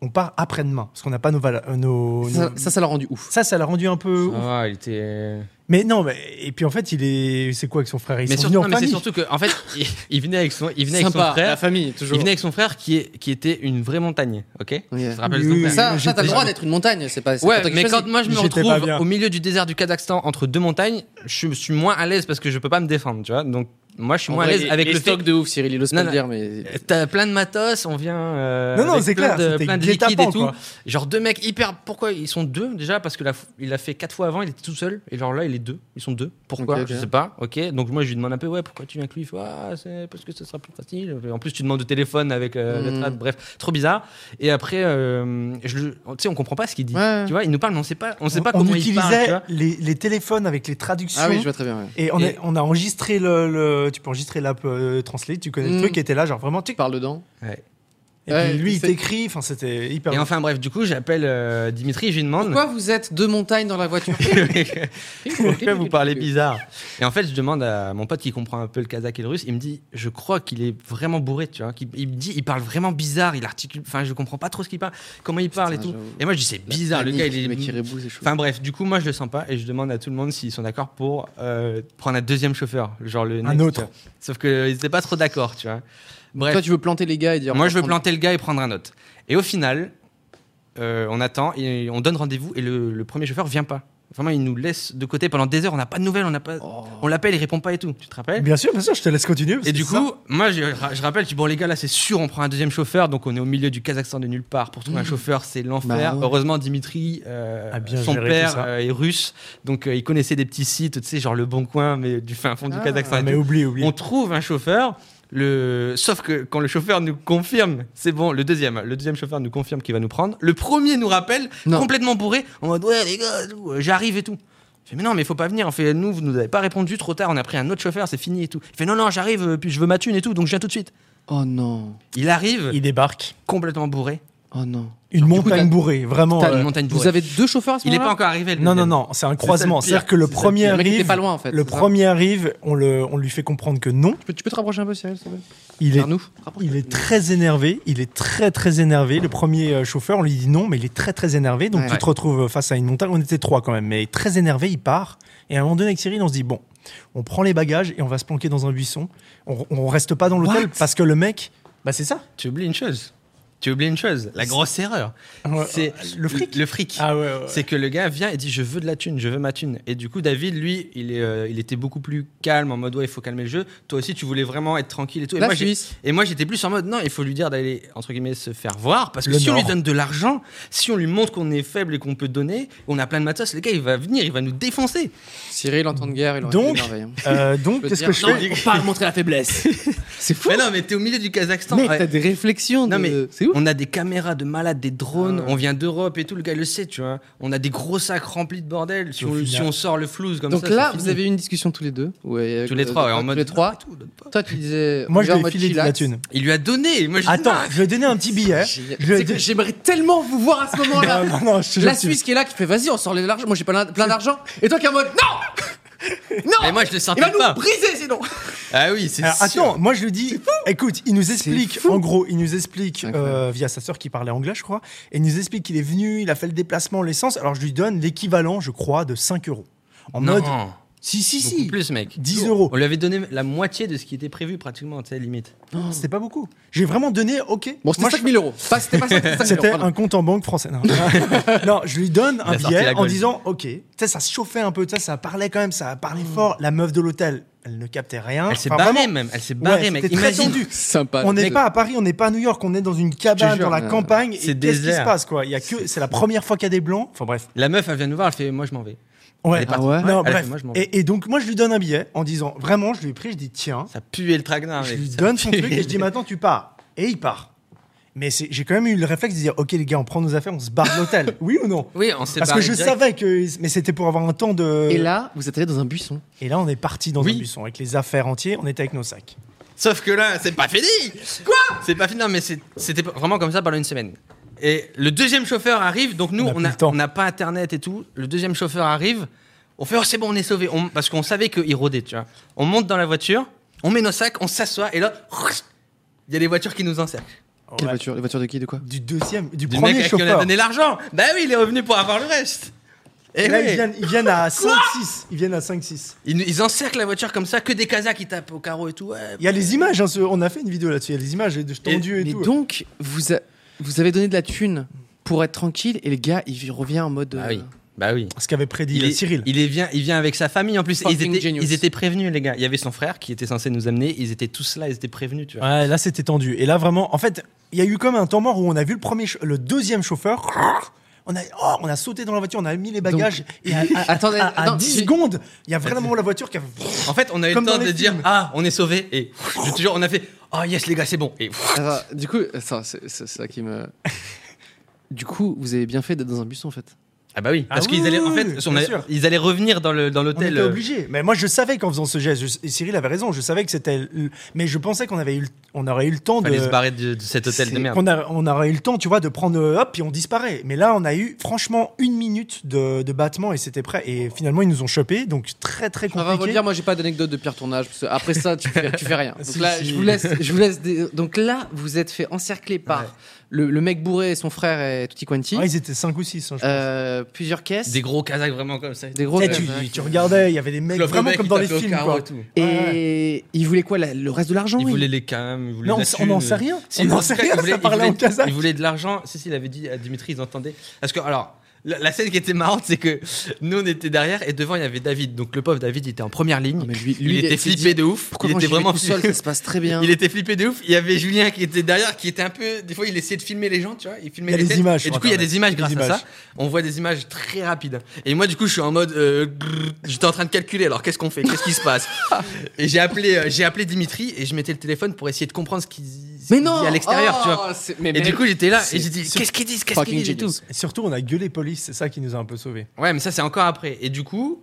C: on part après-demain parce qu'on n'a pas nos, vala- euh, nos,
A: Ça,
C: nos-
A: ça, ça l'a rendu ouf.
C: ça, ça l'a rendu un peu. ouf.
B: Ah, il était.
C: Mais non, mais et puis en fait, il est. C'est quoi avec son frère Ils
B: mais
C: sont
B: surtout,
C: venus
B: non,
C: en
B: mais c'est
C: famille.
B: surtout que, en fait, il, il venait avec son, il venait avec son
A: Sympa,
B: frère.
A: la famille, toujours.
B: Il venait avec son frère qui, est, qui était une vraie montagne, ok
A: Ouais.
B: Je te rappelle
C: Oui,
B: son
C: oui,
B: frère.
C: oui.
A: Ça, ça
C: J'étais-
A: t'as le droit d'être une montagne, c'est pas. c'est pas
B: Ouais,
A: toi qui
B: mais
A: choisis.
B: quand moi je me
C: J'étais pas
B: retrouve
C: bien.
B: au milieu du désert du Kazakhstan entre deux montagnes, je me suis moins à l'aise parce que je peux pas me défendre, tu vois. Donc Moi, je suis
A: En
B: moins à
A: vrai,
B: l'aise
A: les-
B: avec
A: les
B: le fait
A: stocks de ouf, Cyril, il ose
B: Non,
A: pas le
B: non.
A: dire, mais.
B: Euh, T'as plein de matos, on vient. euh,
C: Non, non,
B: avec
C: c'est
B: plein
C: clair,
B: De,
C: c'était
B: plein de
C: guet-apens,
B: liquide et tout.
C: quoi.
B: Genre deux mecs hyper. Pourquoi ils sont deux déjà Parce que la, f- il a fait quatre fois avant, il était tout seul. Et genre là, il est deux. Ils sont deux. Pourquoi
A: Ok, ok.
B: Je sais pas. Ok. Donc moi, je lui demande un peu, ouais, pourquoi tu viens que lui Il fait, ah, c'est parce que ce sera plus facile. En plus, tu demandes au téléphone avec euh, la
A: Hmm.
B: trad, Bref, trop bizarre. Et après, euh, je le- tu sais, on comprend pas ce qu'il dit.
A: Ouais.
B: Tu vois, il nous parle, mais on sait pas, on sait
C: on,
B: pas
C: on
B: comment il parle.
C: utilisait
B: tu vois.
C: les, les téléphones avec les traductions.
A: Ah oui, je vois très bien. ouais.
C: Et on,
B: Et-
C: A, on a enregistré le, le- Tu peux enregistrer l'app euh, Translate, tu connais
A: Mm.
C: le truc, et t'es là, genre vraiment, tu.
A: Tu parles dedans.
B: Ouais.
C: Et
A: Ouais,
C: puis lui, il
A: c'est-
C: t'écrit, enfin, c'était hyper.
B: Et enfin, bref, du coup, j'appelle euh, Dimitri, je lui demande.
A: Pourquoi vous êtes deux montagnes dans la voiture
B: Pourquoi vous parlez bizarre Et en fait, je demande à mon pote qui comprend un peu le kazakh et le russe, il me dit, je crois qu'il est vraiment bourré, tu vois. qu'il- Il, me dit, il parle vraiment bizarre, il articule, enfin, je comprends pas trop ce qu'il parle, comment il parle et
A: Putain,
B: tout.
A: j'avoue.
B: Et moi, je dis, c'est bizarre, le gars, il est.
A: mec qui rébouse et chaud.
B: Enfin bref, du coup, moi, je le sens pas et je demande à tout le monde s'ils sont d'accord pour euh, prendre un deuxième chauffeur, genre le. next,
C: autre.
B: tu vois. Sauf qu'ils étaient pas trop d'accord, tu vois. Bref.
A: Toi, tu veux planter les gars et dire.
B: Moi, je veux
A: prendre-
B: planter le gars et prendre un autre. Et au final, euh, on attend et on donne rendez-vous et le, le premier chauffeur vient pas. Vraiment, il nous laisse de côté pendant des heures. On n'a pas de nouvelles, on n'a pas,
C: Oh.
B: on l'appelle, il répond pas et tout. Tu te rappelles
C: Bien sûr, bien sûr, je te laisse continuer. parce
B: Et
C: que
B: du
C: c'est ça.
B: coup, moi, je, ra- je rappelle, je dis, bon les gars, là, c'est sûr, on prend un deuxième chauffeur. Donc, on est au milieu du Kazakhstan de nulle part pour
C: Mmh.
B: trouver un chauffeur, c'est l'enfer.
A: Bah ouais.
B: Heureusement, Dimitri, euh,
C: A Ah, bien
B: son
C: géré tout
B: père
C: ça.
B: euh, est russe, donc euh, il connaissait des petits sites, tu sais, genre le Bon Coin, mais du fin fond du
A: Ah.
B: Kazakhstan. et
C: Ah, mais
B: tout.
C: oublie, oublie.
B: On trouve un chauffeur. Le... Sauf que quand le chauffeur nous confirme, c'est bon, le deuxième, le deuxième chauffeur nous confirme qu'il va nous prendre. Le premier nous rappelle,
A: Non.
B: complètement bourré, en mode ouais les gars, tout, euh, j'arrive et tout. Je fais mais non mais faut pas venir. On fait nous vous nous avez pas répondu trop tard, on a pris un autre chauffeur, c'est fini et tout. Il fait non non j'arrive euh, puis je veux ma thune et tout donc je viens tout de suite.
A: Oh non.
B: Il arrive
C: il débarque.
B: complètement bourré.
A: Oh non.
C: Une
A: du coup,
C: montagne
A: t'as-
C: bourrée, vraiment.
B: t'as
C: euh,
B: une montagne
A: Vous
B: bourrée.
A: avez deux chauffeurs à ce
B: Il est
A: moment-là
B: pas encore arrivé. le
C: Non, non,
B: deuxième.
C: non, c'est un
B: le
C: croisement.
B: pire.
C: C'est-à-dire que le
B: C'est ça le
C: premier
B: pire.
A: Le mec était
C: arrive.
A: pas loin, en fait,
C: Le
A: c'est ça
C: premier arrive, on, le, on lui fait comprendre que non.
A: Tu peux, tu peux te rapprocher un peu, Cyril, s'il te plaît
C: Il est,
A: Vers nous.
C: il est très énervé. Il est très, très énervé. Le premier euh, chauffeur, on lui dit non, mais il est très, très énervé. Donc
A: Ouais.
C: tu te retrouves face à une montagne. On était trois quand même, mais très énervé, il part. Et à un moment donné, avec Cyril, on se dit bon, on prend les bagages et on va se planquer dans un buisson. On, on reste pas dans l'hôtel parce que le mec, bah c'est ça.
B: Tu oublies une chose. Tu oublies une chose. La grosse erreur.
C: Ouais,
B: C'est
C: le fric.
B: Le fric.
C: Ah ouais, ouais, ouais.
B: C'est que le gars vient et dit je veux de la thune, je veux ma thune. Et du coup David lui il, est, euh, il était beaucoup plus calme en mode ouais il faut calmer le jeu. Toi aussi tu voulais vraiment être tranquille et tout. Et
A: La
B: moi, j'ai-
A: Suisse.
B: et moi j'étais plus en mode non il faut lui dire d'aller entre guillemets se faire voir parce que
C: Le
B: si on lui
C: Nord.
B: donne de l'argent, si on lui montre qu'on est faible et qu'on peut donner, on a plein de matos, le gars il va venir, il va nous défoncer.
A: Cyril, en temps de guerre, il aurait
C: Donc,
A: fait des merveilles, hein.
C: Euh, donc,
A: Je peux
C: qu'est-ce
A: te
C: que je
A: dire,
C: fais
A: non, faut pas montrer la faiblesse. C'est fou.
B: Mais non mais t'es au milieu du Kazakhstan.
A: Mec,
B: ouais.
A: t'as des réflexions.
B: Non,
A: de-
B: mais
A: C'est ouf.
B: on a des caméras de malades, des drones,
A: Ah ouais.
B: on vient d'Europe et tout, le gars le sait, tu vois. On a des gros sacs remplis de bordel. Si,
C: Au
B: on,
C: final-
B: si on sort le flouze comme
A: Donc
B: ça.
A: là,
B: c'est
A: vous
B: fini.
A: avez eu une discussion tous les deux. Ouais, avec-
B: Tous les trois, ouais, en
A: tous
B: mode-
A: les trois.
B: Et tout, donne pas.
A: Toi, tu disais.
C: Moi, je
A: regarde,
C: lui ai filé de la
A: chillax.
C: thune.
B: Il lui a donné. et Moi, je
C: Attends, je vais donner un petit billet.
A: Génial. Tu sais
C: Je vais
A: que
C: donner-
A: J'aimerais tellement vous voir à ce moment-là.
C: Non, non, non, je te jure
A: la
C: que tu-
A: Suisse qui est là, qui fait vas-y, on sort les l'argent. Moi, j'ai pas plein d'argent. Et toi qui es en mode non, non.
B: ah, Mais moi, je le sentais
A: Il va nous
B: pas.
A: briser sinon.
B: Ah oui, c'est
C: Alors,
B: sûr.
C: Euh, attends, moi je lui dis, écoute, il nous explique, en gros, il nous explique euh,
A: Incroyable.
C: via sa sœur qui parlait anglais, je crois, et il nous explique qu'il est venu, il a fait le déplacement, l'essence. Alors je lui donne l'équivalent, je crois, de 5 euros. En
B: Non.
C: mode, si, si,
B: Beaucoup
C: si,
B: plus, mec.
C: 10 euros.
B: On lui avait donné la moitié de ce qui était prévu, pratiquement, tu sais, limite.
C: C'était pas beaucoup. J'ai vraiment donné, ok.
A: Bon, c'était
C: Moi, je-
A: 5000 euros. Pas- C'était pas ça, c'était 5000
C: C'était
A: euros. pardon.
C: un compte en banque français. Non, Non, je lui donne
B: Il
C: un
B: a sorti la
C: billet en
B: gaule.
C: disant Ok, tu sais, ça se chauffait un peu, tu sais, ça parlait quand même, ça parlait fort. La meuf de l'hôtel, elle ne captait rien.
B: Elle s'est
C: Enfin,
B: barrée,
C: vraiment,
B: même. Elle s'est barrée,
C: ouais,
B: mec.
C: c'était très
B: Imagine.
C: tendu.
A: Sympa.
C: On n'est
A: Mec,
C: pas à Paris, on n'est pas à New York, on est dans une cabane
A: jure,
C: dans la
A: euh,
C: campagne.
B: c'est
C: Et qu'est-ce qui
B: désert.
C: se passe quoi Il y a que c'est la première fois qu'il y a des blancs. Enfin bref.
B: La meuf, elle vient nous voir, elle fait Moi, je m'en vais.
C: Ouais.
B: est partie.
A: Ah ouais
C: Non,
B: Elle a
C: bref.
B: fait, moi, je m'en vais.
C: et, et donc moi je lui donne un billet en disant vraiment, je lui ai pris, je dis tiens,
B: Ça puait le traquenard,
C: je
B: mec.
C: lui
B: Ça
C: donne son
B: puait.
C: truc et je dis maintenant tu pars. Et il part. Mais c'est- j'ai quand même eu le réflexe de dire ok les gars, on prend nos affaires, on se barre de l'hôtel. oui ou non
B: Oui, on s'est
C: Parce que
B: barré
C: je
B: direct.
C: savais que mais c'était pour avoir un temps de.
A: Et là, vous êtes allé dans un buisson.
C: Et là, on est parti dans
B: Oui.
C: un buisson avec les affaires entières, on était avec nos sacs.
B: Sauf que là, c'est pas fini Quoi C'est pas fini, non, mais c'est- c'était vraiment comme ça pendant une semaine. Et le deuxième chauffeur arrive, donc nous,
C: On a
B: on
C: plus
B: a-
C: le temps.
B: on n'a pas internet et tout. Le deuxième chauffeur arrive, on fait, oh, c'est bon, on est sauvé, parce qu'on savait qu'il rôdait, tu vois. On monte dans la voiture, on met nos sacs, on s'assoit, et là, il y a les voitures qui nous encerclent.
A: Quelle
C: Ouais.
A: voiture Les voitures de qui De quoi
C: Du deuxième, du,
B: Du mec à
C: premier
B: qui on a
C: chauffeur.
B: donné l'argent Bah oui, il est revenu pour avoir le reste et
C: Et là, ils
B: ouais.
C: viennent, ils viennent à 5-6. Ils viennent à 5-6.
B: ils, ils encerclent la voiture comme ça, que des Kazakhs qui tapent au carreau et tout. ouais.
C: Il y a les images, hein, ce- on a fait une vidéo là-dessus, il y a les images de tendues et,
A: Mais
C: tout.
A: donc, vous, a- vous avez donné de la thune pour être tranquille et le gars, il revient en mode.
B: Ah
A: euh,
B: oui. Bah oui.
C: Ce qu'avait prédit
B: Il,
C: euh,
B: est,
C: Cyril.
B: il, est- vient, il vient avec sa famille en plus. Ils
A: Fucking
B: étaient,
A: genius.
B: ils étaient prévenus, les gars. Il y avait son frère qui était censé nous amener. Ils étaient tous là, ils étaient prévenus, tu vois.
C: Ouais, là c'était tendu. Et là vraiment, en fait, il y a eu comme un temps mort où on a vu le premier, cha- le deuxième chauffeur. On a, oh, on a sauté dans la voiture, on a mis les bagages. et à, à-
A: attendez,
C: à- à
A: non,
C: 10
A: tu-
C: secondes, il y a vraiment la voiture qui a.
B: En fait, on a eu
C: Comme
B: le temps
C: dans les
B: de dire
C: films.
B: Ah, on est sauvés. Et je te jure, on a fait Oh yes, les gars, c'est bon. Et
A: Attends, du coup, attends, c'est c'est ça qui me. Du coup, vous avez bien fait d'être dans un bus en fait.
B: Ah bah oui,
C: Ah
B: parce
C: oui,
B: qu'ils allaient en
C: oui,
B: fait,
C: oui,
B: on
C: bien
B: allait-
C: sûr.
B: ils allaient revenir dans le dans
C: On
B: l'hôtel.
C: était
B: euh,
C: obligé. Mais moi, je savais qu'en faisant ce geste, je- et Cyril avait raison. Je savais que c'était. le- Mais je pensais qu'on avait eu, le- on aurait eu le temps
B: euh, Fallait
C: de.
B: se barrer de, de cet hôtel de
C: C'est-
B: merde.
C: qu'on a- on aurait eu le temps, tu vois, de prendre euh, hop, puis on disparaît. Mais là, on a eu franchement une minute de, de battement et c'était prêt. Et finalement, ils nous ont chopés, donc très très
A: On va vous
C: compliqué.
A: bah, dire, moi j'ai pas d'anecdote de pire tournage parce que après ça, tu fais, tu fais rien. Donc
C: Si,
A: là,
C: si.
A: je vous laisse. Je vous laisse des- Donc là, vous êtes fait encercler par le, le mec bourré et son frère et Tutti Quanti.
C: Ouais, Ah, ils étaient 5 ou hein, 6.
A: Euh, plusieurs caisses.
B: Des gros Kazakhs vraiment comme ça.
A: des gros
C: Eh, tu,
A: caisses, hein,
C: tu
A: qui-
C: regardais, il y avait des mecs
B: Le
C: vraiment
B: mec
C: comme
B: qui
C: dans les
B: tapait au
C: films.
B: carreau
C: Quoi.
B: et tout.
A: Et
C: Ouais,
A: il voulait quoi la- Le reste de l'argent
B: Ils
A: oui
B: voulaient les cams, ils voulaient
C: Non,
B: la
C: on s- on n'en
B: thune,
C: sait
B: euh.
C: rien.
B: Si,
C: On
B: ils
C: n'en
B: ont-
C: sait
B: ils
C: rien, ça
B: voulaient- ils
C: parlait
B: voulaient-
C: en kazakh.
B: Ils voulaient de l'argent. Si, si, il avait dit à Dimitri, ils entendaient. Parce que, alors, la, la scène qui était marrante, c'est que nous, on était derrière et devant, il y avait David. Donc le pauvre David, il était en première ligne.
C: Ah,
A: mais lui-
B: il
A: lui, il
B: était
A: s'est dit,
B: flippé de ouf.
A: Pourquoi
B: Il
A: moi,
B: était
A: j'y vais
B: vraiment
A: tout seul
B: flippé-
A: Ça se passe très bien.
B: Il était flippé de ouf. Il y avait Julien qui était derrière, qui était un peu. Des fois, il essayait de filmer les gens, tu vois. Il filmait
C: Il y a
B: les
C: des
B: têtes.
C: images
B: Et du
C: sur
B: coup, il y a
C: Internet.
B: des images
C: Des
B: grâce à
C: images.
B: ça. On voit des images très rapides. Et moi, du coup, je suis en mode. euh, grrr, J'étais en train de calculer. Alors, qu'est-ce qu'on fait Qu'est-ce qui se passe Et j'ai appelé, euh, j'ai appelé Dimitri et je mettais le téléphone pour essayer de comprendre ce qu'il ce
A: Mais
B: qu'il
A: non
B: dit à l'extérieur,
A: oh,
B: tu vois.
A: c'est- mais-
B: Et
A: mais-
B: du coup, j'étais là
A: c'est
B: et j'ai dit qu'est-ce qu'ils disent Qu'est-ce
A: fucking
B: qu'ils disent et tout.
A: genius.
C: Et surtout, on a gueulé police, c'est ça qui nous a un peu sauvés.
B: Ouais, mais ça, c'est encore après. Et du coup,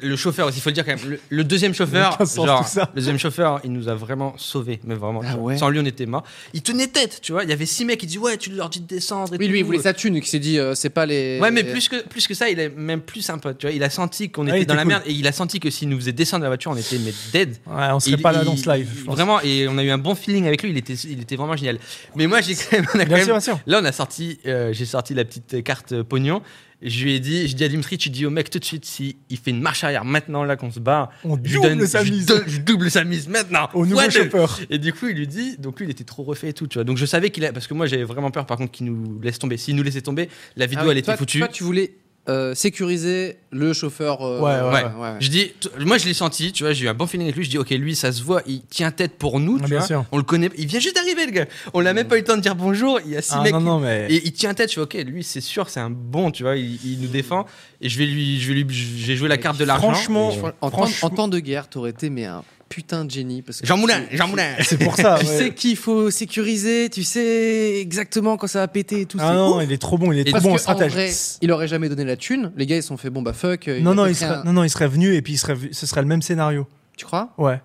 B: le chauffeur aussi, il faut le dire quand même. Le, le deuxième chauffeur,
C: Aucun sens,
B: genre,
C: tout ça.
B: le deuxième chauffeur, il nous a vraiment sauvés. Mais vraiment,
A: Ah ouais.
B: sans lui, on était morts. Il tenait tête, tu vois. Il y avait six mecs qui disaient Ouais, tu leur dis de descendre. Et
A: Oui, lui, il
B: tout.
A: voulait sa thune, qui s'est dit, euh, c'est pas les.
B: Ouais, mais plus que, plus que ça, il est même plus sympa. Tu vois, il a senti qu'on
C: Ouais,
B: était
C: il
B: dans
C: était
B: la
C: cool.
B: merde et il a senti que s'il nous faisait descendre de la voiture, on était mais dead.
C: Ouais, on serait
B: Il-
C: pas là
B: il-
C: dans ce live. je pense.
B: Vraiment, et on a eu un bon feeling avec lui. Il était, il était vraiment génial. Mais moi, j'ai quand même. on a quand
C: Bien
B: même-
C: sûr, bien sûr.
B: Là, on a sorti, euh, j'ai sorti la petite carte euh, pognon. Je lui ai dit, je dis à Dimitri, tu dis au mec tout de suite, si il fait une marche arrière maintenant, là qu'on se barre,
C: On
B: je lui
C: double
B: donne-
C: sa
B: je lui
C: mise.
B: donne- je double sa mise maintenant.
C: Au nouveau
B: What the-
C: chauffeur.
B: Et du coup, il lui dit, donc lui, il était trop refait et tout, tu vois. Donc je savais qu'il a, parce que moi, j'avais vraiment peur, par contre, qu'il nous laisse tomber. S'il nous laissait tomber, la vidéo, elle était foutue.
A: Ah Toi, tu voulais euh, sécuriser le chauffeur. euh,
C: Ouais, ouais,
B: Ouais. Je dis, t- moi je l'ai senti, tu vois, j'ai eu un bon feeling avec lui. Je dis, ok, lui, ça se voit, il tient tête pour nous,
C: Ah,
B: tu
C: bien
B: vois.
C: sûr.
B: On le connaît, il vient juste d'arriver, le gars. On l'a même pas eu le temps de dire bonjour. Il y a six
C: Ah,
B: mecs.
C: non,
B: qui-
C: non, mais.
B: Et il tient tête, je fais ok, lui c'est sûr, c'est un bon, tu vois, il, il nous défend. Et je vais lui, je vais lui, j'ai joué la carte de l'argent.
C: Franchement,
B: Et-
A: En, temps,
C: Franchement-
A: en temps de guerre, t'aurais été mais un putain de génie parce que
B: Jean Moulin,
A: tu-
B: Jean Moulin.
C: C'est pour ça.
A: Tu
C: Ah ouais.
A: sais qu'il faut sécuriser, tu sais exactement quand ça va péter et tout.
C: Ah
A: c'est
C: non,
A: ouf.
C: il est trop bon, il est
B: Et
C: trop
A: Parce
C: bon
A: que,
C: en
A: en
C: stratège.
A: vrai, il aurait jamais donné la thune. Les gars, ils se sont fait bon bah fuck. euh,
C: Non,
A: a
C: non, il
A: pété
C: serait,
A: un-
C: non, non, il serait venu et puis il serait, vu- ce serait le même scénario.
A: Tu crois
C: Ouais.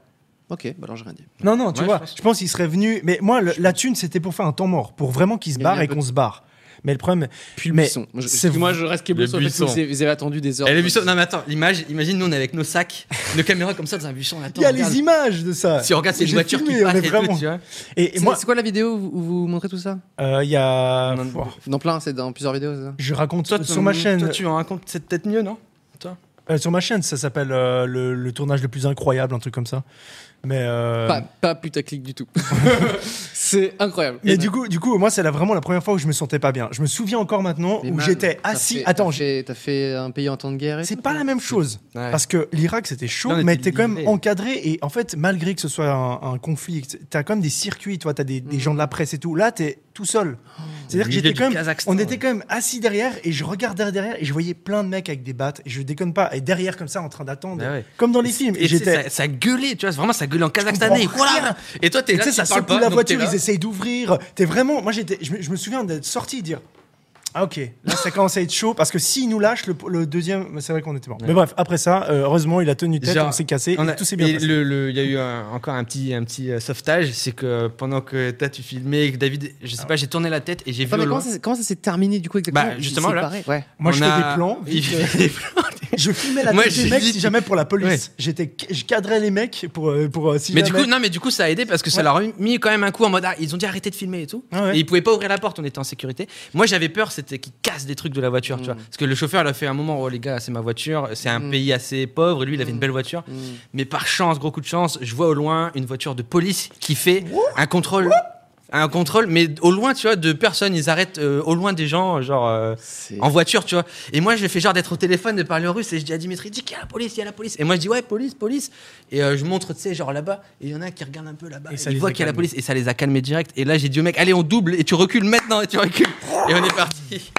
A: Ok, bah alors j'ai rien dit.
C: Non, non, tu
B: Ouais,
C: vois,
B: je pense.
C: je pense qu'il serait venu. Mais moi, le- la thune, c'était pour faire un temps mort, pour vraiment qu'il se
A: Il y a eu
C: barre
A: un
C: et
A: peu
C: qu'on se barre. Mais le problème.
A: Puis le
C: mais
A: buisson. Moi, je-
C: c'est-
A: Moi, je reste
B: Le
A: buisson.
B: buisson.
A: Vous avez- vous avez attendu des heures.
B: Elle a vu ça. Non mais attends, l'image, imagine nous on est avec nos sacs, nos caméras comme ça dans un buisson. Attends,
C: Il y a
B: regarde.
C: les images de ça.
B: Si on regarde, c'est une
C: J'ai
B: voiture
C: filmé,
B: qui
C: on
B: passe
C: est
B: et tout,
C: vraiment-
B: tu vois.
C: Et, et
A: C'est
C: moi,
A: c'est quoi la vidéo où où vous montrez tout ça
C: euh, il y a.
B: Non,
C: Pouah,
A: Dans plein, c'est dans plusieurs vidéos. c'est ça
C: Je raconte
B: Toi,
C: sur
B: tu-
C: ma chaîne.
B: toi, tu en racontes, c'est peut-être mieux, non
C: euh, sur ma chaîne, ça s'appelle euh, le, le tournage le plus incroyable, un truc comme ça. Mais. euh,
A: Pas, pas putaclic du tout. Bah, c'est incroyable.
C: Mais du coup, du coup, moi, c'est la- vraiment la première fois où je me sentais pas bien. Je me souviens encore maintenant
A: Mais
C: où
A: man,
C: j'étais
A: t'as
C: assis.
A: fait-
C: Attends,
A: t'as
C: j'ai-
A: fait- T'as fait un pays en temps de guerre et
C: c'est
A: tout
C: pas la même chose.
B: Ouais.
C: Parce que l'Irak, c'était chaud,
B: Là, on
C: mais
B: était
C: t'es quand même
B: livrés.
C: encadré. Et en fait, malgré que ce soit un, un conflit, que t'as quand même des circuits, toi, t'as des, des
A: Mm.
C: gens de la presse et tout. Là, t'es tout seul. C'est-à-dire que
B: milieu
C: j'étais
B: du
C: quand même.
B: Kazakhstan,
C: On
B: ouais.
C: était quand même assis derrière et je regardais derrière et je voyais plein de mecs avec des battes. Et je déconne pas. Et derrière, comme ça, en train d'attendre.
B: Ah ouais.
C: Comme dans les films. Et,
B: Et tu sais,
C: j'étais.
B: ça, ça gueulait, tu vois, vraiment ça gueulait en
C: comprends
B: Kazakhstanais. Voilà.
C: rien.
B: Et toi, t'es
C: Et
B: là,
C: tu sais,
B: tu
C: ça
B: parles
C: secoue
B: pas,
C: la
B: donc
C: voiture,
B: t'es là.
C: ils essayent d'ouvrir. T'es vraiment. Moi, j'étais. Je, me- je me souviens d'être sorti et dire. Ah ok, là ça commence à être chaud parce que s'il nous lâche le, le deuxième, bah, c'est vrai qu'on était mort. Mais bref, après ça, euh, heureusement il a tenu tête,
B: Genre,
C: on s'est cassé,
B: on a-
C: et tout s'est bien
B: et
C: passé.
B: le- le- Il y a eu un- encore un petit, un petit euh, sauvetage, c'est que pendant que toi tu filmais, et que David, je
C: Ah.
B: sais pas, j'ai tourné la tête et j'ai vu.
A: Attends, mais
B: au
A: comment
B: loin-
A: ça, comment ça s'est terminé du coup exactement
B: Bah,
A: Ils
B: justement, là.
A: séparés Ouais.
C: Moi je
B: on
C: fais
B: a-
C: des plans,
B: Il
C: vite,
B: fait des plans.
C: je filmais la
B: Moi,
C: tête des
B: j'ai
C: mecs
B: dit-
C: si jamais pour la
B: Ouais.
C: police. J'étais, je cadrais les mecs pour euh, pour euh, si
B: Mais du
C: jamais-
B: coup, non, mais du coup, ça a aidé parce que ça
C: Ouais.
B: leur a mis quand même un coup en mode ah, ils ont dit arrêtez de filmer et tout.
C: Ah ouais.
B: Et ils pouvaient pas ouvrir la porte, on était en sécurité. Moi, j'avais peur, c'était qu'ils cassent des trucs de la voiture, tu
C: Mm.
B: vois. Parce que le chauffeur, il a fait un moment, oh les gars, c'est ma voiture, c'est un pays assez pauvre, et lui, il
C: Mm.
B: avait une belle voiture. Mais par chance, gros coup de chance, je vois au loin une voiture de police qui fait un contrôle un contrôle, mais au loin, tu vois, de personnes. Ils arrêtent euh, au loin des gens, genre euh, en voiture, tu vois. Et moi, j'ai fait genre d'être au téléphone, de parler en russe, et je dis à Dimitri, dis qu'il y a la police, il y a la police. Et moi, je dis ouais, police, police. Et euh, je montre, tu sais, genre là-bas, et il y en a qui regardent un peu là-bas,
C: Et
B: et
C: ça
B: ils
C: les
B: voient
C: a
B: qu'il y a la
C: calmés.
B: police, et ça les a calmés direct. Et là, j'ai dit au mec, allez, on double, et tu recules maintenant, et tu recules. Et on est parti.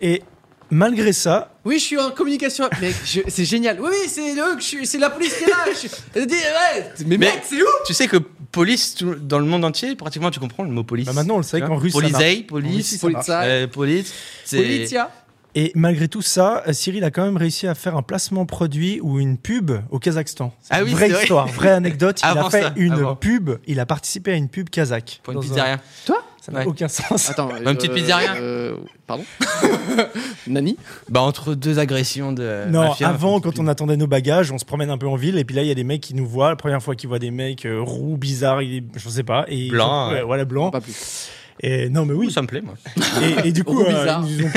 C: Et malgré ça,
A: Oui, je suis en communication. Mec, je- c'est génial. Oui, oui, c'est le- je suis- c'est la police qui est là. Je- je dis, ouais, mais,
B: Mais-
A: mec, c'est où
B: Tu sais que police, tout- dans le monde entier, pratiquement, tu comprends le mot police.
C: Bah maintenant, on le sait
B: Tu vois,
C: qu'en russe, ça
B: Polizei,
C: marche. En Russie,
B: police,
C: ça marche.
A: Polizei.
B: euh, police. c'est-
A: Politia.
C: et malgré tout ça, euh, Cyril a quand même réussi à faire un placement produit ou une pub au Kazakhstan. C'est
B: Ah
C: une
B: oui,
C: vraie
B: c'est vrai.
C: histoire, vraie anecdote. Il
B: Avant
C: a fait
B: ça,
C: une
B: avant.
C: pub, il a participé à une pub kazakh.
B: Pour une
C: Dans un-
B: pizzeria.
C: Ça n'a
B: Ouais. Ah,
C: aucun sens.
A: Attends,
B: Une petite pizzeria.
A: euh, pardon. Nani.
B: Bah, entre deux agressions de.
C: Non,
B: euh, mafia,
C: avant,
B: un peu
C: quand on
B: plus.
C: attendait nos bagages, on se promène un peu en ville, et puis là, il y a des mecs qui nous voient. La première fois qu'ils voient des mecs euh, roux, bizarres, ils- je sais pas. Et ils
B: Blancs,
C: font- ouais,
B: ouais.
C: Voilà, blanc.
A: Pas plus.
C: Et, non, mais oui.
B: Ça me plaît, moi.
C: Et, et du coup,
A: Roux
C: euh,
A: bizarre.
C: ils, nous ont,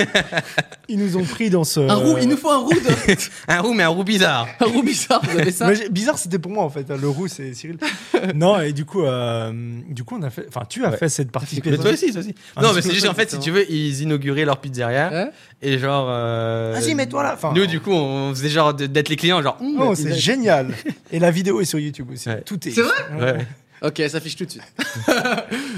C: ils nous ont pris dans ce.
A: Un roux, il nous faut un roux, de-
B: un roux, mais un roux bizarre.
C: Ah,
A: un roux bizarre. Vous avez ça
C: Moi, j'ai- bizarre, c'était pour moi en fait. hein, Le roux, c'est Cyril. non, et du coup, euh, du coup, on a fait. Enfin, tu as fait cette
B: Mais
C: participation.
B: toi aussi, toi aussi.
C: Un
B: non,
C: petit
B: mais
C: peu
B: c'est juste,
C: ça,
B: en fait, si
A: exactement.
B: tu veux, ils inauguraient leur pizzeria.
A: Hein
B: Et genre. euh,
C: Vas-y, mets-toi là. Enfin,
B: Nous, du coup, on faisait genre de- d'être les clients, genre. Hum,
C: non,
B: ils
C: Oh, c'est
B: a-
C: génial. Et la vidéo est sur YouTube aussi.
B: Ouais.
C: Tout est.
A: C'est vrai
C: Ouais.
B: Mmh. Ouais.
A: Ok, ça fiche tout de suite.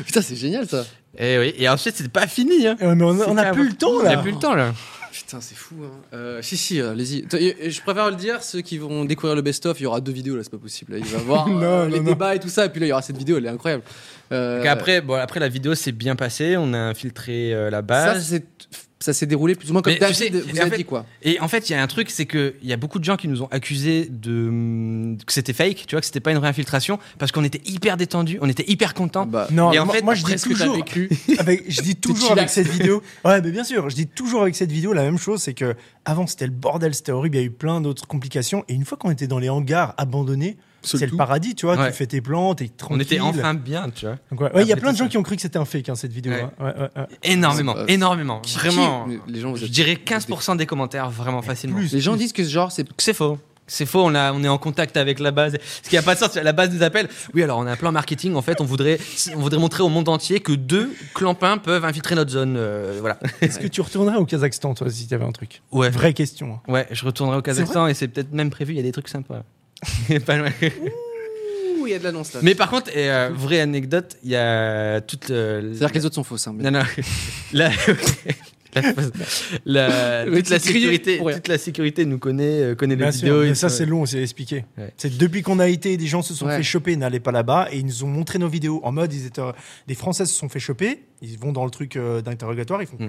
A: Putain, c'est génial ça.
B: Et oui. Et ensuite, c'est pas fini, hein.
C: Ouais, mais on, on a
B: C'est
C: plus le temps là.
B: On a plus le temps,
A: Euh,
B: là.
A: Putain, c'est fou. Hein. Euh, si, si, euh, allez-y. T- et- et Je préfère le dire, ceux qui vont découvrir le best-of, il y aura deux vidéos là, c'est pas possible. Il va y avoir
C: Non,
A: euh,
C: non,
A: les
C: non.
A: débats et tout ça, et puis là, il y aura cette vidéo, elle est incroyable. Euh,
B: Donc après, bon, après, la vidéo s'est bien passée. On a infiltré euh, la
A: ça,
B: base.
A: c'est- ça s'est déroulé plus ou moins comme
B: Mais tu
A: David
B: sais,
A: vous
B: en
A: a
B: fait-
A: dit quoi.
B: Et en fait, il y a un truc, c'est qu'il y a beaucoup de gens qui nous ont accusés de mm, que c'était fake, tu vois, que c'était pas une réinfiltration, parce qu'on était hyper détendus, on était hyper contents.
A: Bah,
C: Non,
B: Et en
C: moi-
B: fait,
C: moi je
A: après
C: dis
A: ce que t'as
C: toujours,
A: vécu,
C: avec, je dis toujours avec
A: chillax.
C: cette vidéo. Ouais, mais bien sûr, je dis toujours avec cette vidéo la même chose, c'est que avant c'était le bordel, c'était horrible, il y a eu plein d'autres complications, et une fois qu'on était dans les hangars abandonnés,
A: Seul
C: c'est le
A: tout.
C: paradis, tu vois,
B: Ouais.
C: tu fais tes plantes, et tranquille.
B: on était enfin bien, tu vois.
C: Donc ouais, ouais, il y a
B: Après
C: plein de
B: tout
C: gens
B: ça.
C: qui ont cru que c'était un fake hein, cette vidéo.
B: Ouais.
C: hein. Ouais, ouais, ouais.
B: Énormément,
A: C'est pas-
B: énormément,
A: Qui-
B: vraiment.
A: qui- les gens, vous
B: je
A: êtes-
B: dirais
A: vous êtes-
B: 15% des commentaires, vraiment facilement.
C: plus.
A: les gens disent que ce genre, c'est.
B: que c'est faux. C'est faux, on, a, on est en contact avec la base. Ce qui n'a pas de sens, la base nous appelle. Oui, alors on a un plan marketing, en fait, on voudrait, on voudrait montrer au monde entier que deux clampins peuvent infiltrer notre zone. euh, voilà.
C: Est-ce que tu retournerais au Kazakhstan, toi, si t'avais un truc
B: Ouais.
C: Vraie question. hein.
B: Ouais, je retournerai au Kazakhstan et c'est peut-être même prévu, il y a des trucs sympas. Pas loin.
A: Ouh, il y a de l'annonce là.
B: Mais par contre, et, euh, vraie anecdote, il y a toute. euh,
A: C'est-à-dire que les autres sont fausses. Hein, mais-
B: Non, non. La... la- la-
A: Le
B: toute, la
A: petit crier
B: sécurité,
A: pour rien.
B: toute la sécurité nous connaît, euh, connaît
C: Bien
B: les
C: sûr,
B: vidéos.
C: mais
B: et
C: ça
B: tout.
C: c'est long, c'est expliqué.
B: Ouais.
C: C'est depuis qu'on a été, des gens se sont
A: Ouais.
C: fait choper, n'allez pas là-bas, et ils nous ont montré nos vidéos en mode, ils étaient, euh, des Français se sont fait choper, ils vont dans le truc euh, d'interrogatoire, ils font.
B: Mmh.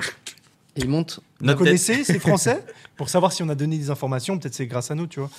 A: Ils montent.
C: Vous
B: Notre
C: connaissez ces Français pour savoir si on a donné des informations, peut-être c'est grâce à nous, tu vois.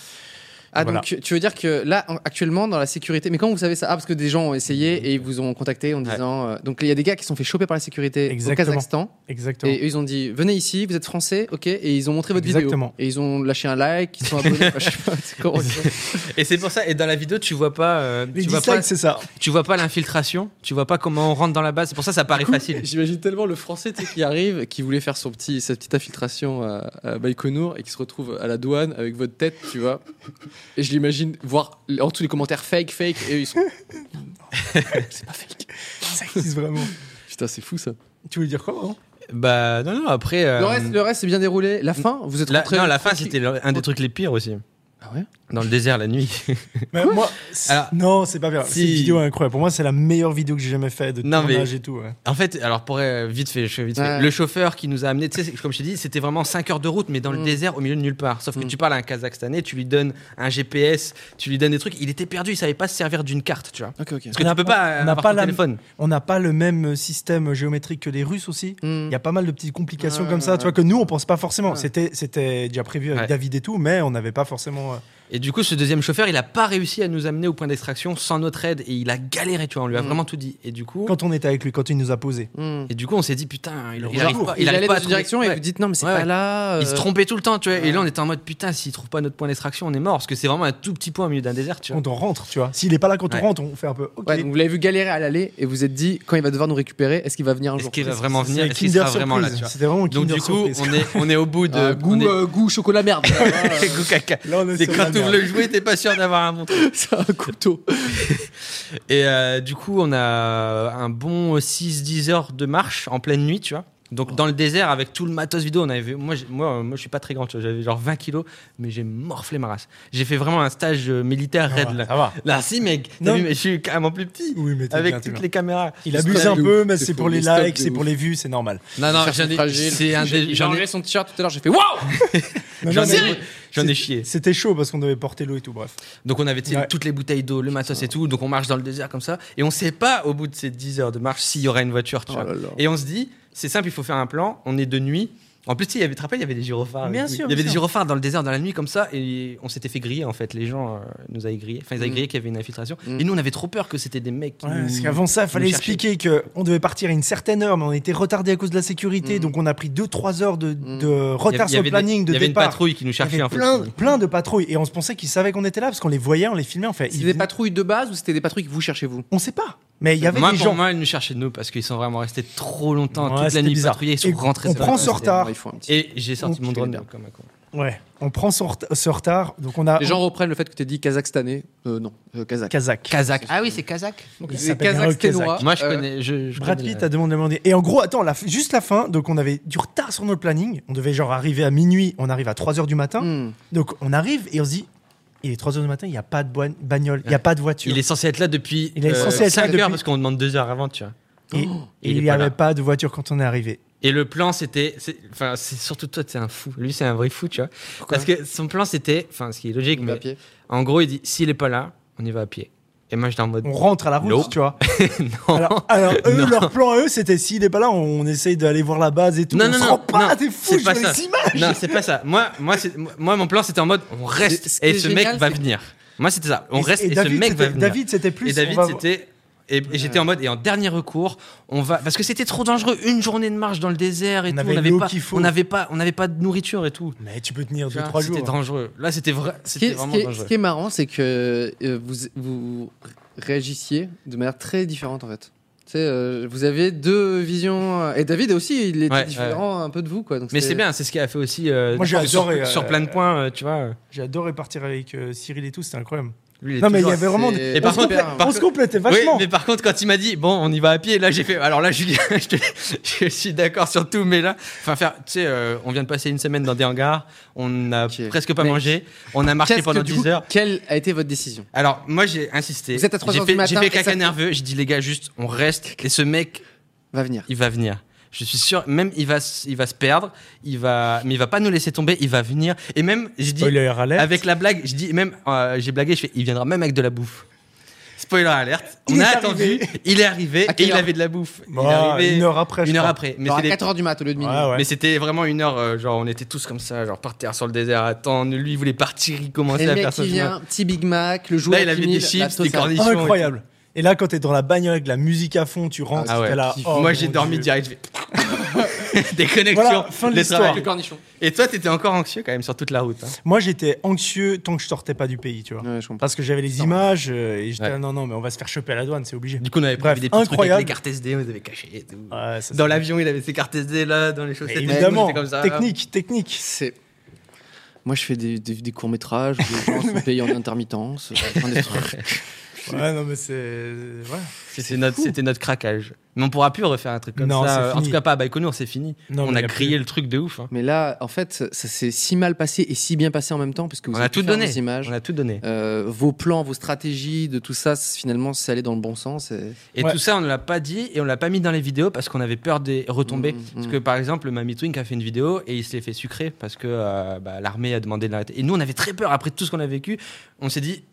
A: Ah,
C: Voilà.
A: donc tu veux dire que là, en- actuellement, dans la sécurité. Mais quand vous savez ça Ah, parce que des gens ont essayé
C: Mmh.
A: et ils vous ont contacté en disant. euh, Donc il y a des gars qui se sont fait choper par la sécurité au
C: Exactement.
A: Kazakhstan.
C: Exactement.
A: Et euh, eux, ils ont dit venez ici, vous êtes français, ok Et ils ont montré votre
C: Exactement.
A: vidéo. Et ils ont lâché un like, ils sont abonnés. enfin, je sais pas, c'est comment ils sont.
B: Et c'est pour ça, et dans la vidéo, tu vois pas, euh,
C: Les
B: tu vois pas,
C: dislikes, c'est ça.
B: tu vois pas l'infiltration, tu vois pas comment on rentre dans la base. C'est pour ça, ça paraît facile.
A: J'imagine tellement le français tu sais, qui arrive, qui voulait faire son petit, sa petite infiltration à, à Baïkonour et qui se retrouve à la douane avec votre tête, tu vois. Et je l'imagine voir en dessous les commentaires fake, fake, et eux, ils sont.
C: Ça existe vraiment.
A: Putain, c'est fou ça.
C: Tu voulais dire quoi vraiment
B: Bah non, non. Après, euh, Mm.
A: Le reste, le reste, c'est bien déroulé. La fin, vous êtes
B: la,
A: rentrés-
B: non, la fin, c'était le- un des trucs les pires aussi.
A: Ah ouais
B: Dans le désert la nuit.
C: Mais moi, c'est-
B: Alors,
C: non, c'est pas bien.
B: si.
C: Cette vidéo est incroyable. Pour moi, c'est la meilleure vidéo que j'ai jamais faite de
B: Non, mais-
C: tournage et tout. ouais.
B: En fait, alors pour euh, vite fait, je fais vite fait.
A: Ouais.
B: le chauffeur qui nous a amené, tu sais, comme je t'ai dit, c'était vraiment 5 heures de route, mais dans le
A: Mm.
B: désert, au milieu de nulle part. Sauf que
A: Mm.
B: tu parles à un Kazakhstanais, tu lui donnes un GPS, tu lui donnes des trucs. Il était perdu, il savait pas se servir d'une carte, tu vois.
A: Ok, ok.
B: Parce que
C: On
B: tu
C: a
B: peux
C: pas- on
B: pas
C: a
B: euh, avoir
C: pas
B: ton
C: la-
B: téléphone.
C: On n'a pas le même système géométrique que les Russes aussi.
A: Hmm.
C: Il y a pas mal de petites complications
A: Ouais,
C: comme ça,
A: ouais,
C: tu
A: ouais.
C: vois, que nous, on pense pas forcément.
A: Ouais.
C: C'était, c'était déjà prévu avec
B: Ouais.
C: David et tout, mais on n'avait pas forcément. euh,
B: Et du coup, ce deuxième chauffeur, il a pas réussi à nous amener au point d'extraction sans notre aide et il a galéré, tu vois. On lui a
A: Mm.
B: vraiment tout dit. Et du coup,
C: Quand on était avec lui, quand il nous a posé.
A: Hmm.
B: et du coup, on s'est dit putain, il,
A: Et
B: il
A: genre,
B: arrive pas, il arrive
A: allait dans
B: pas à
A: une
B: trouver-
A: direction et
B: Ouais.
A: vous dites non mais c'est
B: Ouais,
A: pas
B: ouais.
A: là.
B: Il se
A: euh,
B: trompait tout le temps, tu vois.
A: ouais.
B: Et là, on était en mode putain, s'il trouve pas notre point d'extraction, on est mort parce que c'est vraiment un tout petit point au milieu d'un désert, tu vois.
C: Quand on rentre, tu vois. S'il est pas là quand on
B: Ouais.
C: rentre, on fait un peu. Ok.
A: Ouais, donc vous l'avez vu galérer à l'aller et vous vous êtes dit quand il va devoir nous récupérer, est-ce qu'il va venir un
B: Est-ce
A: jour
B: qu'il va
A: Est-ce
B: vraiment
C: C'est
B: venir Est-ce qu'il
C: Kinder
B: sera vraiment là,
C: Surprise.
B: tu vois
C: C'était vraiment
B: Donc
C: Kinder
B: du coup,
C: surprise.
B: on est, on est au bout
A: que-
B: de
A: Ah, goût,
B: on est-
A: euh, goût chocolat merde.
B: Goût caca.
C: ah, Là, on est
B: C'est
C: sur
B: quand
C: la
B: tu ouvres
C: merde.
B: le jouet, t'es pas sûr d'avoir un bon truc.
A: C'est un couteau.
B: Et euh, du coup, on a un bon 6-10 heures de marche en pleine nuit, tu vois. Donc
C: Oh.
B: dans le désert avec tout le matos vidéo, on avait vu- moi j'ai- moi euh, moi je suis pas très grand, tu vois, j'avais genre 20 kilos, mais j'ai morflé ma race. J'ai fait vraiment un stage euh, militaire raid
C: va,
B: là.
C: Ah, ça va.
B: Là si mec, t'as
C: Non.
B: vu, mais je suis carrément plus petit
C: Oui, mais t'es
B: avec
C: bien, t'es
B: toutes
C: bien.
B: les caméras.
C: Il
A: Le
C: abuse
A: stock
C: un
A: de
C: peu,
A: ouf,
C: mais
A: c'est
C: c'est
A: faux,
C: pour les
A: le stock
C: likes,
A: de
C: c'est pour
A: ouf.
C: les vues, c'est normal.
B: Non non,
A: Cherche
B: j'en
A: le
B: ai
A: fragile.
B: c'est un
A: J'ai-
B: des-
A: J'ai
B: j'en ai
A: enlevé son t-shirt tout à l'heure, j'ai fait waouh
C: Non,
B: j'en
C: non,
B: ai-
C: mais-
B: j'en ai
C: c'est-
B: chié.
C: C'était chaud parce qu'on devait porter l'eau et tout, bref.
B: Donc on avait tu sais,
C: Ouais.
B: toutes les bouteilles d'eau, le matos et tout. Donc on marche dans le désert comme ça. Et on sait pas au bout de ces 10 heures de marche s'il y aura une voiture. tu
A: Oh
B: vois.
A: là là.
B: Et on se dit, c'est simple, il faut faire un plan. On est de nuit. En plus, tu sais, il y avait, tu te rappelles, il y avait des gyrophares. et
C: Bien
B: tout.
C: sûr,
B: il y avait
C: bien
B: des
C: sûr.
B: gyrophares dans le désert, dans la nuit, comme ça. Et on s'était fait griller, en fait. Les gens euh, nous avaient grillé. Enfin, ils avaient
A: Mm.
B: grillé qu'il y avait une infiltration.
A: Mm.
B: Et nous, on avait trop peur que c'était des mecs. qui
C: Ouais,
B: nous-
C: parce qu'avant ça, il fallait
B: nous cherchaient.
C: expliquer qu'on devait partir à une certaine heure, mais on était retardé à cause de la sécurité, donc on a pris 2-3 heures de, de
B: Mm. Il y avait-
C: retard
B: il y avait
C: sur le
B: des-
C: planning,
B: Il y
C: de
B: avait une
C: départ.
B: patrouille qui nous
C: Il y
B: cherchait,
C: avait
B: en fait.
C: plein, plein de patrouilles et on se pensait qu'ils savaient qu'on était là parce qu'on les voyait, on les filmait, on fait.
A: C'était
C: ils
A: des
C: venaient-
A: patrouilles de base ou c'était des patrouilles que vous cherchez vous
C: On sait pas. Mais il y avait
B: Moi,
C: des
B: pour
C: gens.
B: moi, ils nous cherchaient de nous parce qu'ils sont vraiment restés trop longtemps,
C: Ouais,
B: toute la
C: c'était
B: nuit
C: bizarre.
B: patrouillés. Ils sont
C: Et
B: rentrés.
C: on
B: sur la
C: prend
B: place.
C: son retard.
A: Il faut un petit-
B: Et j'ai sorti
A: On
B: mon drone
A: fait les
B: comme un con.
C: Ouais, on prend son ret- ce retard, donc on a
A: Les gens reprennent le fait que tu dit kazakhstanais. Euh, non, euh, kazakh.
C: Kazakh.
B: Kazakh. Ah oui, c'est Kazakh.
C: Il
A: C'est
C: s'appelle Harold Kazakh.
A: kazakhstanois.
B: Moi, je
A: Euh,
B: connais. Je, je
C: Brad
B: connais,
C: Pitt
B: euh,
C: a demandé à demander. Et en gros, attends, la, juste la fin. Donc, on avait du retard sur notre planning. On devait genre arriver à minuit. On arrive à 3 h du matin.
A: hmm.
C: Donc, on arrive et on se dit, il est 3 h du matin, il n'y a pas de boi- bagnole, il n'y a pas de voiture.
B: Il est censé être là depuis
C: Il est censé être là
B: 5 heures
C: depuis-
B: parce qu'on demande 2 heures avant, tu vois.
C: Et, et
B: il est
C: il n'y
B: pas
C: avait
B: là.
C: pas de voiture quand on est arrivé.
B: Et le plan, c'était. c'est- Enfin, c'est surtout toi, t'es un fou. Lui, c'est un vrai fou, tu vois. parce que son plan, c'était. Enfin, ce qui est logique,
A: On va à
B: mais.
A: pied.
B: En gros, il dit s'il est pas là, on y va à pied. Et moi, j'étais en mode.
C: On rentre à la route,
B: Nope.
C: tu vois.
B: non.
C: Alors, alors, eux,
B: Non.
C: leur plan à eux, c'était s'il n'est pas là, on essaye d'aller voir la base et tout.
B: Non,
C: on
B: non,
C: se
B: non,
C: rend pas,
B: non,
C: t'es fou,
B: c'est
C: je
B: pas
C: vois
B: ça.
C: les images.
B: Non, c'est pas ça. Moi, moi, c'est- moi, mon plan, c'était en mode on reste
A: C'est- ce qui
B: et
A: est
B: ce
A: génial,
B: mec va
A: c'est-
B: venir. Moi, c'était ça. On reste et,
C: David,
B: ce mec
C: c'était-
B: va venir.
C: David, c'était plus.
B: Et David,
C: on va-
B: c'était. Et, et j'étais en mode, et en dernier recours, on va. Parce que c'était trop dangereux, une journée de marche dans le désert et
C: On
B: tout.
C: avait
B: on n'avait
C: l'eau
B: pas,
C: qu'il faut.
B: on n'avait pas, on n'avait pas de nourriture et tout.
C: Mais tu peux tenir
B: Tu vois,
C: 2-3 jours.
B: C'était dangereux. Là, c'était vrai,
A: Ce qui
B: c'était
A: est, ce
B: vraiment
A: qui est-
B: dangereux.
A: ce qui est marrant, c'est que euh, vous, vous réagissiez de manière très différente en fait. Tu sais, euh, vous avez deux visions. euh, Et David aussi, il était
B: Ouais,
A: différent un peu de vous. Quoi. Donc
B: Mais
A: c'est-
B: c'est bien, c'est ce qui a fait aussi. euh,
C: Moi, j'ai
B: sur-
C: adoré,
B: sur,
C: euh,
B: sur plein de points, euh, tu vois. euh,
C: J'ai adoré partir avec euh, Cyril et tout, c'était incroyable.
B: lui, est
C: Non, mais il y
B: toujours-
C: avait vraiment.
A: c'est-
C: des- hein.
B: Et
C: on
B: par
C: se
B: contre,
C: complétait-
B: par
C: on se
B: contre-
C: complétait
B: Oui,
C: vachement.
B: mais par contre, quand il m'a dit, bon, on y va à pied, là, j'ai fait. Alors là, Julien, je, te- je suis d'accord sur tout, mais là, enfin, faire, tu sais, euh, on vient de passer une semaine dans des hangars, on n'a
A: Ok.
B: presque pas
A: Mais-
B: mangé, on a marché
A: Qu'est-ce
B: pendant
A: que, du
B: 10
A: coup,
B: heures.
A: Quelle a été votre décision
B: Alors, moi, j'ai insisté.
A: Vous êtes à trois
B: J'ai
A: heures
B: fait-
A: du matin,
B: J'ai fait
A: et ça
B: caca
A: fait-
B: nerveux. J'ai dit, les gars, juste, on reste. Et ce mec,
A: Va venir.
B: il va venir. Je suis sûr, même il va, s- il va se perdre, il va, mais il va pas nous laisser tomber, il va venir. Et même, j'ai dit,
C: Spoiler alert.
B: avec la blague, je dis, même, euh, j'ai blagué, je fais, il viendra même avec de la bouffe. Spoiler alerte, on
C: Il est
B: a attendu,
C: arrivé.
B: il est arrivé
A: À
B: et
A: quelle
B: il
A: heure
B: avait de la bouffe. Il est
C: Bah,
B: arrivé
C: une heure après, je
B: Une heure
C: crois.
B: après. Mais
A: Genre à
B: c'est des-
A: 4h du mat au lieu de minuit.
C: Ouais, ouais.
B: mais c'était vraiment une heure, euh, genre on était tous comme ça, genre par terre sur le désert, à attendre. Lui, il voulait partir, il
A: Et
B: commençait
A: le
B: à
A: mec
B: faire
A: qui
B: son
A: vient, petit Big Mac, le jouet
B: Là, il
A: à
B: avait
A: 10
B: des
A: 000,
B: chips,
A: la
B: des
A: sauce à-
B: cornichons.
C: Incroyable. Et là, quand t'es dans la bagnole avec la musique à fond, tu rentres,
B: Ah ouais.
C: t'es là.
B: Kiff.
C: oh
B: Moi
C: mon
B: j'ai dormi
C: Dieu.
B: direct. j'ai fait Déconnexion.
C: Voilà, fin de
B: le
C: l'histoire.
B: travail.
A: Le cornichon.
B: Et toi t'étais encore anxieux quand même sur toute la route. hein.
C: Moi, j'étais anxieux tant que je sortais pas du pays, tu vois.
A: Ouais, je comprends.
C: Parce que j'avais les images euh, et j'étais
B: Ouais.
C: là, non, non, mais on va se faire choper à la douane, c'est obligé.
B: Du coup on avait
C: Bref,
B: prévu des petits trucs avec
C: incroyable.
B: les cartes SD, on les avait cachées et tout.
C: Ouais, ça,
B: dans
C: c'est-
B: l'avion il avait ses cartes SD là, dans les
C: Mais
B: chaussettes. et tout,
C: Évidemment,
B: j'étais comme ça.
C: technique, technique.
A: C'est. Moi, je fais des, des, des courts-métrages, où les gens sont payés en intermittence, euh, plein de trucs.
C: Ouais, non, mais c'est. euh, Ouais.
B: C'était notre, c'était notre craquage. Mais on pourra plus refaire un truc comme
C: Non, c'est
B: ça. En
C: fini.
B: tout cas pas à Baïkonour, c'est fini.
C: Non,
B: on
C: mais
B: a
C: y a
B: grillé
C: plus.
B: le truc de ouf. hein.
A: Mais là, en fait, ça- ça s'est si mal passé et si bien passé en même temps, puisque vous
B: On
A: avez
B: a tout
A: pu faire
B: donné.
A: vos images,
B: On a tout donné.
A: euh, vos plans, vos stratégies, de tout ça, c'est- finalement, c'est allé dans le bon sens. et-
B: Et
C: Ouais.
B: tout ça, on ne l'a pas dit et on l'a pas mis dans les vidéos parce qu'on avait peur des retombées.
A: Mm,
B: parce
A: mm.
B: que par exemple, Mamie Twink a fait une vidéo et il se l'est fait sucrer parce que euh, bah, l'armée a demandé de l'arrêter. Et nous, on avait très peur après tout ce qu'on a vécu. On s'est dit,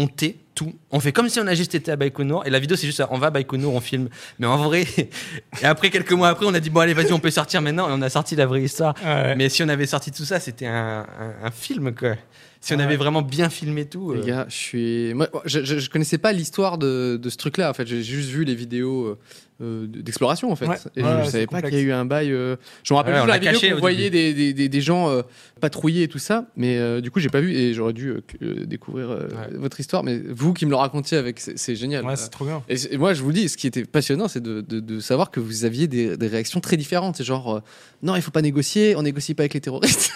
B: on tait tout. On fait comme si on a juste été à Baïkonour. Et la vidéo, c'est juste ça, on va à Baïkonour, on filme. Mais en vrai, et après, quelques mois après, on a dit, bon, allez, vas-y, on peut sortir maintenant. Et on a sorti la vraie histoire.
C: ah Ouais.
B: Mais si on avait sorti tout ça, c'était un, un- un film, quoi. Si
C: Ah
B: on avait vraiment bien filmé tout. euh,
A: Les gars, je suis. Moi, je, je- je connaissais pas l'histoire de, de ce truc-là. En fait, j'ai juste vu les vidéos euh, d'exploration. En fait,
C: Ouais.
A: et
C: Ouais,
A: je,
C: ouais,
A: je savais
C: c'est
A: pas
C: complexe.
A: qu'il y a eu un bail. euh, Je me rappelle
B: Ouais,
A: juste
B: on
A: dans la
B: l'a caché
A: vidéo
B: au
A: qu'on voyait des, des, des, des gens euh, patrouiller et tout ça, mais euh, du coup, j'ai pas vu et j'aurais dû euh, que- euh, découvrir euh,
B: Ouais.
A: votre histoire. Mais vous qui me le racontiez avec, c'est c'est génial.
C: Ouais, c'est trop bien.
A: Et, c- et moi, je vous le dis, ce qui était passionnant, c'est de, de- de savoir que vous aviez des, des réactions très différentes. C'est genre, euh, non, il faut pas négocier, on négocie pas avec les terroristes.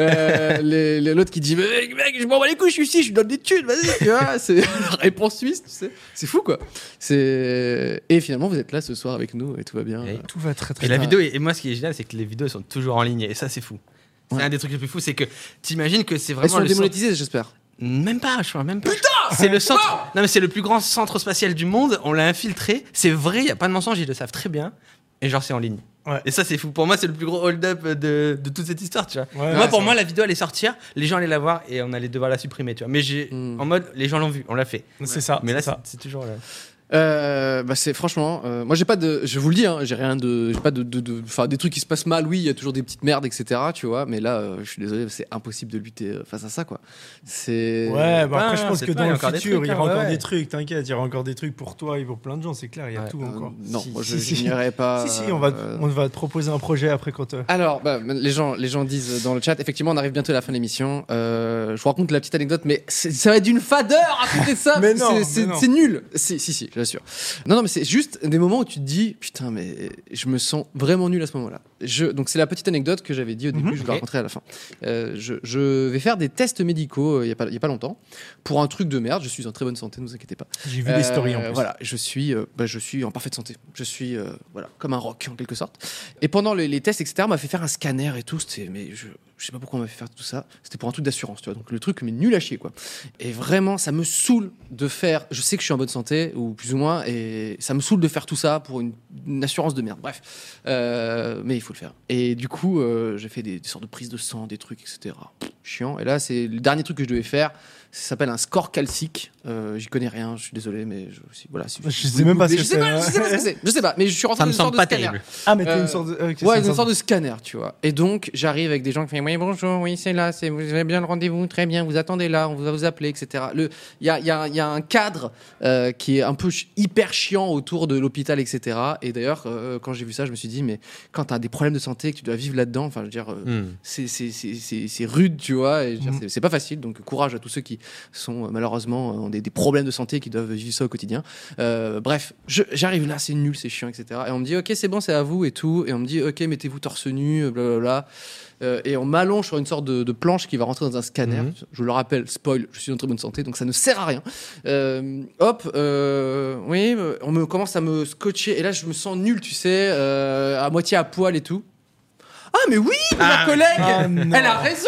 A: Euh, les- les- le- l'autre qui dit mec, mec, je m'en bats les couilles, je suis ici, je suis dans des thunes, vas-y, tu vois. C'est la réponse suisse, tu sais. C'est fou, quoi. C'est et finalement vous êtes là ce soir avec nous et tout va bien.
B: Et-
C: Tout va très très
B: euh, Et la
C: bien.
B: vidéo, est- et moi, ce qui est génial, c'est que les vidéos sont toujours en ligne, et ça, c'est fou. C'est
A: Ouais.
B: un des trucs les plus fous, c'est que t'imagines que c'est
A: Elles
B: vraiment
A: sont
B: le centre-
A: démonétisées, j'espère.
B: Même pas, je crois même pas. Putain C'est le centre. Non mais c'est le plus grand centre spatial du monde. On l'a infiltré. C'est vrai, y a pas de mensonge. Ils le savent très bien. Et genre c'est en ligne.
C: Ouais.
B: Et ça c'est fou. Pour moi c'est le plus gros hold-up de, de toute cette histoire, tu vois.
C: Ouais,
B: moi
C: ouais,
B: pour
C: c'est
B: moi la vidéo allait sortir, les gens allaient la voir et on allait devoir la supprimer, tu vois. Mais j'ai
A: Hmm.
B: en mode les gens l'ont vu, on l'a fait.
C: C'est ça.
B: Mais là
C: Ah, c'est ça.
B: c'est c'est toujours là.
A: Euh, bah c'est franchement, euh, moi j'ai pas de, je vous le dis, hein, j'ai rien de, j'ai pas de, de- de- enfin des trucs qui se passent mal, oui, il y a toujours des petites merdes, etc. Tu vois, mais là, euh, je suis désolé, c'est impossible de lutter euh, face à ça, quoi. C'est.
C: Ouais, bah
B: Ben,
C: après, je pense
B: c'est
C: que
B: pas,
C: dans
B: il y a
C: le
B: encore des
C: futur,
B: trucs,
C: il y
B: hein,
C: aura
B: ouais,
C: encore
B: ouais.
C: des trucs, t'inquiète, il y aura encore des trucs pour toi et pour plein de gens, c'est clair, il y a
B: Ouais,
C: tout
B: euh,
A: Euh,
C: encore.
A: non,
C: Si,
A: moi
C: si,
A: je
C: si.
A: j'ignorais pas.
C: Si, si, on va,
A: euh,
C: on va te proposer un projet après quand. euh,
A: Alors, bah, les, gens, les gens disent dans le chat, effectivement, on arrive bientôt à la fin de l'émission. Euh, je vous raconte la petite anecdote, mais c'est- ça va être d'une fadeur à côté de ça.
C: Mais
A: parce que
C: non,
A: c'est-
C: mais
A: c'est
C: non.
A: c'est nul. Si, si, si, j'assure. Non, non, mais c'est juste des moments où tu te dis, putain, mais je me sens vraiment nul à ce moment-là. Je, donc, c'est la petite anecdote que j'avais dit au
C: Mhm.
A: début, je vous la
B: Ok.
A: raconterai à la fin. Euh, je, je vais faire des tests médicaux euh, il y a pas, il y a pas longtemps pour un truc de merde. Je suis en très bonne santé, ne vous inquiétez pas.
C: J'ai vu les stories en
A: Euh,
C: plus.
A: Voilà, je suis, euh, bah, je suis en parfaite santé. Je suis euh, voilà, comme un roc en quelque sorte. Et pendant les, les tests, etc., on m'a fait faire un scanner et tout. C'était, mais je, je sais pas pourquoi on m'a fait faire tout ça. C'était pour un truc d'assurance, tu vois. Donc le truc, mais nul à chier, quoi. Et vraiment, ça me saoule de faire. Je sais que je suis en bonne santé, ou plus ou moins, et ça me saoule de faire tout ça pour une, une assurance de merde. Bref, Euh, mais il faut le faire. Et du coup, euh, j'ai fait des, des sortes de prises de sang, des trucs, etc. Pff, Chiant. Et là, c'est le dernier truc que je devais faire. Ça s'appelle un score calcique. Euh, J'y connais rien, je suis désolé, mais je, si- voilà. si-
C: Je
A: si
C: sais
A: vous
C: même pas
A: écoutez-
C: ce
A: je
C: que
A: sais
C: c'est, hein.
A: pas-
C: ouais.
A: je sais pas ce que c'est. Je sais pas, mais je suis rentré
B: Ça
A: dans
B: me
A: une sorte
B: semble
A: de
B: pas
A: scanner.
B: terrible.
C: Ah, mais t'es
A: Euh,
C: une sorte de. euh, c'est
A: Ouais,
C: une
A: une sorte
C: sorte
A: de scanner, tu vois. Et donc, j'arrive avec des gens qui font Oui, bonjour, oui, c'est là, c'est, vous avez bien le rendez-vous, très bien, vous attendez là, on va vous appeler, etc. Le- Il y a, il y a un- il y a un cadre euh, qui est un peu ch- hyper chiant autour de l'hôpital, etc. Et d'ailleurs, euh, quand j'ai vu ça, je me suis dit Mais quand t'as des problèmes de santé, que tu dois vivre là-dedans, enfin, je veux dire, euh,
C: Hmm.
A: c'est, c'est, c'est, c'est, c'est rude, tu vois, et je veux dire,
C: Mhm.
A: c'est, c'est pas facile. Donc, courage à tous ceux qui sont euh, malheureusement ont des, des problèmes de santé qui doivent vivre ça au quotidien. Euh, bref, je- j'arrive là, c'est nul, c'est chiant, etc. Et on me dit, ok, c'est bon, c'est à vous et tout. Et on me dit, ok, mettez-vous torse nu, blablabla. Euh, et on m'allonge sur une sorte de, de planche qui va rentrer dans un scanner.
B: Mhm.
A: Je le rappelle, spoil, je suis en très bonne santé, donc ça ne sert à rien. Euh, hop, euh, oui, euh, on me commence à me scotcher. Et là, je me sens nul, tu sais, euh, à moitié à poil et tout. Ah, mais oui, mais ma
C: Ah,
A: collègue,
C: non.
A: elle a raison.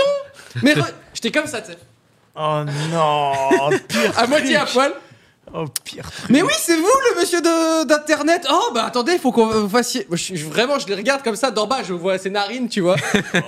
A: Mais re- j'étais comme ça, tu sais,
C: Oh non Pire
A: à moitié à
C: truc.
A: poil.
C: Oh, pire truc
A: Mais oui, c'est vous le monsieur de- d'internet. Oh bah attendez, il faut qu'on vous fassiez. Moi, je- je- vraiment, je les regarde comme ça d'en bas, je vois ses narines, tu vois.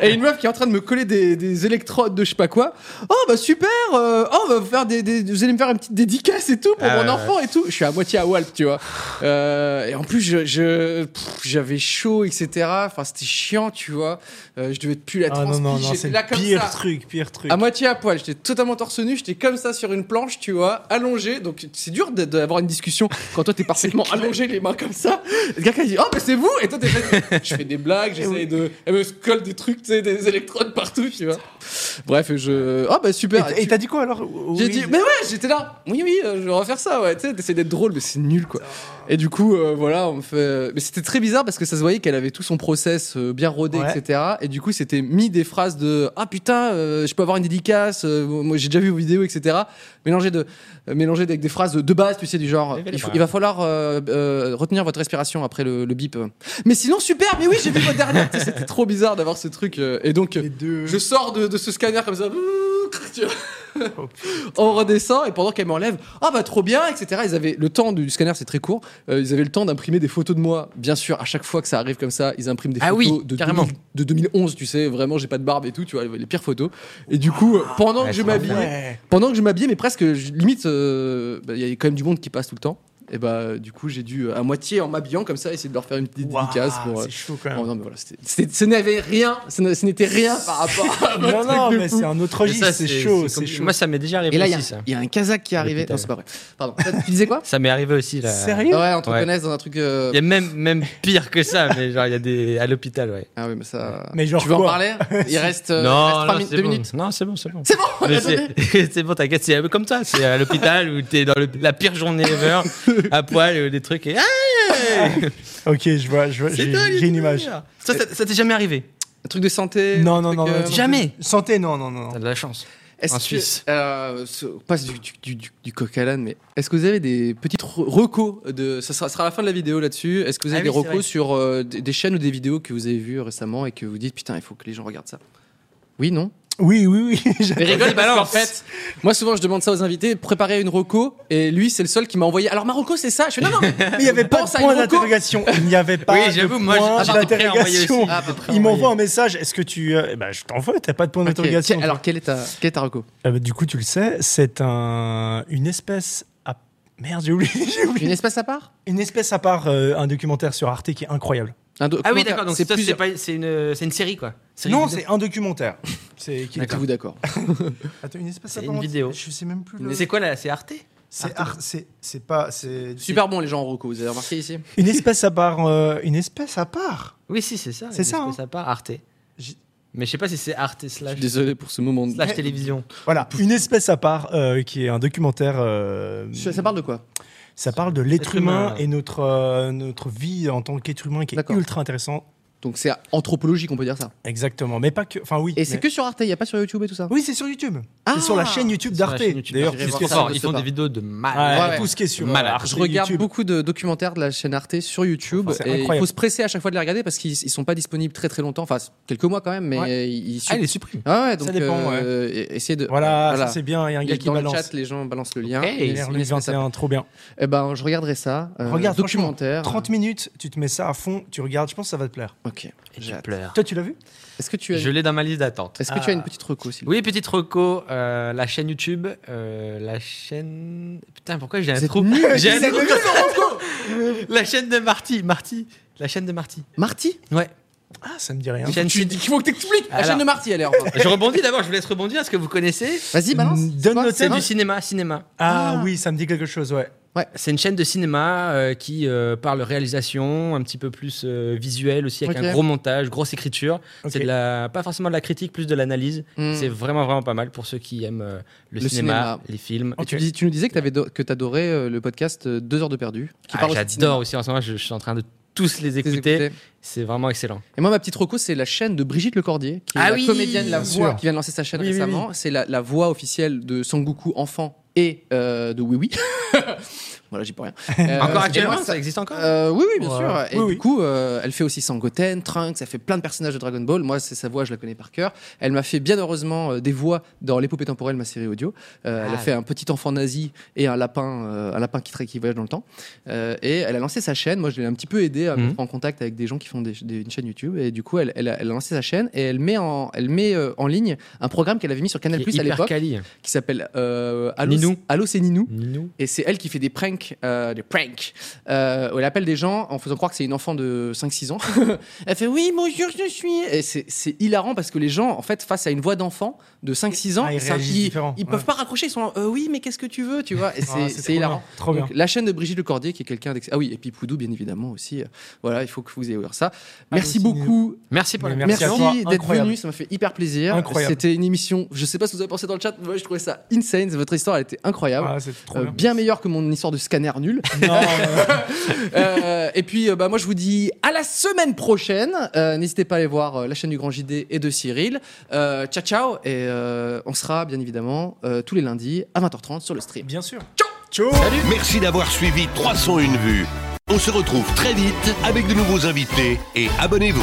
A: Et une meuf qui est en train de me coller des, des électrodes de je sais pas quoi. Oh bah super. euh, oh, on va vous faire des, des- vous allez me faire une petite dédicace et tout pour
B: Ah,
A: mon
B: ouais,
A: enfant et tout. Je suis à moitié à Walp, tu vois. Euh, et en plus, je- je pff, j'avais chaud, etc. Enfin, c'était chiant, tu vois. Euh, je devais plus la
C: Ah non, non,
A: transpirer.
C: non,
A: J'étais
C: c'est
A: là
C: le
A: comme
C: pire
A: ça. Ah,
C: truc, pire truc.
A: À moitié à poil, j'étais totalement torse nu, j'étais comme ça sur une planche, tu vois, allongé. Donc c'est dur de- d'avoir une discussion quand toi t'es parfaitement allongé, les mains comme ça. Le gars qui dit Oh, mais c'est vous Et toi t'es fait- Je fais des blagues, j'essaye de. Elle me colle des trucs, tu sais, des électrodes partout, tu vois. Bref, je. Oh, bah super.
C: Et- Et
A: Tu-
C: t'as dit quoi alors au-
A: j'ai
C: au-
A: dit, mais ouais, j'étais là. Oui, oui, euh, je vais refaire ça, ouais. Tu sais, t'essaies d'être drôle, mais c'est nul, quoi.
C: Oh.
A: Et du coup, euh, voilà, on me fait. Mais c'était très bizarre parce que ça se voyait qu'elle avait tout son process euh, bien rodé,
C: Ouais.
A: etc. Et du coup, c'était mis des phrases de Ah putain, euh, je peux avoir une dédicace, euh, moi j'ai déjà vu vos vidéos, etc. Mélangé, de, euh, mélangé avec des phrases de, de base, tu sais, du genre Il, faut- il va falloir euh, euh, retenir votre respiration après le, le bip. Mais sinon, super, mais oui, j'ai vu votre dernière. Tu sais, c'était trop bizarre d'avoir ce truc. euh, Et donc,
C: Les deux.
A: je sors de, de ce scanner comme ça. tu vois.
C: Oh,
A: On redescend et pendant qu'elle m'enlève, ah bah trop bien, etc. Ils avaient le temps du scanner, c'est très court. euh, ils avaient le temps d'imprimer des photos de moi. Bien sûr, à chaque fois que ça arrive comme ça, ils impriment des
B: Ah
A: photos
B: oui,
A: de,
B: carrément.
A: 2000 de 2011. Tu sais, vraiment, j'ai pas de barbe et tout. Tu vois, les pires photos. Et du coup, euh, pendant
B: Ouais,
A: que je
B: c'est
A: m'habillais,
C: Ouais.
A: pendant que je m'habillais, mais presque je- limite, euh, bah, il y a quand même du monde qui passe tout le temps. Et bah euh, du coup, j'ai dû euh, à moitié en m'habillant comme ça essayer de leur faire une petite
C: Waouh,
A: dédicace pour. euh,
C: C'est chaud quand
A: oh,
C: même.
A: non mais voilà, c'était- c'était- ce n'avait rien, ce n- ce n'était rien par rapport. à votre
C: Non,
A: truc
C: non,
A: de
C: mais
A: fou.
C: c'est un autre
B: Et ça,
C: registre, c'est chaud,
B: comme-
C: c'est chaud.
B: Moi ça m'est déjà
A: Et
B: arrivé
A: là, il y a-
B: aussi ça.
A: il y, a un Kazakh qui est arrivé.
B: L'hôpital.
A: Non, c'est pas vrai. Pardon. Tu disais quoi
B: Ça m'est arrivé aussi là.
C: Sérieux
A: Ouais, entre
B: Ouais.
A: connaisses dans un truc. euh,
B: Il y a même même pire que ça, mais genre il y a des à l'hôpital ouais.
A: Ah oui, mais ça.
C: Mais genre
A: tu veux en
C: quoi
A: parler Il reste. euh, il reste
B: non,
A: trois
B: non,
A: minutes,
B: c'est
A: deux
B: bon.
A: minutes.
B: Non, c'est bon, c'est bon.
A: C'est bon. on
B: Mais
A: a donné.
B: C'est c'est bon, t'inquiète, c'est un peu comme ça. C'est à l'hôpital où t'es dans le- la pire journée ever, à poil, euh, des trucs. Et, Ah,
C: Ok, je vois, je vois,
B: c'est
C: j'ai
B: dingue,
C: j'ai une
B: c'est
C: image.
B: dingue. Ça, ça- ça t'est jamais arrivé
A: Un truc de santé
C: Non,
A: un
C: non,
A: truc,
C: non,
A: euh,
C: non.
B: Jamais
C: Santé, non, non, non.
B: T'as de la chance.
A: Est-ce
B: Un
A: que-
B: Suisse.
A: euh, ce- on passe du, du, du- du- du coq à l'âne, mais est-ce que vous avez des petites re- recos de, ça sera, sera la fin de la vidéo là-dessus. Est-ce que vous
B: Ah
A: avez
B: oui,
A: des
B: c'est vrai.
A: recos sur euh, des, des chaînes ou des vidéos que vous avez vues récemment et que vous dites putain, il faut que les gens regardent ça Oui, non
C: Oui, oui, oui.
A: Mais rigole parce qu'en
B: balance.
A: fait, moi souvent je demande ça aux invités, préparer une reco, et lui c'est le seul qui m'a envoyé. Alors ma reco c'est ça. Je fais non non, mais
C: Mais il n'y avait pas
A: Pense à
C: de point
A: une reco.
C: d'interrogation. Il n'y avait pas
B: Oui,
C: de
B: j'avoue, moi,
C: point
B: j'ai- ah, j'étais prêt à envoyer aussi.
C: d'interrogation.
B: Ah, bah, prêt à
C: Il m'envoie
B: envoyer.
C: un message. Est-ce que tu. euh, eh ben, je t'envoie, t'as pas de point d'interrogation.
A: Ok, alors quelle est ta, quelle est ta reco
C: Ah bah, du coup, tu le sais, c'est un, une espèce à. Merde, j'ai oublié. j'ai oublié.
A: Une espèce à part
C: Une espèce à part, euh, un documentaire sur Arte qui est incroyable.
A: Un
B: Ah oui,
A: documentaire,
B: d'accord. Donc
A: c'est
B: ça, c'est
A: plusieurs.
B: pas- c'est une, c'est une série quoi. Série
C: Non,
B: vidéo.
C: c'est un documentaire. C'est qui est-
A: Êtes-vous d'accord
C: Attends, une espèce
B: C'est
C: à
B: une
C: part
B: vidéo.
C: Je sais même plus.
B: Mais
C: le-
B: C'est quoi là C'est Arte
C: C'est Ar- c'est- c'est pas. c'est-
A: Super bon les gens en reco. Vous avez remarqué ici
C: c'est- Une espèce à part. euh, une espèce à part.
B: Oui, si, c'est ça.
C: C'est ça, hein.
B: Ça part Arte.
C: J-
B: Mais je sais pas si c'est Arte slash,
A: Désolé pour ce moment. de-
B: slash télévision.
C: Voilà, une espèce à part euh, qui est un documentaire. euh,
A: Ça ça parle de quoi
C: Ça parle de l'être
B: Être
C: humain,
B: humain.
C: et notre, euh, notre vie en tant qu'être humain qui est
A: D'accord.
C: ultra intéressant.
A: Donc c'est anthropologique, on peut dire ça.
C: Exactement, mais pas que. Enfin, oui.
A: Et c'est
C: mais-
A: que sur Arte, il n'y a pas sur YouTube et tout ça
C: Oui, c'est sur YouTube.
A: Ah
C: c'est sur la chaîne YouTube
B: Sur la
C: d'Arte.
B: chaîne YouTube
C: D'ailleurs,
B: d'Arte.
C: tout
B: Ils
C: ce
B: sont
C: qui est
A: voir
C: sur-
B: forts,
A: je
B: ils
A: sais
B: font
A: pas.
B: des vidéos de
C: Ouais,
B: mal.
A: Ouais, ouais.
C: tout ce qui est sur
B: Malade.
C: euh, Arte
A: Je regarde
C: YouTube.
A: beaucoup de documentaires de la chaîne Arte sur
B: Oh,
A: YouTube
C: Enfin, c'est
A: et il
C: incroyable.
A: faut se presser à chaque fois de les regarder parce qu'ils ne sont pas disponibles très très longtemps, enfin quelques mois quand même, mais ils,
B: Ah, il les supprime.
A: Ah ouais, donc
C: Ça dépend,
A: euh, e- essayez de
C: Voilà, ça, c'est bien. Il y a un
A: Il
C: gars qui
A: dans
C: balance.
A: le chat, les gens balancent le lien.
B: Hey,
A: Et
C: LR,
A: une
C: le
A: espèce à-
C: 21, hein, trop bien.
A: Eh ben, je regarderai ça. euh,
C: Regarde, franchement,
A: documentaire.
C: 30 minutes, tu te mets ça à fond, tu regardes, je pense que ça va te plaire.
A: Ok.
B: Et
A: j'ai
B: je
A: hâte.
B: pleure.
C: Toi, tu l'as vu
A: Est-ce que tu as,
B: Je l'ai dans ma liste d'attente.
A: est-ce que tu as une petite reco s'il vous
B: Oui, petite Rocco, la chaîne YouTube, euh, la chaîne. Putain, pourquoi j'ai
A: plaît
B: un
A: Vous êtes
B: trou
A: nuls.
B: J'ai un
A: Vous êtes
B: trou-
A: nuls en reco.
B: La chaîne de Marty, Marty, la chaîne de Marty.
A: Marty
B: Ouais.
C: Ah, ça me dit rien.
B: Chaîne
A: Tu
B: sud-
A: dis qu'il faut que t'expliques La
B: Alors.
A: chaîne de Marty, elle est enfin.
B: Je rebondis d'abord. Je vous laisse rebondir. Est-ce que vous connaissez
A: Vas-y, balance.
C: Mm,
A: C'est quoi
C: donne-le
B: C'est
C: Non.
B: du cinéma, cinéma.
C: Ah oui, ça me dit quelque chose, ouais.
B: C'est une chaîne de cinéma euh, qui euh, parle réalisation, un petit peu plus euh, visuel aussi, avec
A: Ok.
B: un gros montage, grosse écriture.
C: Ok.
B: C'est de la, pas forcément de la critique, plus de l'analyse.
A: Mm.
B: C'est vraiment, vraiment pas mal pour ceux qui aiment euh, le,
A: Le
B: cinéma,
A: cinéma.
B: les films.
A: Et tu, dis- tu nous disais que t'avais do- que t'adorais euh, le podcast euh, Deux heures de perdu. qui
B: Ah,
A: parle aussi de cinéma.
B: J'adore aussi en ce moment, je, je suis en train de tous les
A: T'es
B: écouter.
A: écouté.
B: C'est vraiment excellent.
A: Et moi, ma petite reco, c'est la chaîne de Brigitte Lecordier, qui est
B: Ah
A: la
B: oui,
A: comédienne, la
C: bien
A: voix,
C: sûr.
A: qui vient de lancer sa chaîne
C: Oui, oui,
A: récemment. C'est la, la voix officielle de Sangoku enfant et euh, de Oui Oui. voilà, j'y peux rien. Euh,
B: Encore
A: et
B: actuellement,
A: moi,
B: ça existe encore
A: Euh, oui, oui, bien
C: Ouais.
A: sûr. Et
C: Oui,
A: du
C: oui.
A: coup, euh, elle fait aussi Sangoten, Trunks, elle fait plein de personnages de Dragon Ball. Moi, c'est sa voix, je la connais par cœur. Elle m'a fait bien heureusement euh, des voix dans l'épopée temporelle, ma série audio. Euh, Elle a
B: Ah.
A: fait un petit enfant nazi et un lapin, euh, un lapin qui, tra- qui voyage dans le temps. Euh, et elle a lancé sa chaîne. Moi, je l'ai un petit peu aidé à
B: Mhm.
A: mettre en contact avec des gens qui font des, des- une chaîne YouTube. Et du coup, elle, elle a, elle a lancé sa chaîne et elle met en, elle met euh, en ligne un programme qu'elle avait mis sur Canal
B: Qui est
A: Plus à
B: hyper
A: l'époque,
B: quali.
A: qui s'appelle euh, Allô,
B: Ninou.
A: Allô, c'est Ninou.
B: Ninou.
A: Et c'est elle qui fait des pranks, euh, des pranks. Euh, où elle appelle des gens en faisant croire que c'est une enfant de 5-6 ans. elle fait oui, bonjour, je suis. Et c'est- c'est hilarant parce que les gens, en fait, face à une voix d'enfant de 5-6 ans,
C: Ah, ils
A: ça-
C: réagissent
A: ils,
C: différent,
A: ils peuvent
C: ouais.
A: pas raccrocher. Ils sont là, Euh, oui, mais qu'est-ce que tu veux, tu vois. Et c'est
C: Ah,
A: c'est
C: trop
A: hilarant.
C: bien, Trop bien.
A: Donc, la chaîne de Brigitte Lecordier, qui est quelqu'un d'ex- Ah oui, et puis Poudou, bien évidemment aussi. Euh, Voilà, il faut que vous ayez ouvert ça. Merci
C: Ah, aussi,
A: beaucoup.
B: Merci pour la
C: Mais
B: merci.
C: merci. à toi,
A: d'être
C: incroyable.
A: venu. Ça m'a fait hyper plaisir.
C: Incroyable.
A: C'était une émission. Je sais pas ce que vous avez pensé dans le chat, mais moi, je trouvais ça insane. Votre histoire, elle était incroyable.
C: Ah, c'est trop
A: Euh,
C: bien.
A: bien meilleur que mon histoire de scanner nul.
C: Non, euh,
A: Euh, et puis, euh, bah, moi, je vous dis à la semaine prochaine. Euh, N'hésitez pas à aller voir euh, la chaîne du Grand JD et de Cyril. Euh, ciao, ciao. Et euh, on sera, bien évidemment, euh, tous les lundis à 20h30 sur le stream.
C: bien sûr. Ciao. Ciao.
D: Merci d'avoir suivi 301 vues. On se retrouve très vite avec de nouveaux invités et abonnez-vous.